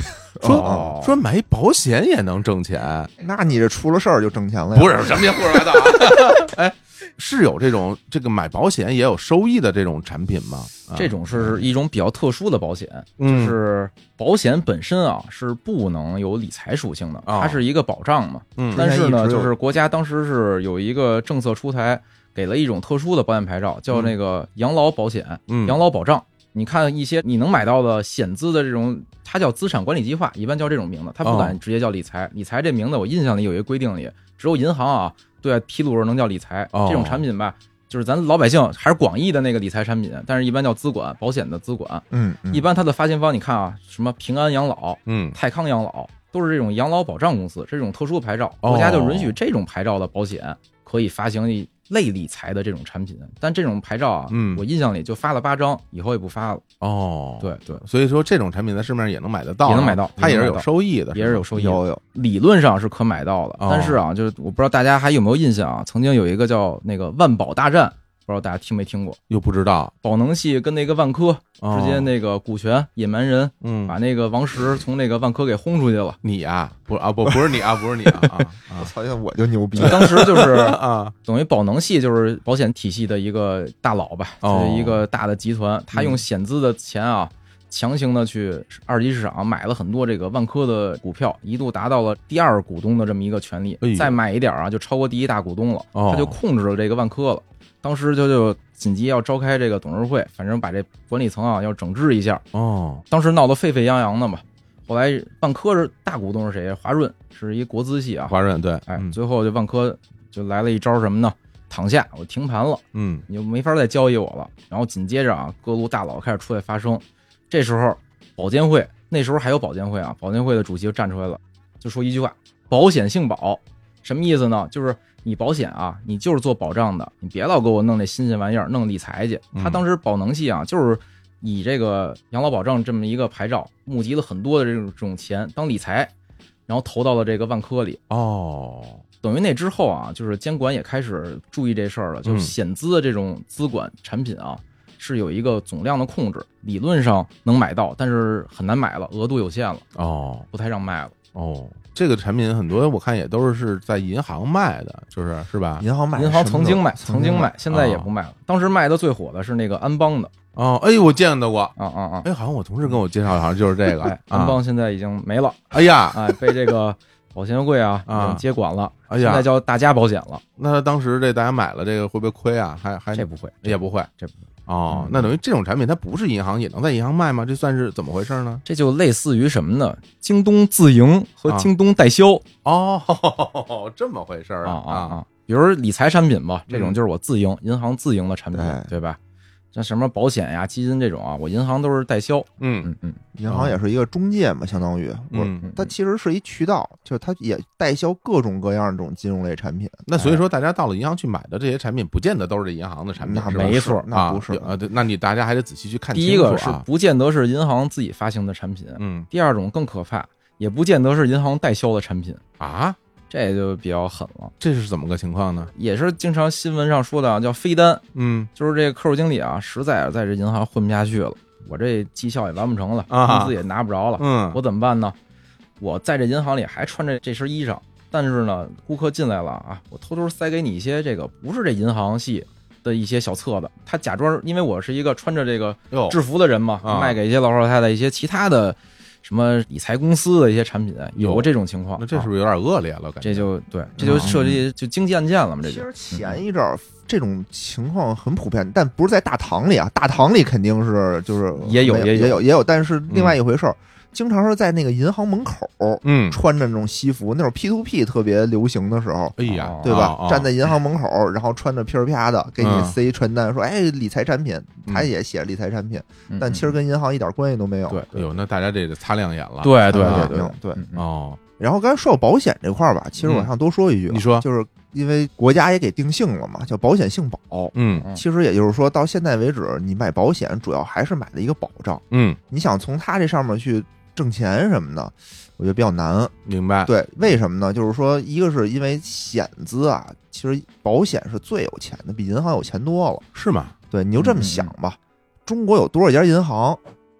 [SPEAKER 1] 说说买一保险也能挣钱，
[SPEAKER 2] 那你这出了事儿就挣钱了呀？
[SPEAKER 1] 不是什么也胡说八道啊。 哎，是有这种这个买保险也有收益的这种产品吗？啊
[SPEAKER 3] 这种是一种比较特殊的保险，
[SPEAKER 1] 嗯
[SPEAKER 3] 就是保险本身啊是不能有理财属性的，
[SPEAKER 1] 哦
[SPEAKER 3] 它是一个保障嘛。
[SPEAKER 1] 嗯
[SPEAKER 3] 但是
[SPEAKER 2] 啊之前一
[SPEAKER 3] 呢，
[SPEAKER 2] 直有
[SPEAKER 3] 就是国家当时是有一个政策出台，给了一种特殊的保险牌照，
[SPEAKER 2] 嗯
[SPEAKER 3] 叫那个养老保险、
[SPEAKER 1] 嗯
[SPEAKER 3] 养老保障。你看一些你能买到的险资的这种，它叫资产管理计划，一般叫这种名字，
[SPEAKER 2] 哦
[SPEAKER 3] 它不敢直接叫理财。理财这名字，我印象里有一个规定里，只有银行啊对外披露时候能叫理财。
[SPEAKER 1] 哦
[SPEAKER 3] 这种产品吧，就是咱老百姓还是广义的那个理财产品，但是一般叫资管保险的资管。
[SPEAKER 2] 嗯，嗯，
[SPEAKER 3] 一般它的发行方，你看啊，什么平安养老、
[SPEAKER 1] 嗯
[SPEAKER 3] 泰康养老，都是这种养老保障公司，这种特殊牌照，
[SPEAKER 1] 哦
[SPEAKER 3] 国家就允许这种牌照的保险可以发行一类理财的这种产品。但这种牌照啊，
[SPEAKER 1] 嗯
[SPEAKER 3] 我印象里就发了八张，以后也不发了。
[SPEAKER 1] 哦，，
[SPEAKER 3] 对对，
[SPEAKER 1] 所以说这种产品在市面上也能买得到啊，
[SPEAKER 3] 也能买到
[SPEAKER 1] 它也是
[SPEAKER 3] 也能
[SPEAKER 1] 有
[SPEAKER 3] 买到
[SPEAKER 1] 收益的，
[SPEAKER 3] 也是
[SPEAKER 1] 吧
[SPEAKER 3] 有收益的，
[SPEAKER 2] 有有，
[SPEAKER 3] 理论上是可买到的。
[SPEAKER 1] 哦
[SPEAKER 3] 但是啊，就是我不知道大家还有没有印象啊，曾经有一个叫那个万宝大战，不知道大家听没听过？
[SPEAKER 1] 又不知道
[SPEAKER 3] 宝能系跟那个万科
[SPEAKER 1] 哦
[SPEAKER 3] 之间那个股权野蛮人
[SPEAKER 1] 嗯
[SPEAKER 3] 把那个王石从那个万科给轰出去了。
[SPEAKER 1] 你啊，不啊不不是你啊，不是 你啊
[SPEAKER 2] 我
[SPEAKER 1] 啊
[SPEAKER 2] 操，我就牛逼
[SPEAKER 3] 就，当时 就是
[SPEAKER 1] 啊啊
[SPEAKER 3] 等于宝能系就是保险体系的一个大佬吧，
[SPEAKER 1] 哦嗯
[SPEAKER 3] 就是一个大的集团，他用险资的钱啊，强行的去二级市场买了很多这个万科的股票，一度达到了第二股东的这么一个权利
[SPEAKER 1] 哎呦，
[SPEAKER 3] 再买一点啊，就超过第一大股东了，
[SPEAKER 1] 哦
[SPEAKER 3] 他就控制了这个万科了。当时就就紧急要召开这个董事会，反正把这管理层啊要整治一下，
[SPEAKER 1] 哦
[SPEAKER 3] 当时闹得沸沸扬扬的嘛。后来万科是大股东是谁？华润是一国资系啊，
[SPEAKER 1] 华润对，
[SPEAKER 3] 哎
[SPEAKER 1] 嗯，
[SPEAKER 3] 最后就万科就来了一招什么呢？躺下，我停盘了，
[SPEAKER 1] 嗯
[SPEAKER 3] 你就没法再交易我了。然后紧接着啊，各路大佬开始出来发声。这时候，保监会那时候还有保监会啊，保监会的主席就站出来了，就说一句话：保险性保，什么意思呢？就是你保险啊，你就是做保障的，你别老给我弄那新鲜玩意儿，弄理财去。
[SPEAKER 1] 嗯
[SPEAKER 3] 他当时保能系啊，就是以这个养老保障这么一个牌照，募集了很多的这种这种钱当理财，然后投到了这个万科里。
[SPEAKER 1] 哦
[SPEAKER 3] 等于那之后啊，就是监管也开始注意这事儿了，
[SPEAKER 1] 嗯
[SPEAKER 3] 就是险资的这种资管产品啊，是有一个总量的控制，理论上能买到，但是很难买了，额度有限了，
[SPEAKER 1] 哦
[SPEAKER 3] 不太让卖了。
[SPEAKER 1] 哦，这个产品很多我看也都是是在银行卖的，就是是吧？
[SPEAKER 2] 银行买，
[SPEAKER 3] 银行曾经卖，曾经
[SPEAKER 2] 经
[SPEAKER 3] 卖，，现在
[SPEAKER 1] 啊
[SPEAKER 3] 也不卖了。当时卖的最火的是那个安邦的，
[SPEAKER 1] 哦，哎，我见到过，
[SPEAKER 3] 啊啊啊！
[SPEAKER 1] 哎，好像我同事跟我介绍，好像就是这个
[SPEAKER 3] 哎，，安
[SPEAKER 1] 啊，
[SPEAKER 3] 邦现在已经没了，
[SPEAKER 1] 哎呀，
[SPEAKER 3] 哎，被这个保险柜啊
[SPEAKER 1] 啊
[SPEAKER 3] 已经接管了，
[SPEAKER 1] 哎
[SPEAKER 3] 现在
[SPEAKER 1] 呀，
[SPEAKER 3] 叫大家保险了。
[SPEAKER 1] 那当时这大家买了这个会不会亏啊？还还
[SPEAKER 3] 这不会，
[SPEAKER 1] 也不会，
[SPEAKER 3] 这不会
[SPEAKER 1] 哦
[SPEAKER 3] 嗯，
[SPEAKER 1] 那等于这种产品它不是银行也能在银行卖吗？这算是怎么回事呢？
[SPEAKER 3] 这就类似于什么呢？京东自营和
[SPEAKER 1] 啊
[SPEAKER 3] 京东代销
[SPEAKER 1] 哦， 这么回事儿
[SPEAKER 3] 啊啊
[SPEAKER 1] 啊！
[SPEAKER 3] 啊！比如理财产品吧，这
[SPEAKER 1] 嗯哎
[SPEAKER 3] 种就是我自营，银行自营的产品，
[SPEAKER 2] 对
[SPEAKER 3] 对吧？像什么保险呀、基金这种啊，我银行都是代销。
[SPEAKER 1] 嗯
[SPEAKER 3] 嗯嗯，
[SPEAKER 2] 银行也是一个中介嘛，相当于我
[SPEAKER 1] 嗯，
[SPEAKER 2] 它其实是一渠道，就是它也代销各种各样的这种金融类产品。
[SPEAKER 1] 那
[SPEAKER 3] 哎
[SPEAKER 1] 所以说，大家到了银行去买的这些产品，不见得都是银行的产品，
[SPEAKER 2] 那
[SPEAKER 1] 是吧
[SPEAKER 3] 没错
[SPEAKER 2] 是那
[SPEAKER 1] 啊
[SPEAKER 2] 不是
[SPEAKER 1] 啊，对，那你大家还得仔细去看
[SPEAKER 3] 第
[SPEAKER 1] 清
[SPEAKER 3] 一
[SPEAKER 1] 楚
[SPEAKER 3] 个
[SPEAKER 1] 啊。
[SPEAKER 3] 是不见得是银行自己发行的产品，
[SPEAKER 1] 嗯
[SPEAKER 3] 第二种更可怕，也不见得是银行代销的产品，
[SPEAKER 1] 啊，
[SPEAKER 3] 这就比较狠了。
[SPEAKER 1] 这是怎么个情况呢？
[SPEAKER 3] 也是经常新闻上说的啊，叫飞单，
[SPEAKER 1] 嗯
[SPEAKER 3] 就是这个客户经理啊，实在是在这银行混不下去了，我这绩效也完不成了，
[SPEAKER 1] 啊
[SPEAKER 3] 工资也拿不着了，
[SPEAKER 1] 嗯，
[SPEAKER 3] 我怎么办呢？我在这银行里还穿着这身衣裳，但是呢，顾客进来了啊，我偷偷塞给你一些这个不是这银行系的一些小册子，他假装因为我是一个穿着这个
[SPEAKER 1] 哟
[SPEAKER 3] 制服的人嘛，
[SPEAKER 1] 啊
[SPEAKER 3] 卖给一些老少太太一些其他的什么理财公司的一些产品，有过这种情况。
[SPEAKER 1] 那这是
[SPEAKER 3] 啊
[SPEAKER 1] 不是有点嗯恶劣了？感觉
[SPEAKER 3] 这就对，这就涉及就经济案件了嘛，这嗯
[SPEAKER 2] 其
[SPEAKER 3] 就
[SPEAKER 2] 实前一阵儿这种情况很普遍，但不是在大堂里啊，大堂里肯定是就是
[SPEAKER 3] 也有
[SPEAKER 2] 没
[SPEAKER 3] 也
[SPEAKER 2] 也
[SPEAKER 3] 有嗯
[SPEAKER 2] 也有，但是另外一回事儿，经常是在那个银行门口
[SPEAKER 1] 嗯，
[SPEAKER 2] 穿着那种西服，那种 P to P 特别流行的时候。
[SPEAKER 1] 哎呀
[SPEAKER 3] 哦，
[SPEAKER 2] 对吧？
[SPEAKER 1] 哦哦
[SPEAKER 2] 站在银行门口，然后穿着噼儿啪的，给你
[SPEAKER 1] 嗯
[SPEAKER 2] 塞传单，说：“哎，理财产品。”他
[SPEAKER 1] 嗯
[SPEAKER 2] 也写理财产品，
[SPEAKER 3] 嗯
[SPEAKER 2] 但其实跟银行一点关系都没有。
[SPEAKER 3] 对
[SPEAKER 1] 哎呦，那大家这得擦亮眼了。
[SPEAKER 3] 对对
[SPEAKER 2] 啊
[SPEAKER 3] 对对
[SPEAKER 2] 嗯对
[SPEAKER 3] 嗯嗯
[SPEAKER 1] 哦，
[SPEAKER 2] 然后刚才说到保险这块儿吧，其实我
[SPEAKER 1] 嗯
[SPEAKER 2] 想多说一句啊，
[SPEAKER 1] 你说
[SPEAKER 2] 就是因为国家也给定性了嘛，叫保险性保。
[SPEAKER 1] 嗯
[SPEAKER 3] 嗯
[SPEAKER 2] 其实也就是说，到现在为止，你买保险主要还是买的一个保障。
[SPEAKER 1] 嗯，
[SPEAKER 2] 你想从它这上面去挣钱什么的，我觉得比较难。
[SPEAKER 1] 明白。
[SPEAKER 2] 对，为什么呢？就是说，一个是因为险资啊，其实保险是最有钱的，比银行有钱多了。
[SPEAKER 1] 是吗？
[SPEAKER 2] 对，你
[SPEAKER 1] 嗯
[SPEAKER 2] 就这么想吧，中国有多少家银行？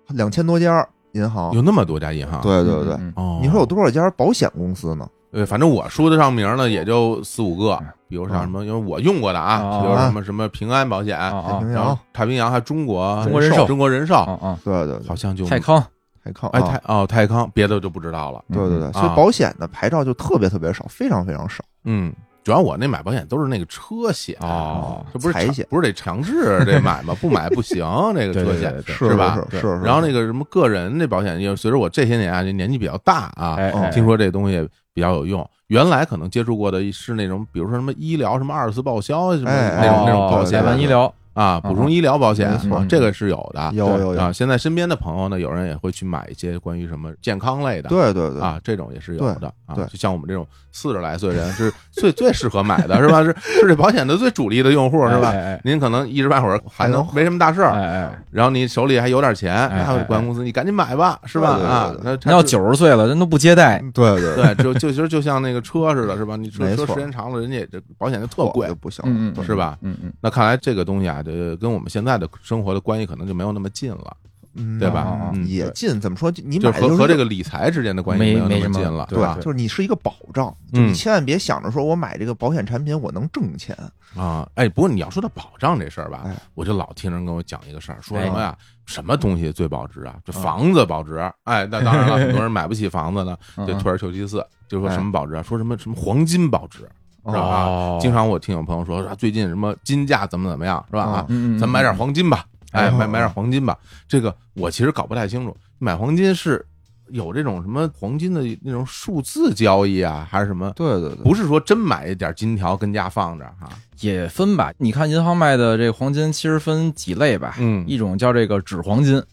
[SPEAKER 2] 两千多家银
[SPEAKER 3] 哦
[SPEAKER 2] 行。
[SPEAKER 1] 有那么多家银行？
[SPEAKER 2] 对对对，
[SPEAKER 3] 嗯嗯
[SPEAKER 1] 哦，
[SPEAKER 2] 你说有多少家保险公司呢？
[SPEAKER 1] 对，反正我说得上名儿呢，也就四五个
[SPEAKER 3] 嗯，
[SPEAKER 1] 比如像什么，因为我用过的啊，
[SPEAKER 3] 啊
[SPEAKER 1] 比如什么什么平安保险，
[SPEAKER 3] 啊
[SPEAKER 2] 太
[SPEAKER 3] 啊
[SPEAKER 2] 平
[SPEAKER 1] 然
[SPEAKER 2] 洋
[SPEAKER 1] 后，太平洋还有中国
[SPEAKER 3] 中国人寿
[SPEAKER 1] 中国人寿，
[SPEAKER 3] 啊啊！
[SPEAKER 2] 对对
[SPEAKER 1] 好
[SPEAKER 2] 对，
[SPEAKER 1] 像就
[SPEAKER 3] 泰康，
[SPEAKER 2] 泰康，
[SPEAKER 1] 哎
[SPEAKER 2] 啊
[SPEAKER 1] 泰哦泰康，别的就不知道了。
[SPEAKER 2] 对对对，
[SPEAKER 3] 嗯
[SPEAKER 2] 所以
[SPEAKER 1] 啊
[SPEAKER 2] 保险的牌照就特别特别少，非常非常少。
[SPEAKER 1] 嗯，主要我那买保险都是那个车险
[SPEAKER 3] 哦
[SPEAKER 1] 这不是
[SPEAKER 2] 财
[SPEAKER 1] 强
[SPEAKER 2] 险
[SPEAKER 1] 不是得强制这买吗？不买不行，这个
[SPEAKER 3] 对
[SPEAKER 1] 车
[SPEAKER 3] 对
[SPEAKER 1] 险
[SPEAKER 3] 对对
[SPEAKER 2] 是
[SPEAKER 1] 是吧？
[SPEAKER 2] 是
[SPEAKER 3] 对
[SPEAKER 2] 是。
[SPEAKER 1] 然后
[SPEAKER 2] 那
[SPEAKER 1] 那个什么个人那保险，因为随着我这些年啊，这年纪比较大啊，
[SPEAKER 3] 哎，哎
[SPEAKER 1] 听说这东西也比较有用。原来可能接触过的是那种，比如说什么医疗、什么二次报销什么
[SPEAKER 2] 哎
[SPEAKER 1] 那种那种
[SPEAKER 3] 哦
[SPEAKER 1] 保险
[SPEAKER 3] 百万医疗
[SPEAKER 1] 啊，补
[SPEAKER 3] 嗯
[SPEAKER 1] 充医疗保险
[SPEAKER 2] 没，错
[SPEAKER 1] 啊这个是有的。
[SPEAKER 2] 有有
[SPEAKER 1] 啊，
[SPEAKER 2] 有，
[SPEAKER 1] 现在身边的朋友呢，有人也会去买一些关于什么健康类的，
[SPEAKER 2] 对对对，
[SPEAKER 1] 啊，这种也是有的啊
[SPEAKER 2] 对。
[SPEAKER 1] 就像我们这种四十来岁人是最最适合买的，是吧？是是这保险的最主力的用户，是吧？
[SPEAKER 3] 哎
[SPEAKER 1] 您可能一时半会儿还能
[SPEAKER 2] 还能
[SPEAKER 1] 没什么大事
[SPEAKER 3] 哎
[SPEAKER 1] 儿，
[SPEAKER 3] 哎哎，
[SPEAKER 1] 然后你手里还有点钱，
[SPEAKER 3] 哎
[SPEAKER 1] 还有保险公司，你赶紧买吧，是吧？
[SPEAKER 2] 对对
[SPEAKER 1] 啊
[SPEAKER 2] 对，对
[SPEAKER 1] 那
[SPEAKER 3] 人要九十岁了，人都不接待，
[SPEAKER 2] 嗯对对
[SPEAKER 1] 对，就就其实就像那个车似的，是吧？你车
[SPEAKER 2] 没
[SPEAKER 1] 车
[SPEAKER 2] 错
[SPEAKER 1] 时间长了，人家也这保险就特贵
[SPEAKER 2] 就，不行
[SPEAKER 3] 嗯嗯
[SPEAKER 2] 了，对
[SPEAKER 1] 是吧？
[SPEAKER 3] 嗯嗯，
[SPEAKER 1] 那看来这个东西啊，这跟我们现在的生活的关系可能就没有那么近了，
[SPEAKER 2] 嗯
[SPEAKER 1] 对
[SPEAKER 3] 啊
[SPEAKER 1] 吧
[SPEAKER 3] 啊？
[SPEAKER 1] 嗯，
[SPEAKER 2] 也近，怎么说？就你
[SPEAKER 1] 就
[SPEAKER 2] 买
[SPEAKER 1] 是
[SPEAKER 2] 的
[SPEAKER 1] 和
[SPEAKER 2] 就是
[SPEAKER 1] 和
[SPEAKER 2] 一
[SPEAKER 1] 这
[SPEAKER 2] 个
[SPEAKER 1] 个理财之间的关系
[SPEAKER 3] 没
[SPEAKER 1] 有那
[SPEAKER 3] 没什么
[SPEAKER 1] 近了，啊
[SPEAKER 3] 对
[SPEAKER 1] 吧？
[SPEAKER 3] 对
[SPEAKER 2] 就是你是一个保障，就
[SPEAKER 1] 嗯
[SPEAKER 2] 你千万别想着说我买这个保险产品我能挣钱，
[SPEAKER 1] 啊，哎，不过你要说到保障这事儿吧
[SPEAKER 2] 哎，
[SPEAKER 1] 我就老听人跟我讲一个事儿，说
[SPEAKER 3] 哎
[SPEAKER 1] 什么呀，什么东西最保值啊？这房子保值，哎，那当然 了，很多人买不起房子呢，
[SPEAKER 3] 嗯
[SPEAKER 1] 就
[SPEAKER 3] 嗯哎
[SPEAKER 1] 退而求其次，就说什么保值啊？说什么什么黄金保值，是吧？
[SPEAKER 3] 哦
[SPEAKER 1] 啊经常我听有朋友说，啊最近什么金价怎么怎么样，是吧？啊，
[SPEAKER 3] 嗯嗯，
[SPEAKER 1] 咱买点黄金吧，哎，
[SPEAKER 2] 嗯
[SPEAKER 1] 买买点黄金吧。这个我其实搞不太清楚，买黄金是有这种什么黄金的那种数字交易啊，还是什么？
[SPEAKER 2] 对对对，
[SPEAKER 1] 不是说真买一点金条跟家放着哈，
[SPEAKER 3] 也分吧。你看银行卖的这黄金，其实分几类吧。
[SPEAKER 1] 嗯
[SPEAKER 3] 一种叫这个纸黄金，啊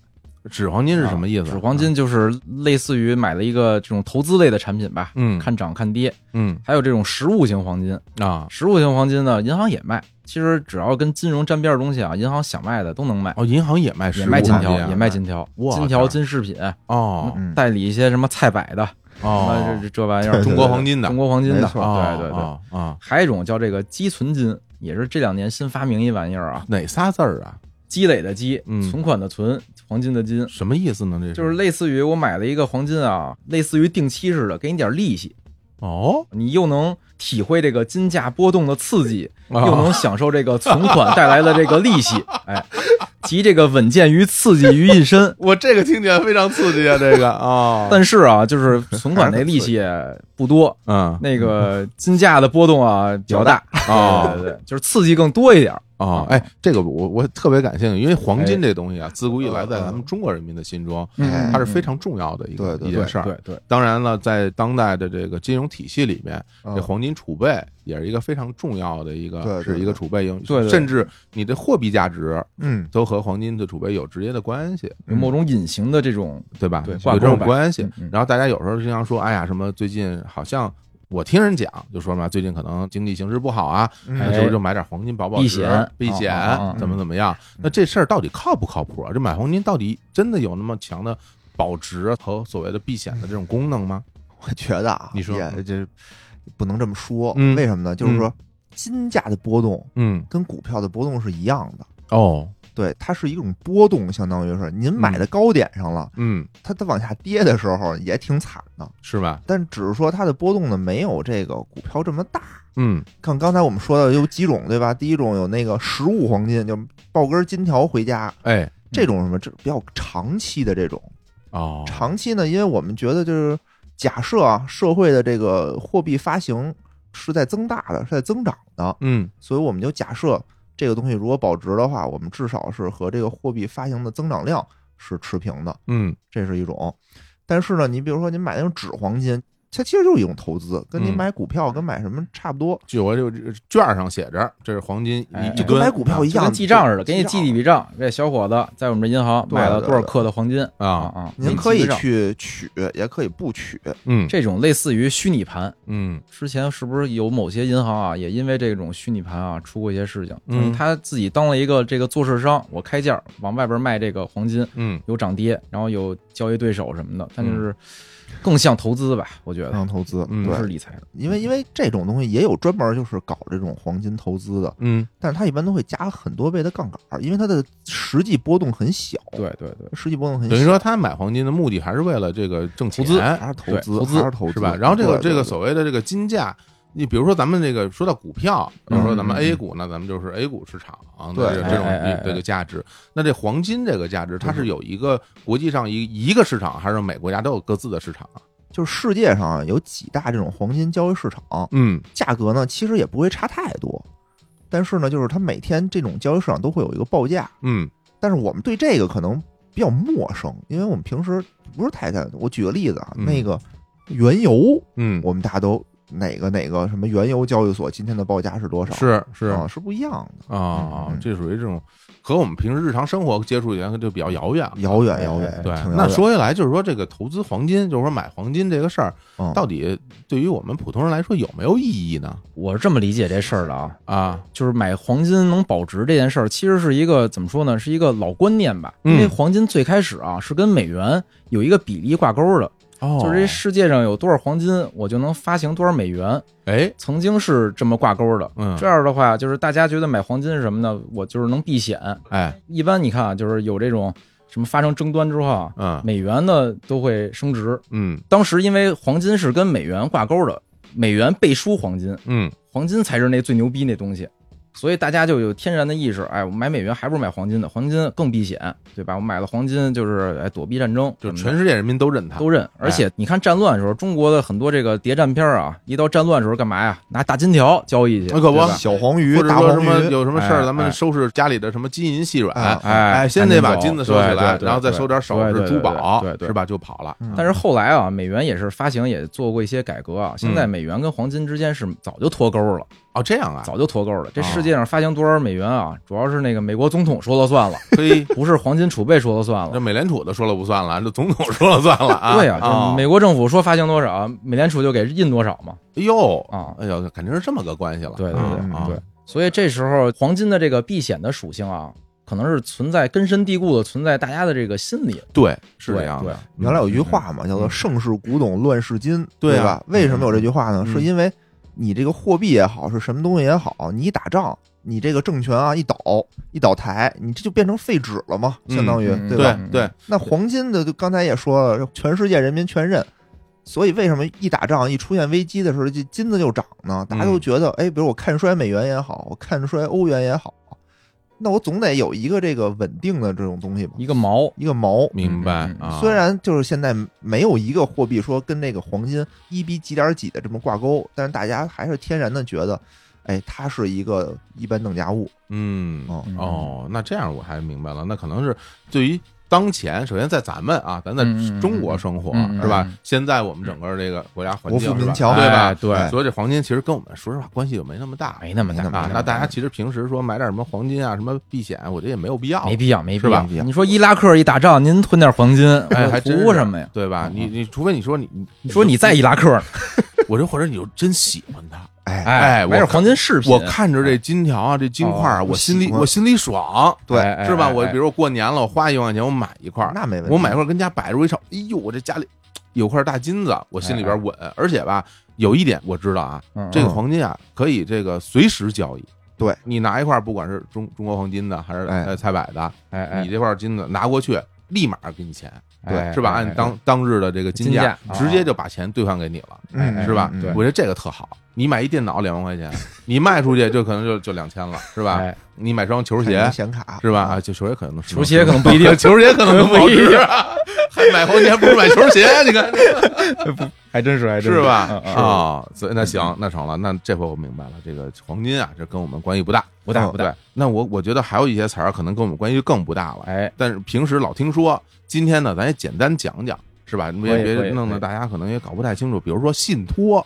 [SPEAKER 1] 纸黄金是什么意思？
[SPEAKER 3] 纸黄，金就是类似于买了一个这种投资类的产品吧，
[SPEAKER 1] 嗯，
[SPEAKER 3] 看涨看跌。
[SPEAKER 1] 嗯
[SPEAKER 3] 还有这种实物型黄金，
[SPEAKER 1] 啊，
[SPEAKER 3] 实物型黄金呢，银行也卖。其实只要跟金融沾边的东西啊，银行想卖的都能卖，
[SPEAKER 1] 哦，银行也卖
[SPEAKER 3] 也
[SPEAKER 1] 实物
[SPEAKER 3] 卖金
[SPEAKER 1] 黄金
[SPEAKER 3] 条
[SPEAKER 1] 啊，
[SPEAKER 3] 也卖金条，
[SPEAKER 1] 哇
[SPEAKER 3] 金条、金饰品，
[SPEAKER 1] 哦
[SPEAKER 2] 嗯
[SPEAKER 3] 代理一些什么菜百的，什么
[SPEAKER 1] 哦
[SPEAKER 3] 这，这这玩意儿，
[SPEAKER 2] 对
[SPEAKER 1] 中国黄金的，
[SPEAKER 3] 中国黄金的，
[SPEAKER 2] 没
[SPEAKER 3] 对
[SPEAKER 2] 错
[SPEAKER 3] 对对。
[SPEAKER 1] 啊啊，
[SPEAKER 3] 还有一种叫这个积存金，也是这两年新发明一玩意儿啊，
[SPEAKER 1] 哪仨字儿啊？
[SPEAKER 3] 积累的积
[SPEAKER 1] 嗯，
[SPEAKER 3] 存款的存，黄金的金，
[SPEAKER 1] 什么意思呢？这是
[SPEAKER 3] 就是类似于我买了一个黄金啊，类似于定期似的，给你点利息，
[SPEAKER 1] 哦，
[SPEAKER 3] 你又能体会这个金价波动的刺激，
[SPEAKER 1] 啊
[SPEAKER 3] 又能享受这个存款 带来的这个利息，哎，集这个稳健于刺激于一 身。
[SPEAKER 1] 我这个听起来非常刺激啊，这个 啊，
[SPEAKER 3] 但是啊，就是存款那利息不多，
[SPEAKER 1] 嗯
[SPEAKER 3] 那个金价的波动啊比较大，啊
[SPEAKER 1] 哦
[SPEAKER 3] 对对对，就是刺激更多一点儿。
[SPEAKER 1] 哦，哎，这个我我特别感兴趣，因为黄金这东西啊，自古以来在咱们中国人民的心中，
[SPEAKER 2] 嗯
[SPEAKER 1] 它是非常重要的一个
[SPEAKER 2] 对对
[SPEAKER 1] 一
[SPEAKER 3] 对
[SPEAKER 1] 件事儿。
[SPEAKER 3] 对
[SPEAKER 2] 嗯
[SPEAKER 3] 对，
[SPEAKER 1] 当然了，在当代的这个金融体系里面，
[SPEAKER 2] 嗯
[SPEAKER 1] 这黄金储备也是一个非常重要的一个，
[SPEAKER 2] 对对
[SPEAKER 1] 是一个储备用，
[SPEAKER 3] 对对
[SPEAKER 1] 甚至你的货币价值
[SPEAKER 2] 嗯
[SPEAKER 1] 都和黄金的储备有直接的关系，
[SPEAKER 3] 有某种隐形的这种，
[SPEAKER 1] 对吧？
[SPEAKER 3] 对挂
[SPEAKER 1] 有这种
[SPEAKER 3] 钩吧
[SPEAKER 1] 关系
[SPEAKER 3] 嗯。嗯
[SPEAKER 1] 然后大家有时候经常说，哎呀，什么最近好像我听人讲，就说嘛，最近可能经济形势不好啊，
[SPEAKER 2] 嗯
[SPEAKER 1] 那
[SPEAKER 3] 哎
[SPEAKER 1] 是不是就买点黄金保保
[SPEAKER 3] 避
[SPEAKER 1] 值
[SPEAKER 3] 险
[SPEAKER 1] 避
[SPEAKER 3] 哦
[SPEAKER 1] 险
[SPEAKER 3] 哦哦哦
[SPEAKER 1] 怎么怎么样？那这事儿到底靠不靠谱啊？这买黄金到底真的有那么强的保值和所谓的避险的这种功能吗？
[SPEAKER 2] 我觉得啊，
[SPEAKER 1] 你说
[SPEAKER 2] 也这不能这么说，
[SPEAKER 1] 嗯
[SPEAKER 2] 为什么呢？就是说金价的波动
[SPEAKER 1] 嗯，
[SPEAKER 2] 跟股票的波动是一样的，
[SPEAKER 1] 哦，
[SPEAKER 2] 对，它是一种波动，相当于是您买的高点上了，
[SPEAKER 1] 嗯，
[SPEAKER 2] 它它往下跌的时候也挺惨的，
[SPEAKER 1] 是吧？
[SPEAKER 2] 但只是说它的波动呢没有这个股票这么大。
[SPEAKER 1] 嗯，
[SPEAKER 2] 看刚才我们说的有几种，对吧？第一种有那个实物黄金，就抱根金条回家
[SPEAKER 1] 哎，
[SPEAKER 2] 这种什么，这比较长期的这种，
[SPEAKER 1] 哦，
[SPEAKER 2] 长期呢，因为我们觉得就是假设啊，社会的这个货币发行是在增大的，是在增长的，
[SPEAKER 1] 嗯，
[SPEAKER 2] 所以我们就假设这个东西如果保值的话，我们至少是和这个货币发行的增长量是持平的，
[SPEAKER 1] 嗯，
[SPEAKER 2] 这是一种。但是呢，你比如说您买那种纸黄金，它其实就是一种投资，跟你
[SPEAKER 1] 嗯
[SPEAKER 2] 买股票跟买什么差不多，
[SPEAKER 1] 就我就券儿上写着，这是黄金
[SPEAKER 3] 哎
[SPEAKER 1] 一
[SPEAKER 3] 就
[SPEAKER 1] 一
[SPEAKER 2] 就跟
[SPEAKER 1] 吨
[SPEAKER 2] 买股票一
[SPEAKER 3] 就
[SPEAKER 2] 样
[SPEAKER 3] 跟记账似的，给你
[SPEAKER 2] 记
[SPEAKER 3] 记
[SPEAKER 2] 账
[SPEAKER 3] 一笔账。这小伙子在我们这银行
[SPEAKER 2] 对
[SPEAKER 3] 买了
[SPEAKER 2] 对
[SPEAKER 3] 多少
[SPEAKER 2] 对
[SPEAKER 3] 克的黄金啊
[SPEAKER 1] 啊，
[SPEAKER 3] 啊？
[SPEAKER 2] 您
[SPEAKER 3] 给你
[SPEAKER 2] 可
[SPEAKER 3] 记
[SPEAKER 2] 以
[SPEAKER 3] 个账
[SPEAKER 2] 去取，也可以不取。
[SPEAKER 1] 嗯，
[SPEAKER 3] 这种类似于虚拟盘，
[SPEAKER 1] 嗯，
[SPEAKER 3] 之前是不是有某些银行啊，也因为这种虚拟盘啊出过一些事情？
[SPEAKER 1] 嗯
[SPEAKER 3] 就是他自己当了一个这个做市商，我开价往外边卖这个黄金，
[SPEAKER 1] 嗯，
[SPEAKER 3] 有涨跌，然后有交易对手什么的，但就是更像投资吧，我觉得
[SPEAKER 2] 让投资，
[SPEAKER 1] 嗯
[SPEAKER 3] 不是
[SPEAKER 2] 嗯对，
[SPEAKER 3] 理财的。
[SPEAKER 2] 因为因为这种东西也有专门就是搞这种黄金投资的，
[SPEAKER 1] 嗯，
[SPEAKER 2] 但是它一般都会加很多倍的杠杆儿，因为它的实际波动很小，
[SPEAKER 3] 对对对，
[SPEAKER 2] 实际波动很小，
[SPEAKER 1] 等于说他买黄金的目的还是为了这个挣钱，
[SPEAKER 3] 投资
[SPEAKER 2] 还是投
[SPEAKER 3] 对
[SPEAKER 2] 资，
[SPEAKER 3] 投资
[SPEAKER 2] 还是投资
[SPEAKER 1] 是吧？然后这个
[SPEAKER 2] 对
[SPEAKER 1] 这个
[SPEAKER 2] 对
[SPEAKER 1] 所谓的这个金价，你比如说咱们这个说到股票，比如说咱们
[SPEAKER 3] 嗯嗯
[SPEAKER 1] A 股呢，咱们就是 A 股市场啊
[SPEAKER 2] 对
[SPEAKER 1] 那这这种
[SPEAKER 3] 哎哎哎
[SPEAKER 1] 这个价值。那这黄金这个价值，它是有一个国际上一一个市场，还是每个国家都有各自的市场啊？
[SPEAKER 2] 就是世界上有几大这种黄金交易市场，
[SPEAKER 1] 嗯
[SPEAKER 2] 价格呢其实也不会差太多，但是呢，就是它每天这种交易市场都会有一个报价，
[SPEAKER 1] 嗯
[SPEAKER 2] 但是我们对这个可能比较陌生，因为我们平时不是太在。我举个例子啊，
[SPEAKER 1] 嗯
[SPEAKER 2] 那个原油，
[SPEAKER 1] 嗯，
[SPEAKER 2] 我们大家都哪个哪个什么原油交易所今天的报价是多少？
[SPEAKER 1] 是是
[SPEAKER 2] 啊，是不一样的。
[SPEAKER 1] 啊
[SPEAKER 2] 嗯，嗯
[SPEAKER 1] 这属于这种和我们平时日常生活接触起来就比较遥远了。
[SPEAKER 2] 遥远
[SPEAKER 3] 哎
[SPEAKER 2] 遥
[SPEAKER 3] 哎
[SPEAKER 2] 远，
[SPEAKER 1] 啊对
[SPEAKER 2] 挺，遥
[SPEAKER 1] 那
[SPEAKER 2] 远
[SPEAKER 1] 说回来就是说，这个投资黄金，就是说买黄金这个事儿，
[SPEAKER 2] 嗯
[SPEAKER 1] 到底对于我们普通人来说有没有意义呢？
[SPEAKER 3] 我是这么理解这事儿的啊，
[SPEAKER 1] 啊，
[SPEAKER 3] 就是买黄金能保值这件事儿，其实是一个怎么说呢，是一个老观念吧。
[SPEAKER 1] 嗯
[SPEAKER 3] 因为黄金最开始啊是跟美元有一个比例挂钩的，
[SPEAKER 1] 哦
[SPEAKER 3] 就是这世界上有多少黄金，我就能发行多少美元，
[SPEAKER 1] 哎，
[SPEAKER 3] 曾经是这么挂钩的。
[SPEAKER 1] 嗯，
[SPEAKER 3] 这样的话，就是大家觉得买黄金是什么呢？我就是能避险。
[SPEAKER 1] 哎，
[SPEAKER 3] 一般你看啊，就是有这种什么发生争端之后啊，
[SPEAKER 1] 嗯
[SPEAKER 3] 美元呢都会升值。
[SPEAKER 1] 嗯
[SPEAKER 3] 当时因为黄金是跟美元挂钩的，美元背书黄金，
[SPEAKER 1] 嗯
[SPEAKER 3] 黄金才是那最牛逼那东西，所以大家就有天然的意识，哎，我买美元还不如买黄金呢，黄金更避险，对吧？我买了黄金就是哎躲避战争，
[SPEAKER 1] 就啊
[SPEAKER 3] 什么的
[SPEAKER 1] 全世界人民都认他，
[SPEAKER 3] 都认。而且你看战乱的时候，中国的很多这个谍战片啊，一到战乱的时候干嘛呀？拿大金条交易去，
[SPEAKER 1] 那啊可不
[SPEAKER 3] 对吧
[SPEAKER 2] 小黄鱼
[SPEAKER 1] 或者
[SPEAKER 2] 大
[SPEAKER 1] 说
[SPEAKER 2] 黄
[SPEAKER 1] 什么
[SPEAKER 2] 鱼，
[SPEAKER 1] 有什么事儿，
[SPEAKER 3] 哎
[SPEAKER 1] 咱们
[SPEAKER 3] 哎
[SPEAKER 1] 收拾家里的什么金银细软，
[SPEAKER 3] 哎，
[SPEAKER 1] 先得把
[SPEAKER 3] 赶紧
[SPEAKER 1] 金子收
[SPEAKER 3] 走
[SPEAKER 1] 起来，
[SPEAKER 3] 对对对
[SPEAKER 1] 然后再
[SPEAKER 3] 对
[SPEAKER 1] 收点首饰、
[SPEAKER 3] 对对对
[SPEAKER 1] 珠宝
[SPEAKER 3] 对对，对
[SPEAKER 1] 是吧？就跑了。
[SPEAKER 2] 嗯
[SPEAKER 3] 但是后来啊，美元也是发行也做过一些改革啊，现
[SPEAKER 1] 嗯
[SPEAKER 3] 在美元跟黄金之间是早就脱钩了，
[SPEAKER 1] 哦，这样啊，
[SPEAKER 3] 早就脱钩了。这世界上发行多少美元啊，主要是那个美国总统说了算了，
[SPEAKER 1] 嘿，
[SPEAKER 3] 不是黄金储备说了算了
[SPEAKER 1] 这。美联储的说了不算了，这总统说了算了啊。
[SPEAKER 3] 对呀、
[SPEAKER 1] 哦
[SPEAKER 3] 就是美国政府说发行多少，美联储就给印多少嘛。
[SPEAKER 1] 哎呦，
[SPEAKER 3] 啊，
[SPEAKER 1] 哎呦，肯定是这么个关系了。
[SPEAKER 3] 对对对、
[SPEAKER 1] 啊啊
[SPEAKER 3] 对，所以这时候黄金的这个避险的属性啊，可能是存在根深蒂固的存在大家的这个心里。
[SPEAKER 1] 对，啊是
[SPEAKER 3] 对
[SPEAKER 1] 这样
[SPEAKER 3] 对
[SPEAKER 1] 的。
[SPEAKER 2] 原来有一句话嘛，叫做“盛世古董，乱世金”，
[SPEAKER 1] 嗯对啊
[SPEAKER 2] 吧？为什么有这句话呢？
[SPEAKER 1] 嗯
[SPEAKER 2] 是因为你这个货币也好，是什么东西也好，你一打仗，你这个政权啊一倒一倒台，你这就变成废纸了嘛，相当于、
[SPEAKER 3] 嗯嗯
[SPEAKER 2] 对吧？
[SPEAKER 1] 对对，
[SPEAKER 2] 那黄金的，就刚才也说了，全世界人民全认。所以为什么一打仗一出现危机的时候，这金子就涨呢？大家
[SPEAKER 1] 嗯
[SPEAKER 2] 都觉得，哎，比如我看衰美元也好，我看衰欧元也好，那我总得有一个这个稳定的这种东西吧，
[SPEAKER 3] 一个毛，
[SPEAKER 2] 一个锚。
[SPEAKER 1] 明白
[SPEAKER 3] 嗯嗯
[SPEAKER 1] 啊。
[SPEAKER 2] 虽然就是现在没有一个货币说跟那个黄金一比几点几的这么挂钩，但是大家还是天然的觉得，哎，它是一个一般等价物
[SPEAKER 1] 嗯
[SPEAKER 2] 哦
[SPEAKER 3] 嗯
[SPEAKER 1] 哦，那这样我还明白了，那可能是对于当前，首先在咱们啊，咱在
[SPEAKER 3] 嗯嗯嗯
[SPEAKER 1] 中国生活、
[SPEAKER 3] 嗯嗯
[SPEAKER 1] 是吧
[SPEAKER 3] 嗯？
[SPEAKER 1] 现在我们整个这个国家环境
[SPEAKER 2] 国
[SPEAKER 1] 是
[SPEAKER 2] 富
[SPEAKER 1] 吧
[SPEAKER 2] 民强
[SPEAKER 1] 对吧？
[SPEAKER 3] 哎对
[SPEAKER 1] 哎所以这黄金其实跟我们说实话关系就没那么大。
[SPEAKER 3] 没那么
[SPEAKER 2] 没
[SPEAKER 3] 大嗯
[SPEAKER 2] 那么
[SPEAKER 1] 啊
[SPEAKER 2] 大，
[SPEAKER 1] 那大家其实平时说买点什么黄金啊、什么避险，我觉得也没有必要，
[SPEAKER 3] 没必要，没
[SPEAKER 1] 是吧
[SPEAKER 2] 没必要
[SPEAKER 3] 你说伊拉克一打仗，您囤点黄金，
[SPEAKER 1] 哎，还真是
[SPEAKER 3] 图什么呀？
[SPEAKER 1] 对吧？
[SPEAKER 3] 嗯
[SPEAKER 1] 你你除非你说你
[SPEAKER 3] 你说你在伊拉克呢，
[SPEAKER 1] 我这或者你就真喜欢它，
[SPEAKER 2] 哎
[SPEAKER 1] 哎我
[SPEAKER 3] 买点黄金饰品，
[SPEAKER 1] 我看着这金条啊，这金块儿，
[SPEAKER 3] 哦
[SPEAKER 1] 我心里
[SPEAKER 2] 喜欢
[SPEAKER 1] 我心里爽，
[SPEAKER 2] 对
[SPEAKER 3] 哎
[SPEAKER 1] 是吧？我比
[SPEAKER 3] 如
[SPEAKER 1] 如我过年了，我花一万块钱我买一块儿，
[SPEAKER 2] 那没问题。
[SPEAKER 1] 我买块儿跟家摆着，我一瞅，哎呦，我这家里有块大金子，我心里边稳。而且吧，有一点我知道啊，
[SPEAKER 3] 嗯
[SPEAKER 1] 这个黄金啊可以这个随时交易。
[SPEAKER 2] 对
[SPEAKER 1] 你拿一块儿，不管是中中国黄金的还是
[SPEAKER 2] 哎
[SPEAKER 1] 呃菜百的，
[SPEAKER 3] 哎哎
[SPEAKER 1] 你这块金子拿过去，立马给你钱，
[SPEAKER 3] 哎
[SPEAKER 1] 是吧？
[SPEAKER 3] 哎
[SPEAKER 1] 按当当日的这个金价
[SPEAKER 3] 金，价
[SPEAKER 1] 直接就把钱兑换给你了。
[SPEAKER 3] 哎哎
[SPEAKER 2] 嗯
[SPEAKER 1] 是吧
[SPEAKER 2] 嗯
[SPEAKER 3] 对
[SPEAKER 1] 我觉得这个特好，你买一电脑两万块 钱，你卖出去就可能就就两千了，是吧？
[SPEAKER 3] 哎
[SPEAKER 1] 你买双球
[SPEAKER 2] 看
[SPEAKER 1] 鞋
[SPEAKER 2] 您显卡
[SPEAKER 1] 是吧？啊，就球鞋可能是
[SPEAKER 3] 球鞋可能不一 定
[SPEAKER 1] 球鞋可能不好
[SPEAKER 3] 不一
[SPEAKER 1] 吃
[SPEAKER 3] 定
[SPEAKER 1] 啊， 还买黄金还不如买球 鞋，你看
[SPEAKER 3] 还真是还真
[SPEAKER 1] 是吧？
[SPEAKER 3] 嗯嗯
[SPEAKER 1] 啊，所以那行，那成了，那这回我明白了，这个黄金啊，这跟我们关系不大，
[SPEAKER 3] 不大
[SPEAKER 1] 嗯
[SPEAKER 3] 不大
[SPEAKER 1] 对那我我觉得还有一些词儿可能跟我们关系更不大了，
[SPEAKER 3] 哎，
[SPEAKER 1] 但是平时老听说，今天呢，咱也简单讲讲，是吧？别
[SPEAKER 3] 可以可
[SPEAKER 1] 别
[SPEAKER 3] 以
[SPEAKER 1] 弄
[SPEAKER 3] 可
[SPEAKER 1] 得
[SPEAKER 3] 以
[SPEAKER 1] 大家可能也搞不太清楚。比如说信托，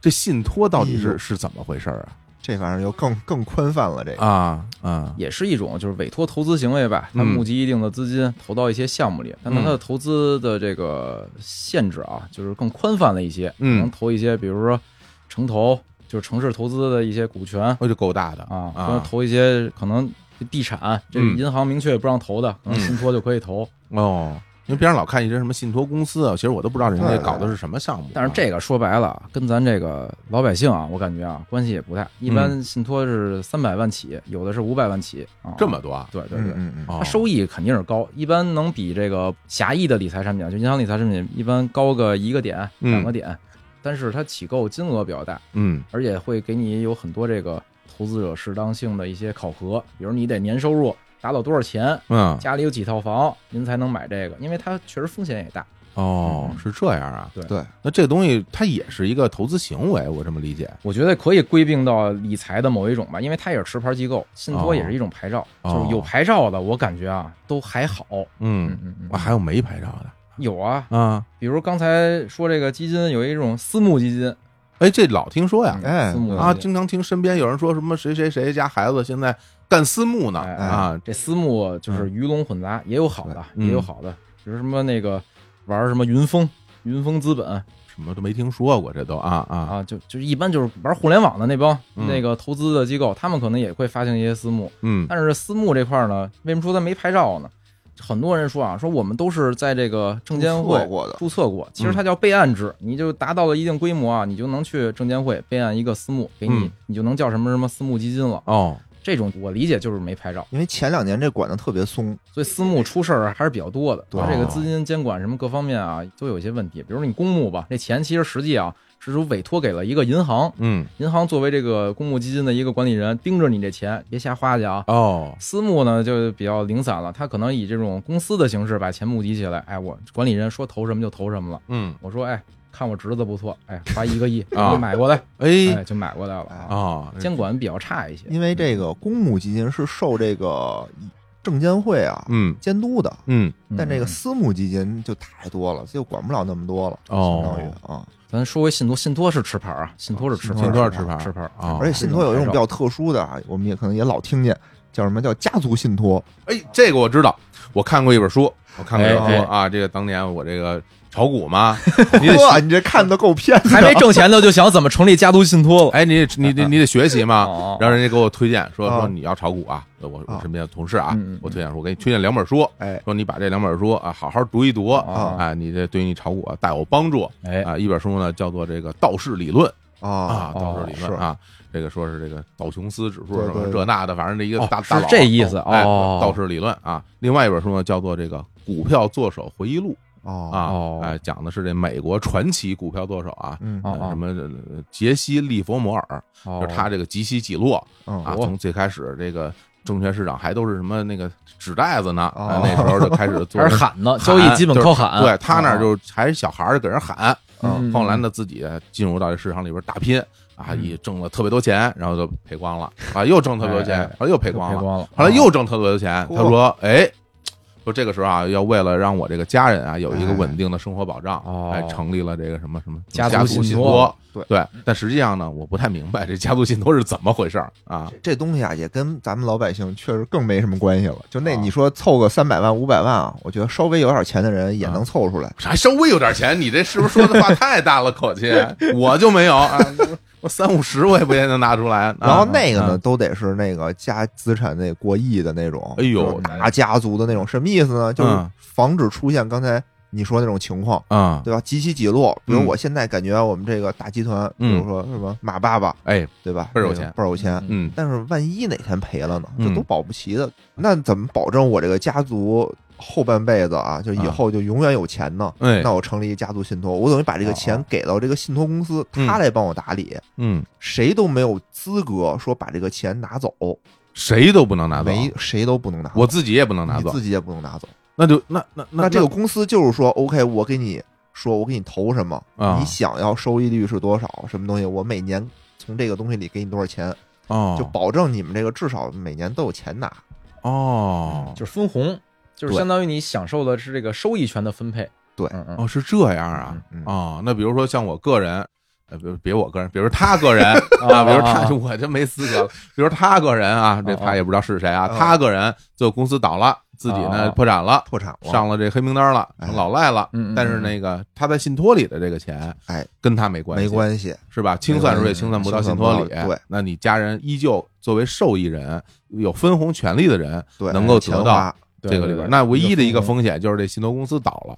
[SPEAKER 1] 这信托到底
[SPEAKER 2] 哎
[SPEAKER 3] 嗯
[SPEAKER 1] 是
[SPEAKER 2] 呦
[SPEAKER 1] 是怎么回事儿
[SPEAKER 2] 这玩意儿就更更宽泛了。这个
[SPEAKER 1] 啊？啊啊，
[SPEAKER 3] 也是一种就是委托投资行为吧，他
[SPEAKER 1] 嗯
[SPEAKER 3] 募集一定的资金投到一些项目里，但
[SPEAKER 1] 嗯
[SPEAKER 3] 它的投资的这个限制啊，就是更宽泛了一些，
[SPEAKER 1] 嗯
[SPEAKER 3] 能投一些比如说城投，就是城市投资的一些股权
[SPEAKER 1] 那就够大的
[SPEAKER 3] 啊，或者
[SPEAKER 1] 啊！
[SPEAKER 3] 投一些可能地产，这个
[SPEAKER 1] 嗯
[SPEAKER 3] 银行明确不让投的，可能
[SPEAKER 1] 嗯
[SPEAKER 3] 信托就可以投。
[SPEAKER 1] 哦，因为别人老看一些什么信托公司啊，其实我都不知道人家
[SPEAKER 2] 对对
[SPEAKER 1] 搞的是什么项目啊。
[SPEAKER 3] 但是这个说白了，跟咱这个老百姓啊，我感觉啊关系也不大。一
[SPEAKER 1] 嗯
[SPEAKER 3] 般信托是三百万起，有的是五百万起啊，
[SPEAKER 1] 这么多啊，
[SPEAKER 3] 对对对
[SPEAKER 2] 嗯。嗯嗯，
[SPEAKER 1] 哦
[SPEAKER 3] 它收益肯定是高，一般能比这个狭义的理财产品，啊，就银行理财产品，一般高个一个点、
[SPEAKER 1] 嗯
[SPEAKER 3] 两个点，但是它起购金额比较大，
[SPEAKER 1] 嗯
[SPEAKER 3] 而且会给你有很多这个投资者适当性的一些考核，比如你得年收入达到多少钱，
[SPEAKER 1] 嗯
[SPEAKER 3] 家里有几套房，您才能买这个，因为它确实风险也大。
[SPEAKER 1] 哦
[SPEAKER 3] 嗯，
[SPEAKER 1] 是这样啊。
[SPEAKER 3] 对
[SPEAKER 2] 对，
[SPEAKER 1] 那这个东西它也是一个投资行为，我这么理解。
[SPEAKER 3] 我觉得可以归并到理财的某一种吧，因为它也是持牌机构，信托也是一种牌照，
[SPEAKER 1] 哦
[SPEAKER 3] 就是有牌照的，我感觉啊都还好。
[SPEAKER 1] 嗯，
[SPEAKER 3] 嗯嗯
[SPEAKER 1] 啊，还有没牌照
[SPEAKER 3] 有啊，
[SPEAKER 1] 的啊？
[SPEAKER 3] 比如刚才说这个基金有一种私募基金，嗯
[SPEAKER 1] 哎，这老听说呀，
[SPEAKER 2] 哎
[SPEAKER 3] 私募
[SPEAKER 1] 啊，
[SPEAKER 3] 基金
[SPEAKER 1] 经常听身边有人说什么谁谁谁家孩子现在干私募呢
[SPEAKER 3] 哎哎
[SPEAKER 1] 啊，
[SPEAKER 3] 这私募就是鱼龙混杂，也有好的，
[SPEAKER 1] 嗯
[SPEAKER 3] 也有好的，比如什么那个玩什么云峰。云峰资本
[SPEAKER 1] 什么都没听说过，这都啊啊，
[SPEAKER 3] 啊，就就是一般就是玩互联网的那帮、
[SPEAKER 1] 嗯
[SPEAKER 3] 那个投资的机构，他们可能也会发行一些私募，
[SPEAKER 1] 嗯
[SPEAKER 3] 但是私募这块儿呢，为什么说它没牌照呢？很多人说啊，说我们都是在这个证监
[SPEAKER 2] 错
[SPEAKER 3] 会
[SPEAKER 2] 过的，
[SPEAKER 3] 注册过，其实它叫备案制，你就达到了一定规模啊，你就能去证监会备案一个私募，给你
[SPEAKER 1] 嗯，
[SPEAKER 3] 你就能叫什么什么私募基金了。
[SPEAKER 1] 哦，
[SPEAKER 3] 这种我理解就是没牌照，
[SPEAKER 2] 因为前两年这管的特别松，
[SPEAKER 3] 所以私募出事儿还是比较多的。
[SPEAKER 2] 对
[SPEAKER 3] 它这个资金监管什么各方面啊，都有一些问题。比如你公募吧，这钱其实实际啊是属委托给了一个银行，
[SPEAKER 1] 嗯
[SPEAKER 3] 银行作为这个公募基金的一个管理人，盯着你这钱，别瞎花去啊。
[SPEAKER 1] 哦，
[SPEAKER 3] 私募呢就比较零散了，他可能以这种公司的形式把钱募集起来，哎，我管理人说投什么就投什么了。
[SPEAKER 1] 嗯，
[SPEAKER 3] 我说，哎，看我侄子不错，哎，花一个亿
[SPEAKER 1] 啊
[SPEAKER 3] 我买过来，
[SPEAKER 1] 哎
[SPEAKER 3] 哎，就买过来了啊。
[SPEAKER 1] 哦，
[SPEAKER 3] 监管比较差一些，
[SPEAKER 2] 因为这个公募基金是受这个证监会啊
[SPEAKER 1] 嗯
[SPEAKER 2] 监督的，
[SPEAKER 1] 嗯
[SPEAKER 3] 嗯
[SPEAKER 2] 但这个私募基金就太多了，就管不了那么多了，相当于
[SPEAKER 1] 哦，
[SPEAKER 2] 啊。
[SPEAKER 3] 咱说回信托，信托是持牌啊，信托是持牌，
[SPEAKER 1] 信托是持牌
[SPEAKER 3] 持牌啊。
[SPEAKER 1] 哦
[SPEAKER 2] 而且信托有一种比较特殊的啊，我们也可能也老听见，叫什么叫家族信托，
[SPEAKER 1] 哎，这个我知道，我看过一本书，我看过一本
[SPEAKER 3] 哎哎
[SPEAKER 1] 书啊，这个当年我这个炒股 嘛，你得
[SPEAKER 2] 哇，你这看的够偏
[SPEAKER 3] 还
[SPEAKER 2] 的，
[SPEAKER 3] 没挣钱呢，就想怎么成立家族信托了。
[SPEAKER 1] 哎，你得 你得你得学习嘛
[SPEAKER 3] 哦，
[SPEAKER 1] 然后人家给我推荐说说
[SPEAKER 2] 啊
[SPEAKER 1] 你要炒股啊，我我
[SPEAKER 2] 啊
[SPEAKER 1] 身边的同事啊
[SPEAKER 3] 嗯嗯，
[SPEAKER 1] 我推荐说，我给你推荐两本书，
[SPEAKER 2] 哎，
[SPEAKER 1] 说你把这两本书啊好好读一读哎
[SPEAKER 3] 啊
[SPEAKER 1] 啊，你这对你炒股啊大有帮助。
[SPEAKER 3] 哎，哦
[SPEAKER 1] 啊，一本书呢叫做这个道氏理论啊，
[SPEAKER 2] 啊，
[SPEAKER 1] 道氏理论啊，这个说是这个道琼斯指数什么这那的，反正这一个
[SPEAKER 3] 哦
[SPEAKER 1] 大
[SPEAKER 3] 是
[SPEAKER 1] 大佬啊
[SPEAKER 3] 这意思
[SPEAKER 1] 哎
[SPEAKER 3] 哦
[SPEAKER 1] 道氏理论啊。另外一本书呢，叫做这个《股票作手回忆录》
[SPEAKER 2] 哦
[SPEAKER 1] 啊，
[SPEAKER 3] 哦
[SPEAKER 1] 哎，讲的是这美国传奇股票作手啊，
[SPEAKER 2] 嗯
[SPEAKER 3] 哦
[SPEAKER 1] 呃
[SPEAKER 3] 哦
[SPEAKER 1] 什么呃杰西·利弗摩尔，
[SPEAKER 3] 哦
[SPEAKER 1] 就是他这个极西几落
[SPEAKER 2] 嗯
[SPEAKER 1] 啊，
[SPEAKER 3] 哦
[SPEAKER 1] 从最开始这个证券市场还都是什么那个纸袋子呢，
[SPEAKER 2] 哦
[SPEAKER 1] 啊那时候就开始做
[SPEAKER 3] 还是喊呢，交易基本靠喊。
[SPEAKER 1] 对他那儿就还是小孩儿给人喊，
[SPEAKER 3] 啊嗯
[SPEAKER 1] 后来呢自己进入到这市场里边打拼啊，
[SPEAKER 3] 嗯
[SPEAKER 1] 也挣了特别多钱，然后就赔光了啊，又挣特别多钱
[SPEAKER 3] 哎哎，
[SPEAKER 1] 后来又赔
[SPEAKER 3] 赔
[SPEAKER 1] 光了，
[SPEAKER 3] 光了，
[SPEAKER 1] 后来又挣特别多钱，
[SPEAKER 2] 哦
[SPEAKER 1] 他说哎。说这个时候啊，要为了让我这个家人啊有一个稳定的生活保障，
[SPEAKER 3] 哦
[SPEAKER 1] 哎，成立了这个什么什么
[SPEAKER 3] 家族
[SPEAKER 1] 族
[SPEAKER 3] 信
[SPEAKER 1] 信
[SPEAKER 3] 托
[SPEAKER 1] 托，
[SPEAKER 2] 对
[SPEAKER 1] 对。但实际上呢，我不太明白这家族信托是怎么回事儿啊。
[SPEAKER 2] 这东西啊，也跟咱们老百姓确实更没什么关系了。就那
[SPEAKER 1] 啊
[SPEAKER 2] 你说凑个三百万、五百万啊，我觉得稍微有点钱的人也
[SPEAKER 1] 啊
[SPEAKER 2] 能凑出来。
[SPEAKER 1] 还稍微有点钱，你这是不是说的话太大了口气？ 我就没有啊，我我三五十我也不见得拿出来。啊
[SPEAKER 2] 然后那个呢，
[SPEAKER 1] 啊
[SPEAKER 2] 都得是那个家资产那过亿的那种，
[SPEAKER 1] 哎呦
[SPEAKER 2] 就是大家族的那种，什么意思呢？就是
[SPEAKER 1] 嗯
[SPEAKER 2] 防止出现刚才你说那种情况，
[SPEAKER 1] 啊，
[SPEAKER 2] 对吧？几起几落，比如
[SPEAKER 1] 嗯
[SPEAKER 2] 我现在感觉我们这个大集团，比
[SPEAKER 1] 嗯
[SPEAKER 2] 如说什么马爸爸，
[SPEAKER 1] 哎，
[SPEAKER 2] 对吧？
[SPEAKER 1] 倍儿有
[SPEAKER 2] 这个
[SPEAKER 1] 钱
[SPEAKER 2] 倍儿有钱。
[SPEAKER 1] 嗯
[SPEAKER 2] 但是万一哪天赔了呢？
[SPEAKER 1] 嗯
[SPEAKER 2] 这都保不齐的。那怎么保证我这个家族后半辈子啊，就以
[SPEAKER 1] 啊
[SPEAKER 2] 后就永远有钱呢？
[SPEAKER 1] 哎
[SPEAKER 2] 那我成立一家族信托，我等于把这个
[SPEAKER 3] 哦
[SPEAKER 2] 钱
[SPEAKER 3] 哦
[SPEAKER 2] 给到这个信托公司，
[SPEAKER 1] 嗯
[SPEAKER 2] 他来帮我打理，
[SPEAKER 1] 嗯，
[SPEAKER 2] 谁都没有资格说把这个钱拿走，
[SPEAKER 1] 谁都不能拿走，
[SPEAKER 2] 没谁都不能拿走，
[SPEAKER 1] 啊我自己也不能拿
[SPEAKER 2] 你
[SPEAKER 1] 走
[SPEAKER 2] 自，己也不能拿走。
[SPEAKER 1] 那就那那那
[SPEAKER 2] 这个公司就是说，OK，我给你说，我给你投什么，
[SPEAKER 1] 啊
[SPEAKER 2] 你想要收益率是多少，什么东西，我每年从这个东西里给你多少钱，
[SPEAKER 1] 哦
[SPEAKER 2] 就保证你们这个至少每年都有钱拿。嗯
[SPEAKER 1] 哦
[SPEAKER 3] 就是分红，就是
[SPEAKER 2] 对
[SPEAKER 3] 相当于你享受的是这个收益权的分配。
[SPEAKER 2] 对
[SPEAKER 3] 嗯嗯
[SPEAKER 1] 哦是这样啊
[SPEAKER 2] 嗯嗯
[SPEAKER 1] 哦，那比如说像我个人。呃，比如别我个人，比如他个人
[SPEAKER 3] 啊
[SPEAKER 1] 啊，比如
[SPEAKER 3] 啊
[SPEAKER 1] 他
[SPEAKER 3] 啊，
[SPEAKER 2] 哦
[SPEAKER 1] 我就没资格了。比如他个人啊，这
[SPEAKER 3] 啊啊
[SPEAKER 1] 他也不知道是谁啊，
[SPEAKER 2] 啊
[SPEAKER 1] 他个人最后公司倒了，自己
[SPEAKER 3] 啊啊
[SPEAKER 1] 呢破产了，
[SPEAKER 2] 破产了，
[SPEAKER 1] 上了这黑名单了，
[SPEAKER 2] 哦哎
[SPEAKER 1] 成老赖了
[SPEAKER 3] 嗯嗯。
[SPEAKER 1] 但是那个他在信托里的这个钱，
[SPEAKER 2] 哎，
[SPEAKER 1] 跟他没关系，
[SPEAKER 2] 没关系，
[SPEAKER 1] 是吧？清算时候也清算不到信托里，
[SPEAKER 2] 清算不到对
[SPEAKER 1] 那你家人依旧作为受益人，有分红权利的人，
[SPEAKER 2] 对，
[SPEAKER 1] 能够
[SPEAKER 2] 钱
[SPEAKER 1] 得到
[SPEAKER 2] 花，
[SPEAKER 1] 这个里边，
[SPEAKER 3] 边，
[SPEAKER 1] 那唯一的一个
[SPEAKER 3] 分红，
[SPEAKER 1] 风险就是这信托公司倒了，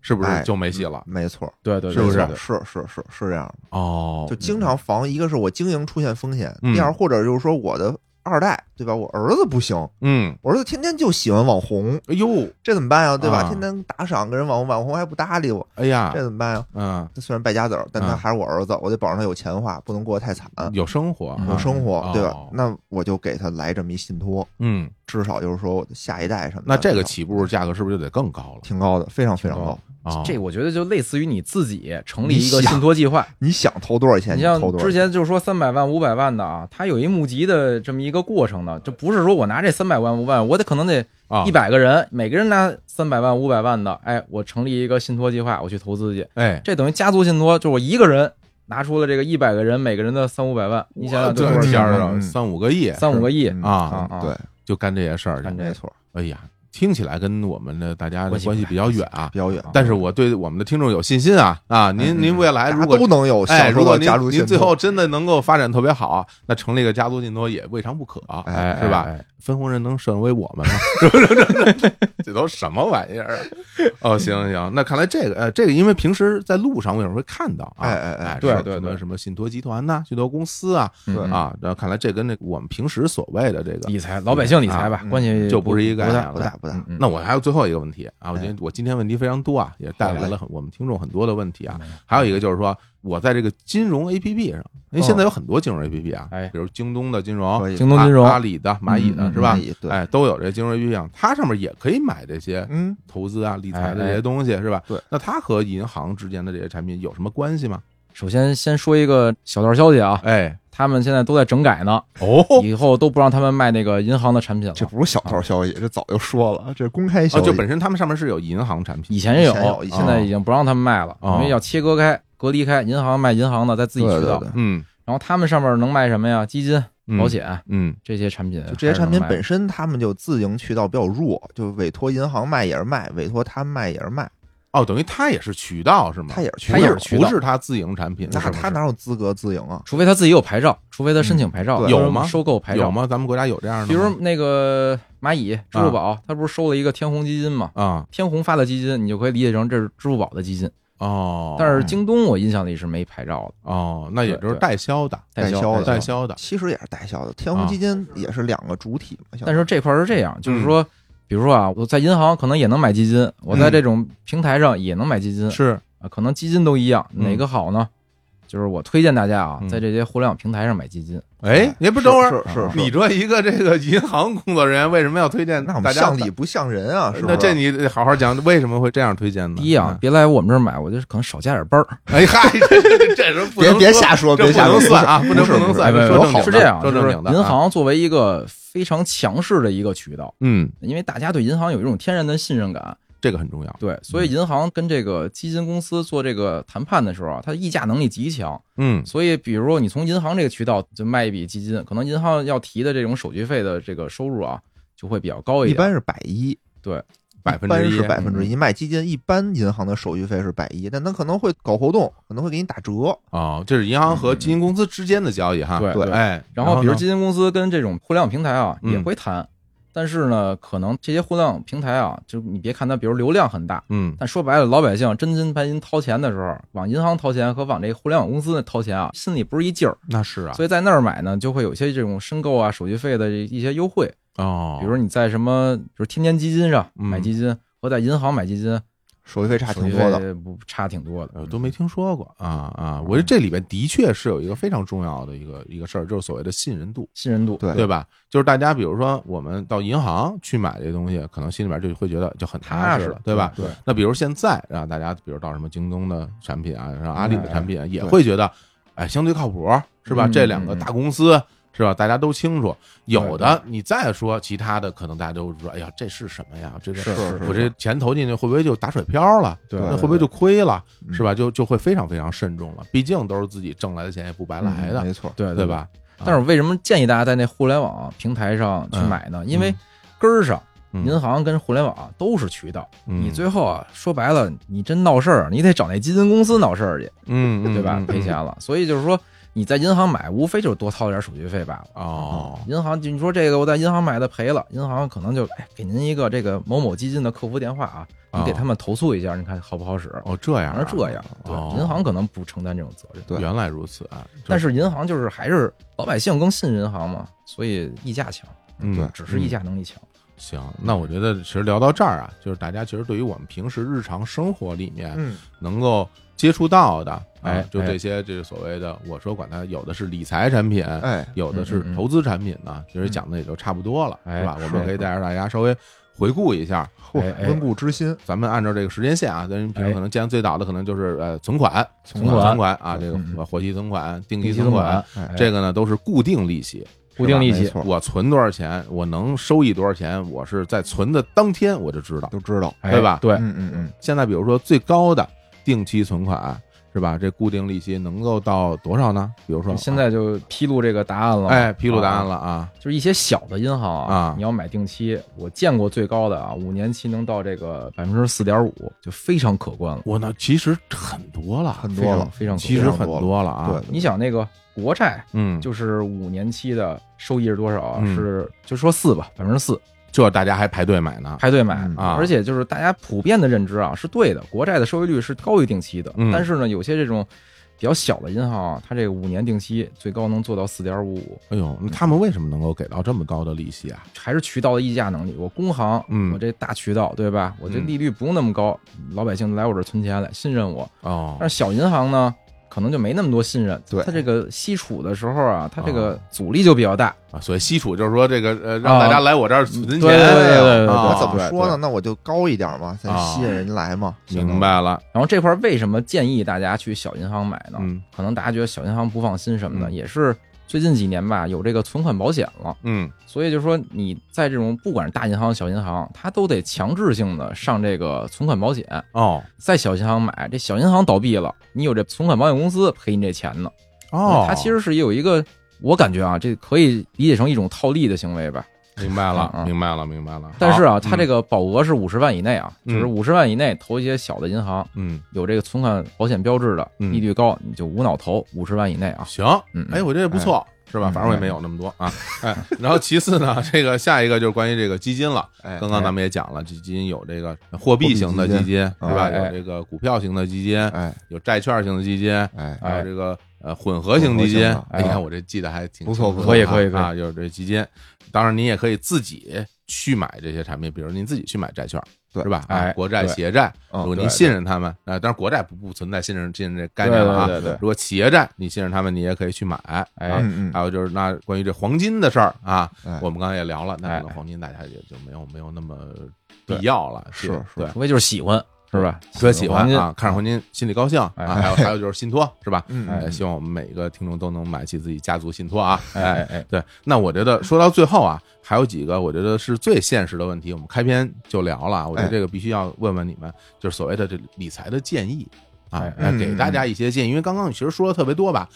[SPEAKER 1] 是不是
[SPEAKER 2] 哎
[SPEAKER 1] 就没戏了？
[SPEAKER 2] 没错，
[SPEAKER 3] 对对，
[SPEAKER 1] 是不
[SPEAKER 3] 对
[SPEAKER 1] 是
[SPEAKER 3] 对
[SPEAKER 2] 是是是是这样的，
[SPEAKER 1] 哦
[SPEAKER 2] 嗯就经常防，一个是我经营出现风险，
[SPEAKER 1] 嗯
[SPEAKER 2] 第二或者就是说我的二代，对吧？我儿子不行，
[SPEAKER 1] 嗯，
[SPEAKER 2] 我儿子天天就喜欢网红，
[SPEAKER 1] 哎呦，
[SPEAKER 2] 这怎么办呀？对吧？
[SPEAKER 1] 啊
[SPEAKER 2] 天天打赏跟人网红，网红还不搭理我，
[SPEAKER 1] 哎呀
[SPEAKER 2] 这，怎么办呀？
[SPEAKER 1] 嗯，
[SPEAKER 2] 他虽然败家子儿，但他
[SPEAKER 1] 嗯
[SPEAKER 2] 还是我儿子，我得保证他有钱花，不能过得太惨，
[SPEAKER 1] 有生活，
[SPEAKER 3] 嗯
[SPEAKER 2] 有生活
[SPEAKER 1] 啊，
[SPEAKER 2] 对吧
[SPEAKER 1] 哦？
[SPEAKER 2] 那我就给他来这么一信托，
[SPEAKER 1] 嗯，
[SPEAKER 2] 至少就是说我的下一代什么的。
[SPEAKER 1] 那这个
[SPEAKER 2] 挺
[SPEAKER 1] 起步价格是不是就得更高
[SPEAKER 2] 挺高的，非常非常高。
[SPEAKER 1] 了啊？
[SPEAKER 3] 这我觉得就类似于你自己成立一个
[SPEAKER 2] 你想
[SPEAKER 3] 信托计划。
[SPEAKER 2] 你想投多少钱，
[SPEAKER 3] 你
[SPEAKER 2] 你
[SPEAKER 3] 像
[SPEAKER 2] 投多少
[SPEAKER 3] 之
[SPEAKER 2] 钱。
[SPEAKER 3] 前就是说三百万、五百万的啊，它有一募集的这么一个过程的，就不是说我拿这三百万、五百，我得可能得
[SPEAKER 1] 啊
[SPEAKER 3] 一，百个人，每个人拿三百万、五百万的，哎，我成立一个信托计划，我去投资去，
[SPEAKER 1] 哎，
[SPEAKER 3] 这等于家族信托，就我一个人拿出了这个一百个人，每个人的三五百万，你想想
[SPEAKER 1] 这
[SPEAKER 3] 这多少
[SPEAKER 1] 天
[SPEAKER 3] 钱
[SPEAKER 1] 儿
[SPEAKER 3] 儿啊？
[SPEAKER 1] 啊，
[SPEAKER 2] 嗯
[SPEAKER 1] 三五个亿
[SPEAKER 3] 三五个亿
[SPEAKER 2] 嗯
[SPEAKER 1] 啊，
[SPEAKER 3] 啊
[SPEAKER 2] 对，
[SPEAKER 1] 就干这些事儿去
[SPEAKER 3] 干，这
[SPEAKER 2] 没错，
[SPEAKER 1] 哎呀，听起来跟我们的大家的
[SPEAKER 3] 关系不
[SPEAKER 1] 关系
[SPEAKER 3] 大
[SPEAKER 1] 比较远啊，
[SPEAKER 2] 比较远。
[SPEAKER 1] 但是我对我们的听众有信心啊啊！您
[SPEAKER 2] 嗯
[SPEAKER 1] 您未来
[SPEAKER 2] 大
[SPEAKER 1] 如
[SPEAKER 2] 家
[SPEAKER 1] 果
[SPEAKER 2] 都能有
[SPEAKER 1] 哎，
[SPEAKER 2] 享
[SPEAKER 1] 如
[SPEAKER 2] 受
[SPEAKER 1] 果
[SPEAKER 2] 到
[SPEAKER 1] 您
[SPEAKER 2] 家族信
[SPEAKER 1] 您最
[SPEAKER 2] 托，
[SPEAKER 1] 后真的能够发展特别好，那成立一个家族信托也未尝不可，啊
[SPEAKER 2] 哎
[SPEAKER 1] 是吧？
[SPEAKER 3] 哎哎
[SPEAKER 1] 分红人能顺为我们 吗？ 是不是？这都什么玩意儿啊？哦，行行行，那看来这个呃，这个因为平时在路上我有时候会看到啊，
[SPEAKER 2] 哎哎哎
[SPEAKER 1] 哎，
[SPEAKER 3] 对
[SPEAKER 1] 什么
[SPEAKER 3] 对
[SPEAKER 1] 什
[SPEAKER 3] 对
[SPEAKER 1] 么什么信托集团呐、信托公司啊
[SPEAKER 3] 嗯
[SPEAKER 2] 对
[SPEAKER 3] 嗯
[SPEAKER 1] 啊，然后看来这跟那个我们平时所谓的这个
[SPEAKER 3] 理财，老百姓理财吧，
[SPEAKER 2] 嗯
[SPEAKER 3] 关系
[SPEAKER 1] 就不是一个概念
[SPEAKER 3] 大
[SPEAKER 1] 了
[SPEAKER 2] 不大不大
[SPEAKER 3] 嗯。哎嗯
[SPEAKER 1] 那我还有最后一个问题啊，我觉得我今天问题非常多啊，也带来了很我们听众很多的问题啊
[SPEAKER 3] 没有。
[SPEAKER 1] 还有一个就是说，我在这个金融 APP 上，因为现在有很多金融 APP 啊，
[SPEAKER 3] 哦哎
[SPEAKER 1] 比如京东的金融、
[SPEAKER 2] 可以
[SPEAKER 3] 京东金融
[SPEAKER 1] 阿阿里的、蚂蚁
[SPEAKER 3] 嗯
[SPEAKER 1] 的
[SPEAKER 3] 嗯
[SPEAKER 1] 是吧
[SPEAKER 2] 蚂蚁？对
[SPEAKER 1] 哎，都有这金融 APP 上，它上面也可以买这些
[SPEAKER 2] 嗯，
[SPEAKER 1] 投资啊、理财的这些东西
[SPEAKER 3] 哎
[SPEAKER 1] 是吧？
[SPEAKER 2] 对，
[SPEAKER 1] 那它和银行之间的这些产品有什么关系吗？
[SPEAKER 3] 首先先说一个小道消息啊，
[SPEAKER 1] 哎，
[SPEAKER 3] 他们现在都在整改呢，
[SPEAKER 1] 哦，
[SPEAKER 3] 以后都不让他们卖那个银行的产品了。
[SPEAKER 2] 这不是小道消息，这早就说了，这是公开消
[SPEAKER 1] 哦，
[SPEAKER 2] 息。
[SPEAKER 1] 就本身他们上面是有银行产
[SPEAKER 3] 以
[SPEAKER 1] 品，
[SPEAKER 3] 前也
[SPEAKER 2] 以前有以前
[SPEAKER 3] 现在已经不让他们卖了，
[SPEAKER 1] 哦
[SPEAKER 3] 因为要切割开、隔离开，银行卖银行的，在自己渠
[SPEAKER 2] 对
[SPEAKER 3] 道。
[SPEAKER 2] 对对，
[SPEAKER 1] 嗯
[SPEAKER 3] 然后他们上面能卖什么呀？基金、
[SPEAKER 1] 嗯
[SPEAKER 3] 保险、
[SPEAKER 1] 嗯，
[SPEAKER 3] 这些产品还是
[SPEAKER 2] 就
[SPEAKER 3] 能卖的，
[SPEAKER 2] 这些产品本身他们就自营渠道比较弱，就委托银行卖也是卖，委托他卖也是卖，
[SPEAKER 1] 哦，等于它也是渠道是吗？
[SPEAKER 2] 他也是渠
[SPEAKER 3] 它
[SPEAKER 2] 道
[SPEAKER 3] 也。是渠
[SPEAKER 1] 不
[SPEAKER 3] 道
[SPEAKER 1] 嗯是它自营产品，
[SPEAKER 2] 那
[SPEAKER 1] 是吗
[SPEAKER 2] 他哪有资格自营啊？
[SPEAKER 3] 除非他自己有牌照，除非他申请牌照，
[SPEAKER 2] 嗯对
[SPEAKER 3] 或者
[SPEAKER 1] 有吗
[SPEAKER 3] 收购牌照
[SPEAKER 1] 有？吗？咱们国家有这样的吗？
[SPEAKER 3] 比如那个蚂蚁、支
[SPEAKER 2] 啊
[SPEAKER 3] 付宝，他不是收了一个天弘基金吗？
[SPEAKER 1] 啊
[SPEAKER 3] 天弘发的基金，你就可以理解成这是支付宝的基金，
[SPEAKER 1] 哦，
[SPEAKER 3] 但是京东我印象里是没牌照
[SPEAKER 1] 哦，那也就是
[SPEAKER 3] 对对
[SPEAKER 1] 代销的，
[SPEAKER 3] 代
[SPEAKER 2] 代
[SPEAKER 3] 销
[SPEAKER 2] 销的
[SPEAKER 1] 代销的，
[SPEAKER 2] 其实也是代销的，天
[SPEAKER 1] 啊
[SPEAKER 2] 弘基金也是两个主体嘛。
[SPEAKER 3] 的。
[SPEAKER 2] 像
[SPEAKER 3] 但是这块儿是这样，就是说，比如说啊，我在银行可能也能买基金，我在这种平台上也能买基金，
[SPEAKER 1] 是
[SPEAKER 3] 啊，可能基金都一样，
[SPEAKER 1] 嗯
[SPEAKER 3] 哪个好呢？就是我推荐大家啊
[SPEAKER 1] 嗯，
[SPEAKER 3] 在这些互联网平台上买基金，
[SPEAKER 1] 哎，您不等会儿，
[SPEAKER 2] 是是是
[SPEAKER 1] 你这一个这个银行工作人员为什么要推荐
[SPEAKER 2] 那
[SPEAKER 1] 大
[SPEAKER 2] 我们
[SPEAKER 1] 家呃
[SPEAKER 2] 像礼？不像人啊，是不
[SPEAKER 1] 那
[SPEAKER 2] 是？
[SPEAKER 1] 这你得好好讲，为什么会这样推 荐呢？
[SPEAKER 3] 第一啊，别来我们这儿买，我就是可能少加点班儿。
[SPEAKER 1] 哎嗨，这这是不
[SPEAKER 2] 别
[SPEAKER 1] 能
[SPEAKER 2] 别
[SPEAKER 1] 说
[SPEAKER 2] 瞎说，
[SPEAKER 1] 这
[SPEAKER 2] 别瞎
[SPEAKER 1] 不
[SPEAKER 2] 说，
[SPEAKER 1] 能算啊，不能
[SPEAKER 2] 是
[SPEAKER 1] 能算，
[SPEAKER 3] 哎不是
[SPEAKER 1] 说正经的
[SPEAKER 3] 是这样，
[SPEAKER 1] 说
[SPEAKER 3] 就
[SPEAKER 1] 正
[SPEAKER 3] 是
[SPEAKER 1] 经的啊，
[SPEAKER 3] 银行作为一个非常强势的一个渠道，
[SPEAKER 1] 嗯，
[SPEAKER 3] 因为大家对银行有一种天然的信任感，
[SPEAKER 1] 这个很重要，嗯
[SPEAKER 3] 对，所以银行跟这个基金公司做这个谈判的时候啊，它议价能力极强。
[SPEAKER 1] 嗯
[SPEAKER 3] 所以，比如说你从银行这个渠道就卖一笔基金，可能银行要提的这种手续费的这个收入啊，就会比较高一
[SPEAKER 2] 一
[SPEAKER 3] 点。
[SPEAKER 2] 般是百一，
[SPEAKER 1] 百分之
[SPEAKER 2] 一般
[SPEAKER 1] 一
[SPEAKER 2] 是百分之一，买基金一般银行的手续费是百一，但它可能会搞活动，可能会给你打折。
[SPEAKER 1] 哦，这是银行和基金公司之间的交易哈，
[SPEAKER 3] 对对
[SPEAKER 1] 哎，
[SPEAKER 3] 然后，比如
[SPEAKER 1] 呢
[SPEAKER 3] 基金公司跟这种互联网平台啊
[SPEAKER 1] 嗯
[SPEAKER 3] 也会谈，但是呢，可能这些互联网平台啊，就你别看它，比如流量很大，
[SPEAKER 1] 嗯，
[SPEAKER 3] 但说白了，老百姓真金白银掏钱的时候，往银行掏钱和往这个互联网公司掏钱啊，心里不是一劲儿。
[SPEAKER 1] 那是啊，
[SPEAKER 3] 所以在那儿买呢，就会有一些这种申购啊、手续费的一些优惠。
[SPEAKER 1] 哦，
[SPEAKER 3] 比如你在什么，比如天天基金上
[SPEAKER 1] 嗯
[SPEAKER 3] 买基金、和在银行买基金
[SPEAKER 2] 手续费差挺多的，
[SPEAKER 3] 的，不差挺多的。
[SPEAKER 1] 呃，都没听说过啊啊！
[SPEAKER 3] 嗯
[SPEAKER 1] 我觉得这里边的确是有一个非常重要的一个一个事儿，就是所谓的信任度，
[SPEAKER 3] 信任度，
[SPEAKER 2] 对
[SPEAKER 1] 对吧？就是大家比如说我们到银行去买这些东西，可能心里边就会觉得就很
[SPEAKER 3] 踏
[SPEAKER 1] 实
[SPEAKER 3] 实
[SPEAKER 1] 了，对吧？
[SPEAKER 3] 对，
[SPEAKER 1] 那比如现在让大家，比如到什么京东的产品啊，让阿里的产品啊也
[SPEAKER 2] 对
[SPEAKER 1] 会觉得，哎，相对靠谱，是吧？
[SPEAKER 3] 嗯
[SPEAKER 1] 这两个大公司。是吧？大家都清楚，有
[SPEAKER 3] 对
[SPEAKER 1] 的你再说其他的，可能大家都说：“哎呀，这是什么呀？这个
[SPEAKER 3] 是是
[SPEAKER 1] 我这钱投进去会不会就打水漂了？
[SPEAKER 3] 对
[SPEAKER 1] 那
[SPEAKER 2] 对
[SPEAKER 1] 会不会就亏了？
[SPEAKER 2] 嗯
[SPEAKER 1] 是吧？就就会非常非常慎重了，毕竟都是自己挣来的钱，也不白来的，
[SPEAKER 2] 嗯没错，
[SPEAKER 3] 对啊
[SPEAKER 1] 对？吧？
[SPEAKER 3] 但是我为什么建议大家在那互联网平台上去买呢？因为根儿上，
[SPEAKER 1] 嗯
[SPEAKER 3] 银行跟互联网啊都是渠道。
[SPEAKER 1] 嗯
[SPEAKER 3] 你最后啊，说白了，你真闹事儿，你得找那基金公司闹事儿去，
[SPEAKER 1] 嗯，嗯
[SPEAKER 3] 对吧？
[SPEAKER 1] 嗯
[SPEAKER 3] 赔钱了。所以就是说，你在银行买，无非就是多掏点手续费罢了。
[SPEAKER 1] 哦，
[SPEAKER 3] 银行，你说这个我在银行买的赔了，银行可能就哎给您一个这个某某基金的客服电话啊，
[SPEAKER 1] 哦
[SPEAKER 3] 你给他们投诉一下，你看好不好使？
[SPEAKER 1] 哦这样
[SPEAKER 3] 反
[SPEAKER 1] 啊
[SPEAKER 3] 正这样，对
[SPEAKER 1] 哦，
[SPEAKER 3] 银行可能不承担这种责任，
[SPEAKER 2] 对
[SPEAKER 1] 原来如此啊，这
[SPEAKER 3] 但是银行就是还是老百姓更信任银行嘛，所以议价强，
[SPEAKER 1] 嗯
[SPEAKER 2] 对
[SPEAKER 3] 只是议价能力强，
[SPEAKER 1] 行，那我觉得其实聊到这儿啊，就是大家其实对于我们平时日常生活里面
[SPEAKER 2] 嗯，
[SPEAKER 1] 能够接触到的，
[SPEAKER 3] 哎
[SPEAKER 1] 啊，就这些这个所谓的，我说管它有的是理财产品，
[SPEAKER 2] 哎，
[SPEAKER 1] 有的是
[SPEAKER 3] 嗯嗯嗯嗯
[SPEAKER 1] 投资产品呢，其实讲的也就差不多了，
[SPEAKER 3] 哎
[SPEAKER 1] 是吧？我
[SPEAKER 3] 是
[SPEAKER 1] 们可以带着大家稍微回顾一下，
[SPEAKER 2] 嚯
[SPEAKER 3] 哎哎
[SPEAKER 2] 温故知新，
[SPEAKER 1] 咱们按照这个时间线啊，咱们平时
[SPEAKER 3] 哎
[SPEAKER 1] 可能见最早的可能就是呃存款，
[SPEAKER 3] 存
[SPEAKER 1] 款
[SPEAKER 3] 款
[SPEAKER 1] 存款啊，这
[SPEAKER 3] 嗯
[SPEAKER 1] 个活期存款、定期
[SPEAKER 3] 定期
[SPEAKER 1] 存
[SPEAKER 3] 存
[SPEAKER 1] 款
[SPEAKER 3] 款，，
[SPEAKER 2] 哎，
[SPEAKER 1] 这个呢都是固定利息，
[SPEAKER 3] 固定利
[SPEAKER 2] 没
[SPEAKER 3] 息，
[SPEAKER 2] 错，
[SPEAKER 1] 我存多少钱，我能收益多少钱，我是在存的当天我就知道。
[SPEAKER 2] 都知道，
[SPEAKER 3] 哎
[SPEAKER 1] 对吧
[SPEAKER 3] 对，
[SPEAKER 2] 嗯嗯嗯，
[SPEAKER 1] 现在比如说最高的定期存款是吧？这固定利息能够到多少呢？比如说
[SPEAKER 3] 现在就披露这个答案了，
[SPEAKER 1] 哎，披露答案
[SPEAKER 3] 啊。
[SPEAKER 1] 了啊，
[SPEAKER 3] 就是一些小的银行
[SPEAKER 1] 啊
[SPEAKER 3] 你要买定期，我见过最高的啊，五年期能到这个百分之四点五，就非常可观了。
[SPEAKER 1] 我呢其实很多了，
[SPEAKER 2] 很
[SPEAKER 3] 非
[SPEAKER 2] 多
[SPEAKER 3] 常
[SPEAKER 2] 了，
[SPEAKER 3] 非常可
[SPEAKER 1] 其实
[SPEAKER 3] 观
[SPEAKER 1] 很多了啊
[SPEAKER 2] 对，，
[SPEAKER 3] 你想那个国债
[SPEAKER 1] 嗯，
[SPEAKER 3] 就是五年期的收益是多少啊？
[SPEAKER 1] 嗯
[SPEAKER 3] 是就说四吧，百分之四
[SPEAKER 1] 这大家还排队买呢，
[SPEAKER 3] 排队买
[SPEAKER 2] 嗯
[SPEAKER 1] 啊
[SPEAKER 3] 而且就是大家普遍的认知啊是对的，国债的收益率是高于定期的，
[SPEAKER 1] 嗯
[SPEAKER 3] 但是呢，有些这种比较小的银行啊，它这个五年定期最高能做到四点五五，
[SPEAKER 1] 哎呦，那他们为什么能够给到这么高的利息啊？
[SPEAKER 3] 还是渠道的溢价能力。我工行，
[SPEAKER 1] 嗯
[SPEAKER 3] 我这大渠道对吧？我这
[SPEAKER 1] 嗯
[SPEAKER 3] 利率不用那么高，老百姓来我这儿存钱来信任我，
[SPEAKER 1] 哦
[SPEAKER 3] 但，是小银行呢，可能就没那么多信任。
[SPEAKER 2] 对
[SPEAKER 3] 它这个吸储的时候啊，它这
[SPEAKER 1] 哦
[SPEAKER 3] 个阻力就比较大。
[SPEAKER 1] 啊，所以西楚就是说这个呃，让大家
[SPEAKER 3] 啊
[SPEAKER 1] 来我这儿存钱，
[SPEAKER 2] 哎
[SPEAKER 3] 对对对对对
[SPEAKER 1] 啊
[SPEAKER 2] 我怎么说呢？
[SPEAKER 3] 对
[SPEAKER 2] 那我就高一点嘛，才
[SPEAKER 1] 啊
[SPEAKER 2] 吸引人来嘛。
[SPEAKER 1] 明白了，
[SPEAKER 3] 然后这块儿为什么建议大家去小银行买呢？
[SPEAKER 1] 嗯
[SPEAKER 3] 可能大家觉得小银行不放心什么的，
[SPEAKER 1] 嗯
[SPEAKER 3] 也是最近几年吧有这个存款保险了，
[SPEAKER 1] 嗯，
[SPEAKER 3] 所以就说你在这种不管是大银行、小银行，它都得强制性的上这个存款保险。
[SPEAKER 1] 哦
[SPEAKER 3] 在小银行买，这小银行倒闭了，你有这存款保险公司赔你这钱呢。
[SPEAKER 1] 哦，
[SPEAKER 3] 它其实是有一个，我感觉啊，这可以理解成一种套利的行为吧。
[SPEAKER 1] 明白了，
[SPEAKER 3] 嗯
[SPEAKER 1] 明白了，明白了。
[SPEAKER 3] 但是啊，
[SPEAKER 1] 好
[SPEAKER 3] 它这，个保额是五十万以内啊，
[SPEAKER 1] 嗯
[SPEAKER 3] 就是五十万以内投一些小的银行，
[SPEAKER 1] 嗯，
[SPEAKER 3] 有这个存款保险标志的，
[SPEAKER 1] 嗯
[SPEAKER 3] 利率高，你就无脑投五十万以内
[SPEAKER 1] 嗯
[SPEAKER 3] 啊。
[SPEAKER 1] 行
[SPEAKER 3] 嗯，嗯
[SPEAKER 1] 哎，我觉得也不错，是吧？
[SPEAKER 3] 嗯
[SPEAKER 1] 反正我也没有那么多啊。哎，然后其次呢，这个下一个就是关于这个基金了。
[SPEAKER 2] 哎
[SPEAKER 1] 刚刚咱们也讲了，这基金有这个货币型的
[SPEAKER 2] 货币基
[SPEAKER 1] 基
[SPEAKER 2] 金
[SPEAKER 1] 金，是吧？
[SPEAKER 3] 哎哎
[SPEAKER 1] 有这个股票型的基金，
[SPEAKER 2] 哎
[SPEAKER 1] 有债券型的基金，
[SPEAKER 2] 哎
[SPEAKER 1] 还有这个呃混合型基金
[SPEAKER 2] 混合型的。
[SPEAKER 1] 哎你看我这记得还挺
[SPEAKER 2] 不
[SPEAKER 1] 清
[SPEAKER 2] 错
[SPEAKER 1] 楚的
[SPEAKER 3] 不错
[SPEAKER 1] 啊
[SPEAKER 3] 可以可以可以
[SPEAKER 1] 啊，有这基金。当然，你也可以自己去买这些产品，比如您自己去买债券，
[SPEAKER 2] 对
[SPEAKER 1] 是吧？啊
[SPEAKER 3] 哎
[SPEAKER 1] 国债、
[SPEAKER 3] 对
[SPEAKER 1] 企业债，
[SPEAKER 2] 嗯
[SPEAKER 1] 如果
[SPEAKER 3] 对
[SPEAKER 1] 您信任他们，啊，当然国债不不存在信任信任这概念了啊。
[SPEAKER 3] 对对对对
[SPEAKER 1] 如果企业债你信任他们，你也可以去买。
[SPEAKER 3] 哎
[SPEAKER 1] 啊
[SPEAKER 2] 嗯嗯
[SPEAKER 1] 还有就是那关于这黄金的事儿啊，
[SPEAKER 2] 哎
[SPEAKER 1] 我们刚才也聊了，那
[SPEAKER 3] 哎
[SPEAKER 1] 可能黄金大家也就没有没有那么必要了，
[SPEAKER 2] 是
[SPEAKER 1] 对
[SPEAKER 2] 是
[SPEAKER 1] 对。
[SPEAKER 3] 除非就是喜欢，是吧？
[SPEAKER 1] 特喜欢
[SPEAKER 3] 黄金
[SPEAKER 1] 啊，看着黄金心里高兴
[SPEAKER 3] 哎
[SPEAKER 1] 啊，还有还有就是信托是吧？
[SPEAKER 2] 嗯
[SPEAKER 1] 哎，希望我们每一个听众都能买起自己家族信托啊。
[SPEAKER 3] 哎哎哎，
[SPEAKER 1] 对，那我觉得说到最后啊，还有几个我觉得是最现实的问题，我们开篇就聊了，我觉得
[SPEAKER 2] 哎
[SPEAKER 1] 这个必须要问问你们，就是所谓的这理财的建议啊
[SPEAKER 3] 哎，
[SPEAKER 1] 来
[SPEAKER 2] 嗯
[SPEAKER 1] 给大家一些建议，因为刚刚你其实说的特别多吧，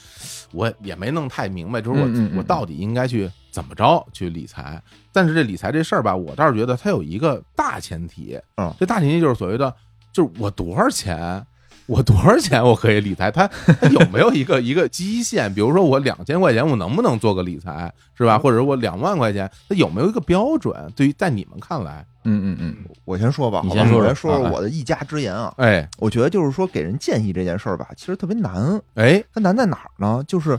[SPEAKER 1] 我也没弄太明白，就是我
[SPEAKER 3] 嗯嗯嗯
[SPEAKER 1] 我到底应该去怎么着去理财，但是这理财这事儿吧，我倒是觉得它有一个大前提，
[SPEAKER 2] 嗯
[SPEAKER 1] 这大前提就是所谓的，就是我多少钱。我多少钱我可以理财？它它有没有一 个一个基线？比如说我两千块钱，我能不能做个理财，是吧？或者我两万块钱，它有没有一个标准？对于在你们看来，
[SPEAKER 3] 嗯嗯嗯，
[SPEAKER 2] 我先说吧，
[SPEAKER 3] 你
[SPEAKER 2] 好
[SPEAKER 3] 先
[SPEAKER 2] 吧
[SPEAKER 3] 说
[SPEAKER 2] 我
[SPEAKER 3] 说
[SPEAKER 2] 先说
[SPEAKER 3] 啊
[SPEAKER 2] 说
[SPEAKER 3] 哎
[SPEAKER 2] 我的一家之言啊。
[SPEAKER 1] 哎
[SPEAKER 2] 我觉得就是说给人建议这件事儿吧，其实特别难。
[SPEAKER 1] 哎，
[SPEAKER 2] 它难在哪儿呢？就是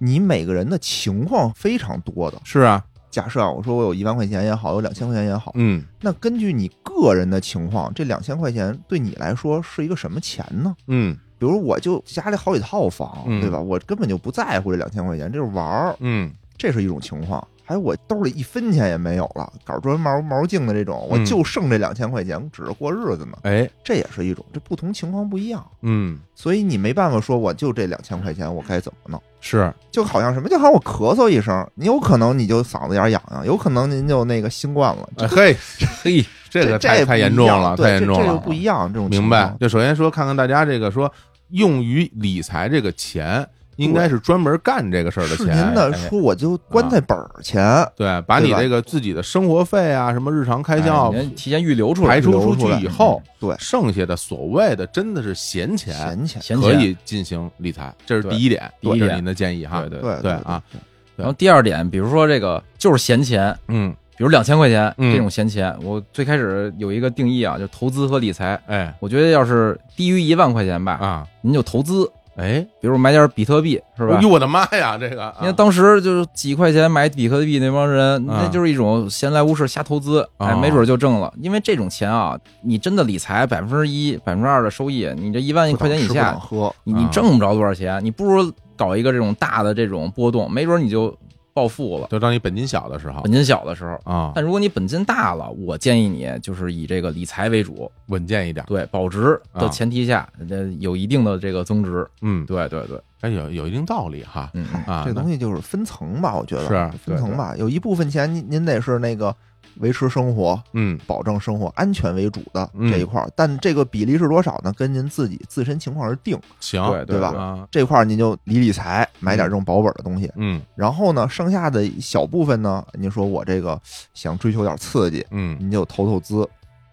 [SPEAKER 2] 你每个人的情况非常多的。
[SPEAKER 1] 是啊，
[SPEAKER 2] 假设啊，我说我有一万块钱也好，有两千块钱也好，
[SPEAKER 1] 嗯
[SPEAKER 2] 那根据你个人的情况，这两千块钱对你来说是一个什么钱呢？
[SPEAKER 1] 嗯
[SPEAKER 2] 比如我就家里好几套房，
[SPEAKER 1] 嗯
[SPEAKER 2] 对吧？我根本就不在乎这两千块钱，这是玩儿，
[SPEAKER 1] 嗯
[SPEAKER 2] 这是一种情况。还有我兜里一分钱也没有了，搞砖毛毛镜的这种，我
[SPEAKER 1] 嗯
[SPEAKER 2] 就剩这两千块钱，指着过日子呢。
[SPEAKER 1] 哎
[SPEAKER 2] 这也是一种，这不同情况不一样，
[SPEAKER 1] 嗯
[SPEAKER 2] 所以你没办法说我就这两千块钱我该怎么弄。
[SPEAKER 1] 是
[SPEAKER 2] 就好像什么，就好像我咳嗽一声，你有可能你就嗓子眼儿痒痒，有可能您就那个新冠了。
[SPEAKER 1] 哎 嘿，
[SPEAKER 3] 嘿，
[SPEAKER 1] 这个
[SPEAKER 2] 这
[SPEAKER 1] 太
[SPEAKER 2] 也
[SPEAKER 1] 太
[SPEAKER 2] 不一
[SPEAKER 1] 严重
[SPEAKER 2] 样
[SPEAKER 1] 了，
[SPEAKER 2] 对
[SPEAKER 1] 太严
[SPEAKER 2] 这
[SPEAKER 1] 重
[SPEAKER 2] 这
[SPEAKER 1] 了啊
[SPEAKER 2] 就，不一样，这种情
[SPEAKER 1] 明
[SPEAKER 2] 况
[SPEAKER 1] 白？就首先说，看看大家这个说用于理财这个钱，应该是专门干这个事儿的
[SPEAKER 2] 是
[SPEAKER 1] 钱。
[SPEAKER 2] 您的
[SPEAKER 1] 哎
[SPEAKER 2] 说我就棺材本儿钱，
[SPEAKER 1] 对，把你
[SPEAKER 2] 对吧
[SPEAKER 1] 这个自己的生活费啊，什么日常开销
[SPEAKER 3] 哎您提前预留出来，嗯
[SPEAKER 1] 排除
[SPEAKER 3] 预留
[SPEAKER 1] 出去以后，
[SPEAKER 2] 对，
[SPEAKER 1] 剩下的所谓的真的是闲钱，
[SPEAKER 2] 闲钱，
[SPEAKER 3] 闲
[SPEAKER 1] 可
[SPEAKER 3] 钱。
[SPEAKER 1] 以进行理财，这是
[SPEAKER 3] 对
[SPEAKER 1] 第一点，
[SPEAKER 3] 第
[SPEAKER 1] 这
[SPEAKER 3] 一
[SPEAKER 1] 是
[SPEAKER 3] 点
[SPEAKER 1] 您的建议哈。
[SPEAKER 3] 对对。
[SPEAKER 2] 对
[SPEAKER 1] 对
[SPEAKER 2] 对
[SPEAKER 1] 啊，
[SPEAKER 3] 嗯然后第二点，比如说这个就是闲钱，
[SPEAKER 1] 嗯，
[SPEAKER 3] 比如两千块钱
[SPEAKER 1] 嗯
[SPEAKER 3] 这种闲钱，我最开始有一个定义啊，就投资和理财。
[SPEAKER 1] 哎
[SPEAKER 3] 我觉得要是低于一万块钱吧，
[SPEAKER 1] 啊，
[SPEAKER 3] 您就投资，
[SPEAKER 1] 哎，
[SPEAKER 3] 比如买点比特币，是吧
[SPEAKER 1] 哎？呦我的妈呀，这个啊
[SPEAKER 3] 因为当时就是几块钱买比特币那帮人，
[SPEAKER 1] 啊
[SPEAKER 3] 那就是一种闲来无事瞎投资，哎
[SPEAKER 1] 哦，
[SPEAKER 3] 没准就挣了。因为这种钱啊，你真的理财百分之一、百分之二的收益，你这一万块钱以
[SPEAKER 2] 不想吃
[SPEAKER 3] 下
[SPEAKER 2] 不想，喝，
[SPEAKER 3] 你你
[SPEAKER 1] 啊
[SPEAKER 3] 挣不着多少钱，你不如搞一个这种大的这种波动，没准你就暴富了。
[SPEAKER 1] 就当你本金小的时候
[SPEAKER 3] 本金小的时候，
[SPEAKER 1] 啊，
[SPEAKER 3] 但如果你本金大了，我建议你就是以这个理财为主，
[SPEAKER 1] 稳健一点。
[SPEAKER 3] 对保值
[SPEAKER 1] 啊
[SPEAKER 3] 的前提下，呃，有一定的这个增值。
[SPEAKER 1] 嗯，
[SPEAKER 3] 对对对，
[SPEAKER 1] 哎，有有一定道理哈。
[SPEAKER 3] 嗯，嗯
[SPEAKER 2] 哎
[SPEAKER 1] 啊
[SPEAKER 2] 这
[SPEAKER 1] 那
[SPEAKER 2] 东西就是分层吧，我觉得
[SPEAKER 1] 是
[SPEAKER 2] 分层吧，有一部分钱您您得是那个维持生活。
[SPEAKER 1] 嗯
[SPEAKER 2] 保证生活安全为主的
[SPEAKER 1] 嗯
[SPEAKER 2] 这一块儿，但这个比例是多少呢？跟您自己自身情况而定。
[SPEAKER 1] 行，
[SPEAKER 3] 对
[SPEAKER 2] 对吧
[SPEAKER 1] 啊，
[SPEAKER 2] 这块儿您就理理财，买点这种保本的东西。
[SPEAKER 1] 嗯
[SPEAKER 2] 然后呢，剩下的一小部分呢，您说我这个想追求点刺激，
[SPEAKER 1] 嗯，
[SPEAKER 2] 您就投投资，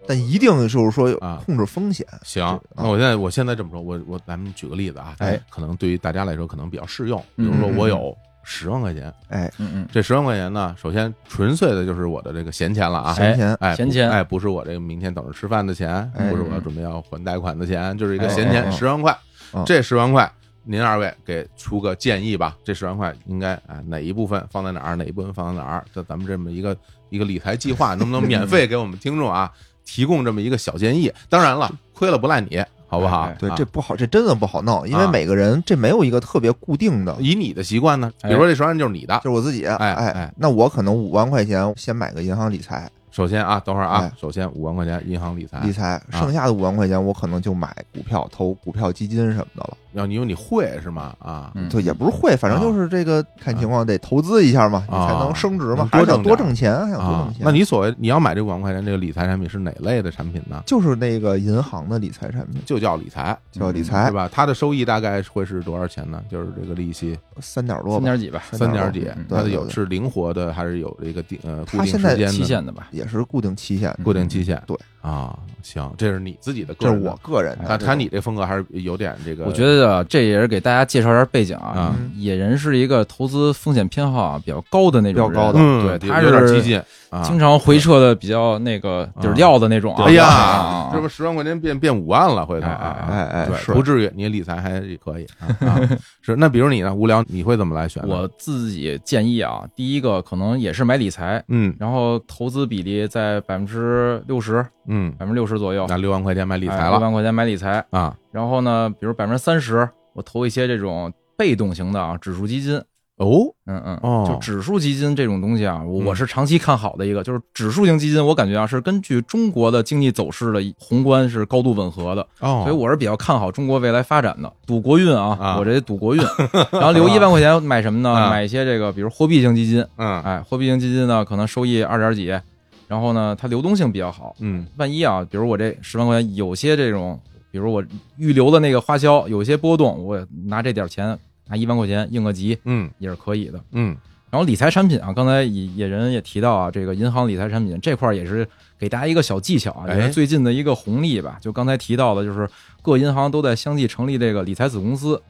[SPEAKER 2] 但一定就是说
[SPEAKER 1] 啊
[SPEAKER 2] 控制风险。
[SPEAKER 1] 行。那我现在我现在这么说，我我咱们举个例子啊，
[SPEAKER 2] 哎，
[SPEAKER 1] 可能对于大家来说可能比较适用。比如说
[SPEAKER 2] 嗯嗯
[SPEAKER 1] 我
[SPEAKER 2] 嗯
[SPEAKER 1] 有十万块钱，
[SPEAKER 2] 哎，
[SPEAKER 3] 嗯嗯，
[SPEAKER 1] 这十万块钱呢，首先纯粹的就是我的这个闲钱了啊，
[SPEAKER 2] 闲钱
[SPEAKER 1] 哎，
[SPEAKER 3] 闲
[SPEAKER 1] 不
[SPEAKER 3] 钱
[SPEAKER 1] 哎，不是我这个明天等着吃饭的钱，
[SPEAKER 2] 哎
[SPEAKER 1] 不是我要准备要还贷款的钱，就是一个
[SPEAKER 2] 哎
[SPEAKER 1] 闲钱，
[SPEAKER 2] 哎哎
[SPEAKER 1] 十万块
[SPEAKER 2] 嗯。
[SPEAKER 1] 这十万块，您二位给出个建议吧。这十万块应该啊哪一部分放在哪儿，哪一部分放在哪儿？这咱们这么一个一个理财计划，能不能免费给我们听众啊提供这么一个小建议？当然了，亏了不赖你，好不好
[SPEAKER 3] 哎哎？
[SPEAKER 2] 对
[SPEAKER 1] 啊，
[SPEAKER 2] 这不好，这真的不好弄，因为
[SPEAKER 1] 啊
[SPEAKER 2] 每个人这没有一个特别固定的，
[SPEAKER 1] 以你的习惯呢，比如说这十万就是你的
[SPEAKER 2] 哎就，是我自己。
[SPEAKER 1] 哎
[SPEAKER 2] 哎
[SPEAKER 1] 哎，
[SPEAKER 2] 那我可能五万块钱先买个银行理财，
[SPEAKER 1] 首先啊，等会儿啊
[SPEAKER 2] 哎，
[SPEAKER 1] 首先五万块钱银行理财
[SPEAKER 2] 理财剩下的五万块钱我可能就买股票，投股票基金什么的了。
[SPEAKER 1] 要你因为你会是吗？啊，
[SPEAKER 3] 嗯
[SPEAKER 2] 对，也不是会，反正就是这个看情况得投资一下嘛，你
[SPEAKER 1] 啊
[SPEAKER 2] 才能升值
[SPEAKER 1] 能
[SPEAKER 2] 嘛，还
[SPEAKER 1] 多
[SPEAKER 2] 是得
[SPEAKER 1] 挣
[SPEAKER 2] 多
[SPEAKER 1] 点
[SPEAKER 2] 挣钱，还想多
[SPEAKER 1] 啊
[SPEAKER 2] 挣，钱。
[SPEAKER 1] 那你所谓你要买这五万块钱这个理财产品是哪类的产品呢？
[SPEAKER 2] 就是那个银行的理财产品，
[SPEAKER 1] 就叫理财，
[SPEAKER 2] 叫理
[SPEAKER 1] 是
[SPEAKER 2] 财，
[SPEAKER 1] 嗯吧？它的收益大概会是多少钱呢？就是这个利息
[SPEAKER 2] 三点儿多
[SPEAKER 3] 三
[SPEAKER 2] 吧，
[SPEAKER 3] 点几吧，
[SPEAKER 1] 三
[SPEAKER 2] 点
[SPEAKER 1] 点
[SPEAKER 2] 儿
[SPEAKER 1] 儿几
[SPEAKER 3] 嗯，
[SPEAKER 1] 它的
[SPEAKER 2] 对对
[SPEAKER 1] 有
[SPEAKER 2] 对
[SPEAKER 1] 是灵活的还是有这个定呃固
[SPEAKER 2] 它
[SPEAKER 1] 定
[SPEAKER 2] 现
[SPEAKER 1] 时
[SPEAKER 2] 在
[SPEAKER 1] 间
[SPEAKER 3] 期
[SPEAKER 1] 的
[SPEAKER 3] 限的吧，
[SPEAKER 2] 也是固定期限，
[SPEAKER 1] 固定期限？
[SPEAKER 2] 对
[SPEAKER 1] 啊，行，这是你自己的嗯个
[SPEAKER 2] 这是
[SPEAKER 1] 人的，
[SPEAKER 2] 我个人的。
[SPEAKER 1] 但
[SPEAKER 2] 这
[SPEAKER 1] 谈
[SPEAKER 2] 个
[SPEAKER 1] 你这风格还是有点这个，
[SPEAKER 3] 我觉得啊这也是给大家介绍一下背景啊
[SPEAKER 1] 啊。
[SPEAKER 2] 嗯
[SPEAKER 3] 野人是一个投资风险偏好啊比较高的那种人，
[SPEAKER 2] 比较高的
[SPEAKER 1] 嗯，
[SPEAKER 3] 对，
[SPEAKER 1] 有
[SPEAKER 3] 他
[SPEAKER 1] 有点激
[SPEAKER 3] 是
[SPEAKER 1] 进啊，
[SPEAKER 3] 经常回撤的比较那个底儿掉的那种啊。
[SPEAKER 1] 哎
[SPEAKER 3] 啊
[SPEAKER 1] 呀
[SPEAKER 3] 啊，
[SPEAKER 1] 这不十万块钱变变五万了，回头
[SPEAKER 3] 哎
[SPEAKER 1] 啊，
[SPEAKER 2] 哎哎
[SPEAKER 1] 对
[SPEAKER 2] 是
[SPEAKER 1] 不至于，你理财还可以啊。 啊是，那比如你呢，无聊，你会怎么来选呢？
[SPEAKER 3] 我自己建议啊，第一个可能也是买理财，
[SPEAKER 1] 嗯
[SPEAKER 3] 然后投资比例在百分之六十、
[SPEAKER 1] 嗯，
[SPEAKER 3] 百分之六十左右，
[SPEAKER 1] 那哎六万块钱买理财
[SPEAKER 3] 六
[SPEAKER 1] 了
[SPEAKER 3] 万块钱买理财。
[SPEAKER 1] 啊，
[SPEAKER 3] 然后呢，比如百分之三十，我投一些这种被动型的啊指数基金，
[SPEAKER 1] 哦
[SPEAKER 3] 嗯嗯，
[SPEAKER 1] 哦
[SPEAKER 3] 就指数基金这种东西啊，我
[SPEAKER 1] 嗯
[SPEAKER 3] 我是长期看好的一个，就是指数型基金，我感觉啊是根据中国的经济走势的宏观是高度吻合的，
[SPEAKER 1] 哦，
[SPEAKER 3] 所以我是比较看好中国未来发展的。赌国运啊
[SPEAKER 1] 啊，
[SPEAKER 3] 我这赌国 运，然后留一万块钱买什么呢？
[SPEAKER 1] 啊
[SPEAKER 3] 买一些这个，比如货币型基金，
[SPEAKER 1] 嗯
[SPEAKER 3] 哎，货币型基金呢可能收益二点几，然后呢它流动性比较好，
[SPEAKER 1] 嗯
[SPEAKER 3] 万一啊，比如我这十万块钱有些这种，比如我预留的那个花销有些波动，我拿这点钱拿一万块钱应个急
[SPEAKER 1] 嗯
[SPEAKER 3] 也是可以的。
[SPEAKER 1] 嗯
[SPEAKER 3] 然后理财产品啊，刚才野野人也提到啊，这个银行理财产品这块儿也是给大家一个小技巧啊，
[SPEAKER 1] 哎
[SPEAKER 3] 也是最近的一个红利吧。就刚才提到的，就是各银行都在相继成立这个理财子公司，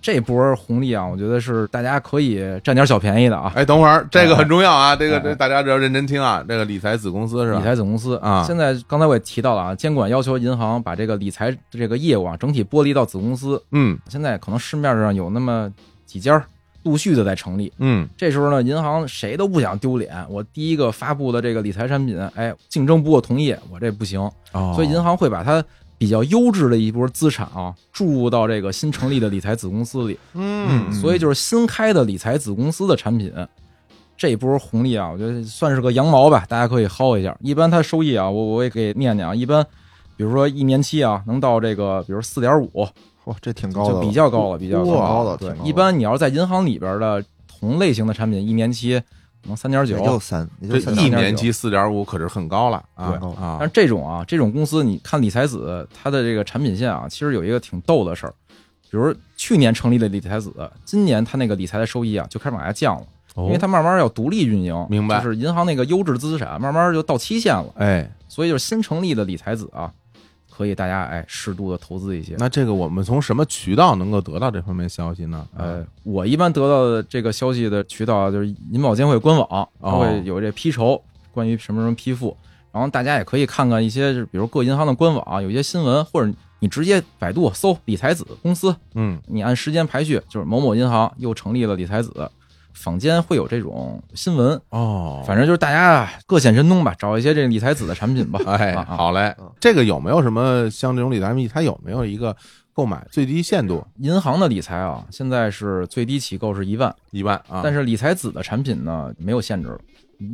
[SPEAKER 3] 这波红利啊，我觉得是大家可以占点小便宜的啊。
[SPEAKER 1] 哎，等会儿这个很重要啊，这个
[SPEAKER 3] 哎
[SPEAKER 1] 这大家只要认真听啊，这个理财子公司是吧？
[SPEAKER 3] 理财子公司
[SPEAKER 1] 啊
[SPEAKER 3] 现在刚才我也提到了啊，监管要求银行把这个理财这个业务啊整体剥离到子公司。
[SPEAKER 1] 嗯
[SPEAKER 3] 现在可能市面上有那么几家儿陆续的在成立，
[SPEAKER 1] 嗯
[SPEAKER 3] 这时候呢，银行谁都不想丢脸，我第一个发布的这个理财产品，哎，竞争不过同业，我这不行，
[SPEAKER 1] 哦，
[SPEAKER 3] 所以银行会把它比较优质的一波资产啊注入到这个新成立的理财子公司里，
[SPEAKER 1] 嗯，
[SPEAKER 2] 嗯
[SPEAKER 3] 所以就是新开的理财子公司的产品。这一波红利啊，我觉得算是个羊毛吧，大家可以薅一下。一般它收益啊，我我也给念念啊，一般，比如说一年期啊，能到这个，比如四点五，
[SPEAKER 2] 哇，这挺高的了，
[SPEAKER 3] 就比较高了，比较
[SPEAKER 2] 挺高
[SPEAKER 3] 高
[SPEAKER 2] 了
[SPEAKER 3] 对
[SPEAKER 2] 挺高，了
[SPEAKER 3] 一般你要是在银行里边的同类型的产品，一年期可能三点
[SPEAKER 2] 也就
[SPEAKER 3] 九，
[SPEAKER 2] 三，也
[SPEAKER 1] 这
[SPEAKER 2] 就三
[SPEAKER 1] 一
[SPEAKER 2] 点儿
[SPEAKER 1] 年期四点五可是很高了啊
[SPEAKER 2] 对
[SPEAKER 1] 啊
[SPEAKER 3] 但，这种啊，这种公司你看理财子它的这个产品线啊，其实有一个挺逗的事儿，比如去年成立的理财子，今年它那个理财的收益啊就开始往下降了，
[SPEAKER 1] 哦
[SPEAKER 3] 因
[SPEAKER 2] 哦
[SPEAKER 3] 为它慢慢要独立运营，
[SPEAKER 1] 明白
[SPEAKER 3] 就是银行那个优质资产慢慢就到期限了，
[SPEAKER 1] 哎，
[SPEAKER 3] 所以就是新成立的理财子啊，可以大家哎适度的投资一些。
[SPEAKER 1] 那这个我们从什么渠道能够得到这方面消息呢？啊
[SPEAKER 3] 呃，我一般得到的这个消息的渠道啊就是银保监会官网，它
[SPEAKER 1] 哦
[SPEAKER 3] 会有这批筹，关于什么什么批复，然后大家也可以看看一些，就是比如各银行的官网啊有一些新闻，或者你直接百度搜理财子公司，
[SPEAKER 1] 嗯
[SPEAKER 3] 你按时间排序，就是某某银行又成立了理财子，坊间会有这种新闻，
[SPEAKER 1] 哦，。
[SPEAKER 3] 反正就是大家啊各显神通吧，找一些这个理财子的产品吧
[SPEAKER 1] 哎，
[SPEAKER 3] 啊啊
[SPEAKER 1] 好嘞
[SPEAKER 2] 嗯，
[SPEAKER 1] 这个有没有什么像这种理财密，它有没有一个购买最低限度
[SPEAKER 3] 银行的理财啊，现在是最低起购是一万，
[SPEAKER 1] 一万啊？
[SPEAKER 3] 但
[SPEAKER 1] 是
[SPEAKER 3] 是理财子的产品呢没有限制了，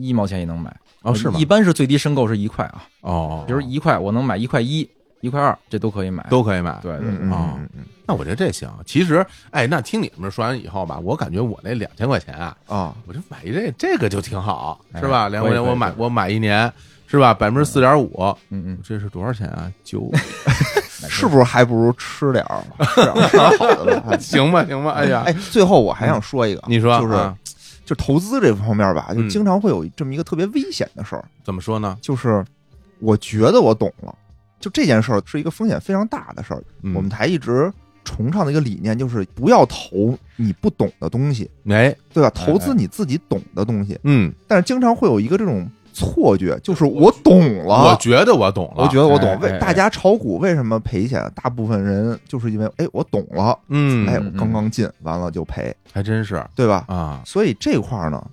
[SPEAKER 3] 一毛钱也能买。
[SPEAKER 1] 哦是吗
[SPEAKER 3] 一？般是最低申购是一块啊，
[SPEAKER 1] 哦，
[SPEAKER 3] 比如一块，我能买一块一、一块二，这都可以买。
[SPEAKER 1] 都可以买。，
[SPEAKER 3] 对对
[SPEAKER 2] 嗯
[SPEAKER 3] 对，
[SPEAKER 2] 嗯
[SPEAKER 1] 啊
[SPEAKER 2] 嗯嗯
[SPEAKER 1] 那我觉得这行。其实，哎，那听你们说完以后吧，我感觉我那两千块钱啊，
[SPEAKER 2] 嗯啊，
[SPEAKER 1] 我就买一这这个就挺好，
[SPEAKER 3] 哎
[SPEAKER 1] 是吧？两千块钱
[SPEAKER 3] 可以
[SPEAKER 1] 我买
[SPEAKER 3] 可以
[SPEAKER 1] 我买一年，是吧？百分之四点五，
[SPEAKER 3] 嗯嗯，
[SPEAKER 1] 这是多少钱啊？ 九，
[SPEAKER 2] 是不是还不如吃点 儿吃点儿吃点儿好的呢？还
[SPEAKER 1] 行吧行吧， 哎呀
[SPEAKER 2] 哎，，最后我还想说一个，
[SPEAKER 1] 你说
[SPEAKER 2] 就是、
[SPEAKER 1] 啊
[SPEAKER 2] 就投资这方面吧，就
[SPEAKER 1] 嗯
[SPEAKER 2] 经常会有这么一个特别危险的事儿，
[SPEAKER 1] 怎么说呢？
[SPEAKER 2] 就是我觉得我懂了，就这件事儿是一个风险非常大的事儿。
[SPEAKER 1] 嗯
[SPEAKER 2] 我们台一直崇尚的一个理念就是不要投你不懂的东西，
[SPEAKER 1] 哎，
[SPEAKER 2] 对吧？
[SPEAKER 3] 哎
[SPEAKER 2] 投资你自己懂的东西，
[SPEAKER 1] 嗯，
[SPEAKER 2] 但是经常会有一个这种错觉，就是我懂
[SPEAKER 1] 我
[SPEAKER 2] 了。
[SPEAKER 1] 觉得我懂了，
[SPEAKER 2] 哦我觉得我
[SPEAKER 3] 哎
[SPEAKER 2] 懂，
[SPEAKER 3] 哎
[SPEAKER 2] 为
[SPEAKER 3] 哎
[SPEAKER 2] 大家炒股为什么赔钱？大部分人就是因为，哎，我懂了，
[SPEAKER 1] 嗯，
[SPEAKER 2] 哎，
[SPEAKER 3] 嗯
[SPEAKER 2] 我刚刚进，完了就赔，
[SPEAKER 1] 还真是
[SPEAKER 2] 对吧？
[SPEAKER 1] 啊，
[SPEAKER 2] 所以这块儿呢，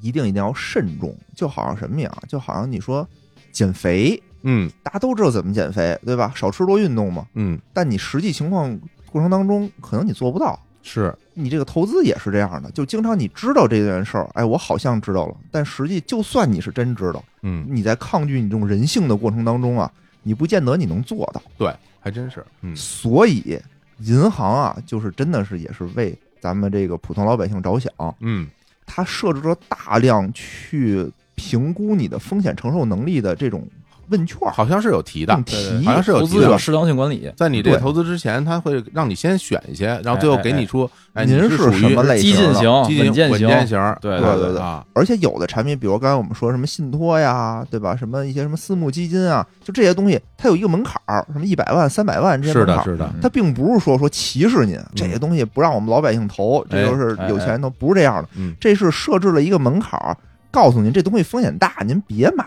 [SPEAKER 2] 一定一定要慎重。就好像什么呀？就好像你说减肥，
[SPEAKER 1] 嗯
[SPEAKER 2] 大家都知道怎么减肥，对吧？少吃多运动嘛。
[SPEAKER 1] 嗯，
[SPEAKER 2] 但你实际情况过程当中，可能你做不到。
[SPEAKER 1] 是
[SPEAKER 2] 你这个投资也是这样的，就经常你知道这件事儿，哎，我好像知道了，但实际就算你是真知道，
[SPEAKER 1] 嗯，
[SPEAKER 2] 你在抗拒你这种人性的过程当中啊，你不见得你能做到。
[SPEAKER 1] 对，还真是，嗯
[SPEAKER 2] 所以银行啊，就是真的是也是为咱们这个普通老百姓着想，
[SPEAKER 1] 嗯
[SPEAKER 2] 它设置了大量去评估你的风险承受能力的这种问卷儿，
[SPEAKER 1] 好像是有提的，
[SPEAKER 2] 用题
[SPEAKER 1] 好像是有
[SPEAKER 3] 投
[SPEAKER 1] 提
[SPEAKER 3] 资
[SPEAKER 1] 的
[SPEAKER 3] 者适当性管理，
[SPEAKER 1] 在你这
[SPEAKER 2] 嗯对
[SPEAKER 1] 投资之前，他会让你先选一些，然后最后给你出，哎，你
[SPEAKER 2] 您
[SPEAKER 1] 是
[SPEAKER 2] 是
[SPEAKER 1] 属于
[SPEAKER 2] 什么类
[SPEAKER 3] 激
[SPEAKER 2] 型的
[SPEAKER 3] 进型、
[SPEAKER 1] 基金
[SPEAKER 3] 哦稳健型，
[SPEAKER 1] 健型儿，
[SPEAKER 3] 对
[SPEAKER 1] 对
[SPEAKER 2] 对对对
[SPEAKER 1] 啊，
[SPEAKER 2] 而且有的产品，比如刚才我们说什么信托呀，对吧？什么一些什么私募基金啊，就这些东西，它有一个门槛儿，什么一百万、三百万这些
[SPEAKER 1] 是
[SPEAKER 2] 门槛
[SPEAKER 1] 的，嗯
[SPEAKER 2] 儿。
[SPEAKER 1] 是的，
[SPEAKER 3] 嗯
[SPEAKER 2] 它并不是说说歧视您，这些东西不让我们老百姓投，这就是
[SPEAKER 3] 哎哎
[SPEAKER 2] 有钱人投，不是这样的。
[SPEAKER 1] 嗯，
[SPEAKER 2] 这是设置了一个门槛儿，告诉您这东西风险大，您别买。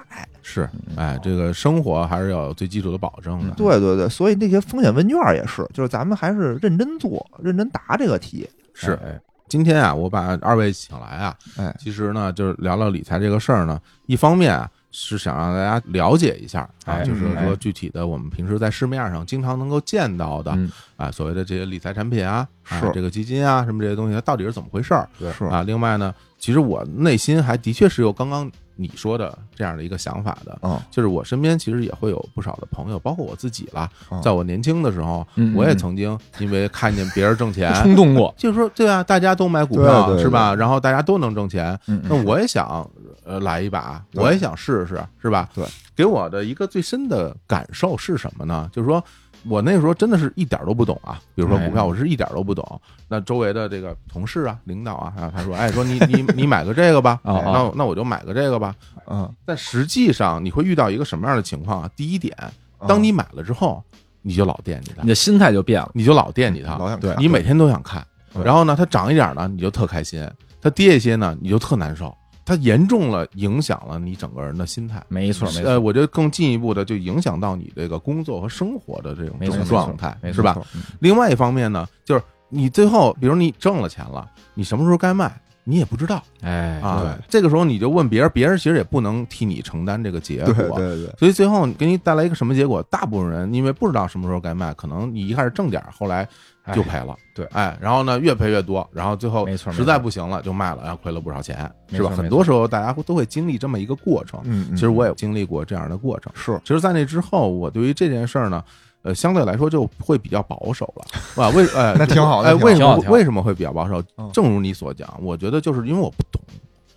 [SPEAKER 1] 是，哎，这个生活还是要有最基础的保证的，
[SPEAKER 3] 嗯
[SPEAKER 2] 对对对，所以那些风险问卷儿也是，就是咱们还是认真做，认真答这个题。
[SPEAKER 1] 是，
[SPEAKER 3] 哎
[SPEAKER 1] 今天啊，我把二位请来啊，
[SPEAKER 2] 哎
[SPEAKER 1] 其实呢，就是聊聊理财这个事儿呢，一方面啊是想让大家了解一下啊，
[SPEAKER 3] 哎
[SPEAKER 1] 就是
[SPEAKER 2] 嗯
[SPEAKER 1] 说
[SPEAKER 3] 哎
[SPEAKER 1] 具体的我们平时在市面上经常能够见到的
[SPEAKER 3] 嗯
[SPEAKER 1] 啊，所谓的这些理财产品啊，啊
[SPEAKER 2] 是
[SPEAKER 1] 这个基金啊，什么这些东西，它到底是怎么回事儿
[SPEAKER 3] 对
[SPEAKER 2] 是
[SPEAKER 1] 啊？另外呢，其实我内心还的确是有刚刚你说的这样的一个想法的。
[SPEAKER 2] 嗯，
[SPEAKER 1] 就是我身边其实也会有不少的朋友，包括我自己啦
[SPEAKER 2] 嗯。
[SPEAKER 1] 在我年轻的时候
[SPEAKER 3] 嗯，
[SPEAKER 1] 我也
[SPEAKER 3] 嗯，
[SPEAKER 1] 曾经因为看见别人挣钱
[SPEAKER 3] 冲动过，
[SPEAKER 1] 就是说，对啊，大家都买股票
[SPEAKER 2] 对对对
[SPEAKER 1] 是吧？然后大家都能挣钱，
[SPEAKER 3] 啊嗯
[SPEAKER 1] 那我也想呃来一把，
[SPEAKER 2] 对
[SPEAKER 1] 我也想试试，是吧？
[SPEAKER 2] 对，
[SPEAKER 1] 给我的一个最深的感受是什么呢？就是说我那时候真的是一点儿都不懂啊，比如说
[SPEAKER 3] 哎
[SPEAKER 1] 股票，我是一点儿都不懂。那周围的这个同事啊、领导啊，啊他说，哎，说你你你买个这个吧， 哎
[SPEAKER 3] 哦
[SPEAKER 1] 那
[SPEAKER 3] 哦
[SPEAKER 1] 我那我就买个这个吧。
[SPEAKER 2] 嗯，
[SPEAKER 1] 但实际上你会遇到一个什么样的情况啊？第一点，
[SPEAKER 2] 嗯
[SPEAKER 1] 当你买了之后，你就老惦记它
[SPEAKER 3] 你，的心态就变了，
[SPEAKER 1] 你就老惦记它，
[SPEAKER 2] 老想
[SPEAKER 3] 对
[SPEAKER 2] 看
[SPEAKER 1] 你每天都想看，
[SPEAKER 2] 对
[SPEAKER 1] 然后呢，它涨一点呢，你就特开心；它跌一些呢，你就特难受。它严重了影响了你整个人的心态，
[SPEAKER 3] 没错没
[SPEAKER 1] 呃，
[SPEAKER 3] 错，
[SPEAKER 1] 我觉得更进一步的就影响到你这个工作和生活的这种
[SPEAKER 3] 没
[SPEAKER 1] 这
[SPEAKER 3] 错
[SPEAKER 1] 种状态，
[SPEAKER 3] 没错
[SPEAKER 1] 呃是吧？？另外一方面呢，就是你最后，比如你挣了钱了，你什么时候该卖，你也不知道
[SPEAKER 3] 哎，
[SPEAKER 1] 啊。这个时候你就问别人，别人其实也不能替你承担这个结果。
[SPEAKER 2] 对对对，
[SPEAKER 1] 所以最后给你带来一个什么结果？大部分人因为不知道什么时候该卖，可能你一开始挣点儿，后来
[SPEAKER 3] 哎
[SPEAKER 1] 就赔了。
[SPEAKER 3] 对
[SPEAKER 1] 哎，然后呢，越赔越多，然后最后
[SPEAKER 3] 没错没错
[SPEAKER 1] 实在不行了就卖了，然后亏了不少钱，是吧？
[SPEAKER 3] 没错
[SPEAKER 1] 很多时候大家会都会经历这么一个过程。
[SPEAKER 2] 嗯，嗯
[SPEAKER 1] 其实我也经历过这样的过程。
[SPEAKER 2] 是
[SPEAKER 1] 其实，在那之后，我对于这件事儿呢，呃，相对来说就会比较保守了， 啊，为呃，
[SPEAKER 2] 那挺好那
[SPEAKER 1] 哎，为
[SPEAKER 2] 挺好
[SPEAKER 1] 什
[SPEAKER 3] 挺
[SPEAKER 1] 么
[SPEAKER 3] 好挺好
[SPEAKER 1] 为什么会比较保守
[SPEAKER 2] 嗯？
[SPEAKER 1] 正如你所讲，我觉得就是因为我不懂，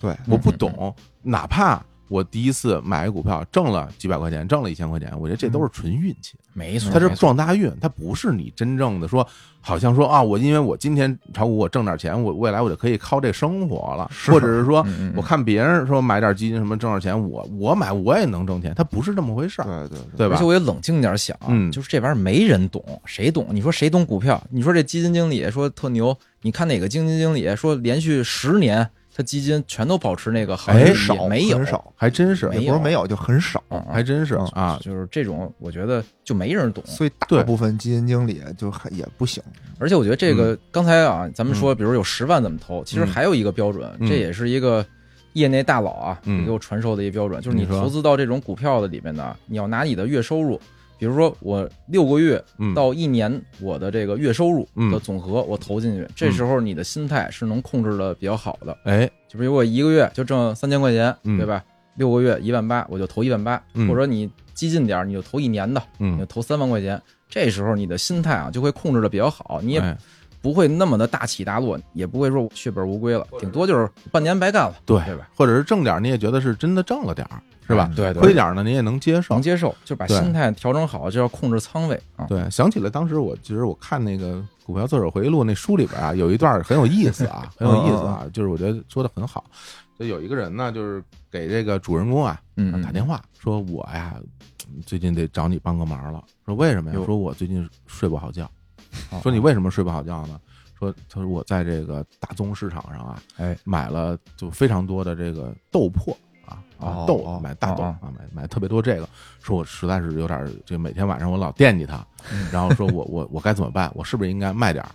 [SPEAKER 2] 对，
[SPEAKER 1] 我
[SPEAKER 3] 嗯
[SPEAKER 1] 不懂，哪怕我第一次买股票挣了几百块钱，挣了一千块钱，我觉得这都是纯运气，
[SPEAKER 3] 嗯没错，
[SPEAKER 1] 它是
[SPEAKER 3] 没错
[SPEAKER 1] 撞大运，它不是你真正的说，好像说啊，我因为我今天炒股我挣点钱，我未来我就可以靠这生活了，
[SPEAKER 2] 是
[SPEAKER 1] 或者是说
[SPEAKER 3] 嗯嗯嗯
[SPEAKER 1] 我看别人说买点基金什么挣点钱，我我买我也能挣钱，它不是这么回事儿，
[SPEAKER 2] 对对对
[SPEAKER 1] 对
[SPEAKER 3] 而
[SPEAKER 1] 吧
[SPEAKER 3] 且？我也冷静点想，啊
[SPEAKER 1] 嗯
[SPEAKER 3] 就是这玩意儿没人懂，谁懂？你说谁懂股票？你说这基金经理说特牛，你看哪个基金经理说连续十年他基金全都保持那个行
[SPEAKER 1] 哎
[SPEAKER 3] 业
[SPEAKER 2] 很
[SPEAKER 3] 里
[SPEAKER 2] 少
[SPEAKER 3] 没有
[SPEAKER 2] 很，少，
[SPEAKER 1] 还真是
[SPEAKER 3] 没
[SPEAKER 2] 也不
[SPEAKER 3] 有
[SPEAKER 2] 是没有，就很少。
[SPEAKER 3] 嗯
[SPEAKER 1] 还真是
[SPEAKER 2] 嗯
[SPEAKER 1] 啊，
[SPEAKER 3] 就是这种，我觉得就没人懂。
[SPEAKER 2] 所以
[SPEAKER 1] 对
[SPEAKER 2] 大部分基金经理就还也不行，
[SPEAKER 3] 而且我觉得这个刚才啊，咱们说，比如有十万怎么投，其实
[SPEAKER 1] 嗯
[SPEAKER 3] 还有一个标准，
[SPEAKER 1] 嗯
[SPEAKER 3] 这也是一个业内大佬啊
[SPEAKER 1] 嗯
[SPEAKER 3] 给我传授的一个标准，就是
[SPEAKER 1] 你
[SPEAKER 3] 你
[SPEAKER 1] 说
[SPEAKER 3] 投资到这种股票的里面呢，你要拿你的月收入，比如说我六个月
[SPEAKER 1] 嗯，
[SPEAKER 3] 到一年我的这个月收入
[SPEAKER 1] 嗯
[SPEAKER 3] 的总和，我投进去，这时候你的心态是能控制的比较好的。
[SPEAKER 1] 哎，
[SPEAKER 3] 就比如我一个月就挣三千块钱，
[SPEAKER 1] 嗯
[SPEAKER 3] 对吧？六个月一万八，我就投一万八，
[SPEAKER 1] 嗯
[SPEAKER 3] 或者说你激进点儿，你就投一年的，你就
[SPEAKER 1] 嗯，
[SPEAKER 3] 投三万块钱。这时候你的心态啊就会控制的比较好，你也
[SPEAKER 1] 哎
[SPEAKER 3] 不会那么的大起大落，也不会说血本无归了，顶多就是半年白干了，
[SPEAKER 1] 对
[SPEAKER 3] 对吧？
[SPEAKER 1] 或者是挣点儿，你也觉得是真的挣了点儿，是吧？
[SPEAKER 3] 对
[SPEAKER 1] 亏
[SPEAKER 3] 对，
[SPEAKER 1] 点儿呢，你也能接受
[SPEAKER 3] 能。接受，就把
[SPEAKER 1] 对
[SPEAKER 3] 心态调整好，就要控制仓位啊。
[SPEAKER 1] 对，想起了当时我其实我看那个《股票作者回忆录》那书里边啊，有一段很有意思啊，很有意思啊，就是我觉得说的很好。就有一个人呢，就是给这个主人公啊
[SPEAKER 3] 嗯，嗯
[SPEAKER 1] 打电话说：“我呀，最近得找你帮个忙了。”说为什么呀？
[SPEAKER 3] 哟
[SPEAKER 1] 说我最近睡不好觉。
[SPEAKER 3] 哦
[SPEAKER 1] 说你为什么睡不好觉呢？说他说我在这个大宗市场上啊，
[SPEAKER 3] 哎，
[SPEAKER 1] 买了就非常多的这个豆粕啊啊
[SPEAKER 2] 哦
[SPEAKER 1] 豆
[SPEAKER 2] 哦
[SPEAKER 1] 买大豆
[SPEAKER 3] 哦
[SPEAKER 1] 啊买买特别多这个，说我实在是有点儿这每天晚上我老惦记它，
[SPEAKER 3] 嗯
[SPEAKER 1] 然后说我我我该怎么办？我是不是应该卖点儿？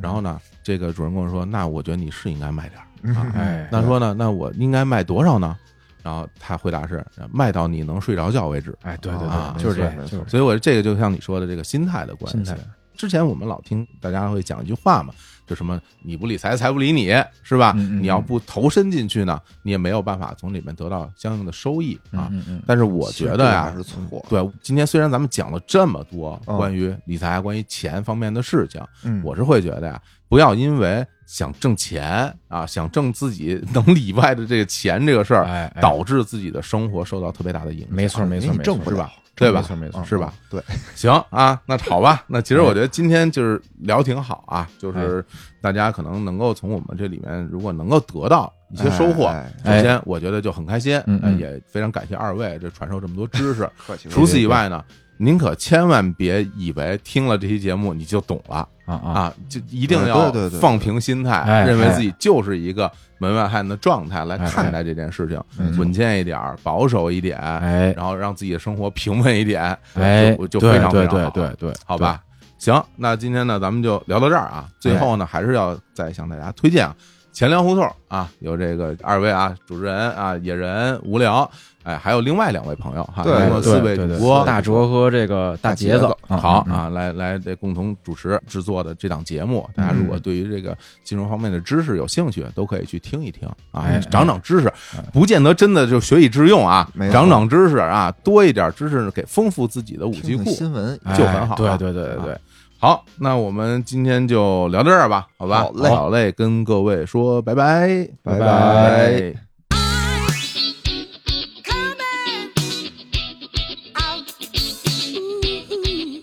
[SPEAKER 1] 然后呢，这个主人公说，那我觉得你是应该卖点儿。啊
[SPEAKER 3] 哎
[SPEAKER 1] 那说呢，那我应该卖多少呢？然后他回答是卖到你能睡着觉为止。
[SPEAKER 3] 哎，对对
[SPEAKER 1] 啊
[SPEAKER 3] 对，就是这
[SPEAKER 2] 没
[SPEAKER 3] 样，
[SPEAKER 2] 错
[SPEAKER 3] 就是
[SPEAKER 1] 所以我这个就像你说的这个心态的关系，
[SPEAKER 3] 心态
[SPEAKER 1] 之前我们老听大家会讲一句话嘛，就什么你不理财，财不理你，是吧？
[SPEAKER 3] 嗯嗯
[SPEAKER 1] 你要不投身进去呢，你也没有办法从里面得到相应的收益啊。
[SPEAKER 3] 嗯嗯
[SPEAKER 1] 但是 我觉得呀、
[SPEAKER 2] 其实这个还是错。
[SPEAKER 1] 对，今天虽然咱们讲了这么多
[SPEAKER 2] 嗯
[SPEAKER 1] 关于理财、关于钱方面的事情，
[SPEAKER 2] 嗯，
[SPEAKER 1] 我是会觉得呀，不要因为想挣钱啊，想挣自己 能力以外的这个钱这个事
[SPEAKER 3] 嗯，
[SPEAKER 1] 儿，
[SPEAKER 3] 哎，哎
[SPEAKER 1] 导致自己的生活受到特别大的影响。
[SPEAKER 3] 没错没错
[SPEAKER 2] 你
[SPEAKER 3] 没
[SPEAKER 2] 挣
[SPEAKER 3] 错
[SPEAKER 2] 不
[SPEAKER 1] 是
[SPEAKER 2] 了
[SPEAKER 1] 吧？对吧
[SPEAKER 3] 没？错没错
[SPEAKER 1] 是吧？
[SPEAKER 2] 嗯对，
[SPEAKER 1] 行啊，那好吧，那其实我觉得今天就是聊挺好啊，
[SPEAKER 3] 哎
[SPEAKER 1] 就是大家可能能够从我们这里面，如果能够得到一些收获，
[SPEAKER 2] 哎
[SPEAKER 1] 首先我觉得就很开心，
[SPEAKER 3] 嗯
[SPEAKER 1] 呃
[SPEAKER 3] 嗯
[SPEAKER 1] 也非常感谢二位这传授这么多知 识。
[SPEAKER 2] 客气
[SPEAKER 1] 除此以外呢，您可千万别以为听了这期节目你就懂了
[SPEAKER 3] 啊啊，
[SPEAKER 1] 啊，就一定要
[SPEAKER 2] 对对对对
[SPEAKER 1] 放平心态，
[SPEAKER 3] 哎
[SPEAKER 1] 认为自己就是一个门外汉的状态来看待这件事情
[SPEAKER 3] 哎哎，
[SPEAKER 1] 稳健一点儿，保守一点，
[SPEAKER 3] 哎
[SPEAKER 1] 然后让自己的生活平稳一点，
[SPEAKER 3] 哎，
[SPEAKER 1] 就就
[SPEAKER 3] 对
[SPEAKER 1] 非常
[SPEAKER 3] 对
[SPEAKER 1] 非常
[SPEAKER 3] 对
[SPEAKER 1] 好
[SPEAKER 3] 对对，
[SPEAKER 1] 好吧。行，那今天呢，咱们就聊到这儿
[SPEAKER 3] 哎
[SPEAKER 1] 啊。最后呢，还是要再向大家推荐啊，钱粮胡同啊，有这个二位啊，主持人啊，野人无聊，哎，还有另外两位朋友哈，
[SPEAKER 2] 对
[SPEAKER 1] 一
[SPEAKER 3] 对，
[SPEAKER 1] 共
[SPEAKER 3] 对
[SPEAKER 1] 四位
[SPEAKER 3] 哎对对
[SPEAKER 1] 主
[SPEAKER 3] 对
[SPEAKER 1] 播，
[SPEAKER 3] 大哲和这个大
[SPEAKER 2] 大
[SPEAKER 3] 杰子
[SPEAKER 2] 杰子，
[SPEAKER 3] 嗯
[SPEAKER 1] 好，
[SPEAKER 3] 嗯
[SPEAKER 1] 啊，来来，这共同主持制作的这档节目，大家如果对于这个金融方面的知识有兴趣，都可以去听一听啊
[SPEAKER 3] 哎，
[SPEAKER 1] 长长知识，不见得真的就学以致用啊
[SPEAKER 2] 没，错
[SPEAKER 1] 长长知识啊，多一点知识给丰富自己的武器
[SPEAKER 2] 听听
[SPEAKER 1] 库。
[SPEAKER 2] 新闻
[SPEAKER 3] 哎
[SPEAKER 1] 就很好啊
[SPEAKER 3] 对对对对对，
[SPEAKER 1] 好，那我们今天就聊到这儿吧，好吧？
[SPEAKER 2] 好嘞
[SPEAKER 1] 好嘞，跟各位说拜拜，
[SPEAKER 2] 拜
[SPEAKER 3] 拜
[SPEAKER 1] 拜。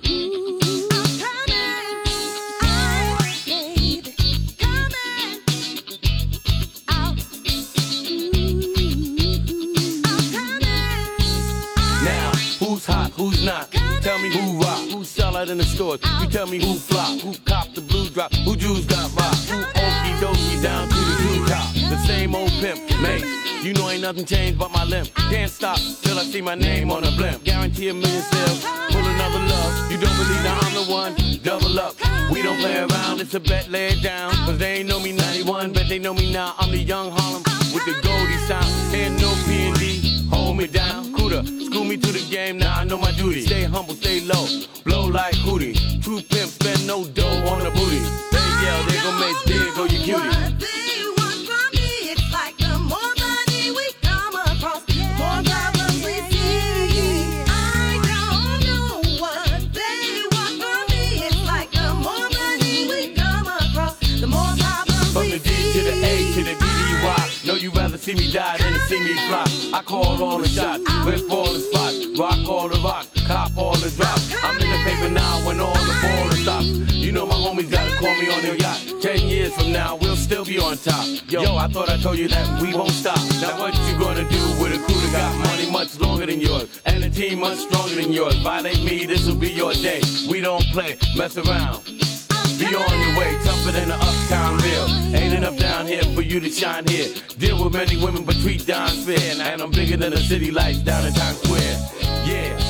[SPEAKER 4] Coming out, I'm coming out, baby. Coming out, I'm coming out.
[SPEAKER 5] Now, who's hot, who's not? Tell me who rock, who sell out in the stores. You tell me who flop, who cop the blue drop, who Jews got rock, who okie dokie down to the blue top. The same old pimp, man. You know ain't nothing changed but my limp. Can't stop till I see my name on a blimp. Guarantee a million sales, pull another love. You don't believe that I'm the one? Double up. We don't play around, it's a bet laid down. Cause they ain't know me 91, but they know me now. I'm the young Harlem with the Goldie sound. And no P&D, hold me down. Cuda, school me to the game, now I know my duty. Stay humble, stay low, blow like Hootie. True pimp, spend no dough on a booty. They yell, they gon' make big, oh, go your cutie.
[SPEAKER 4] What they want from me, it's like the more money we come across, more problems we see. I don't know what they want from me, it's like the more money we come across, the more problems
[SPEAKER 5] From
[SPEAKER 4] we
[SPEAKER 5] the D to the A to the
[SPEAKER 4] see.
[SPEAKER 5] DDY. No, you rather see me die than to see me fly. I call all the shots, rip all the spots, rock all the rock, cop all the drops. I'm in the paper now when all the ball is stops. You know my homies gotta call me on their yacht. Ten years from now, we'll still be on top. Yo, I thought I told you that we won't stop. Now what you gonna do with a crew that got money much longer than yours? And a team much stronger than yours. Violate me, this'll be your day. We don't play, mess around. Be on your way, tougher than the uptown real. Ain't enough down here for you to shine here. Deal with many women, but treat Don fair. And I'm bigger than a city lights down in Times Square. Yeah.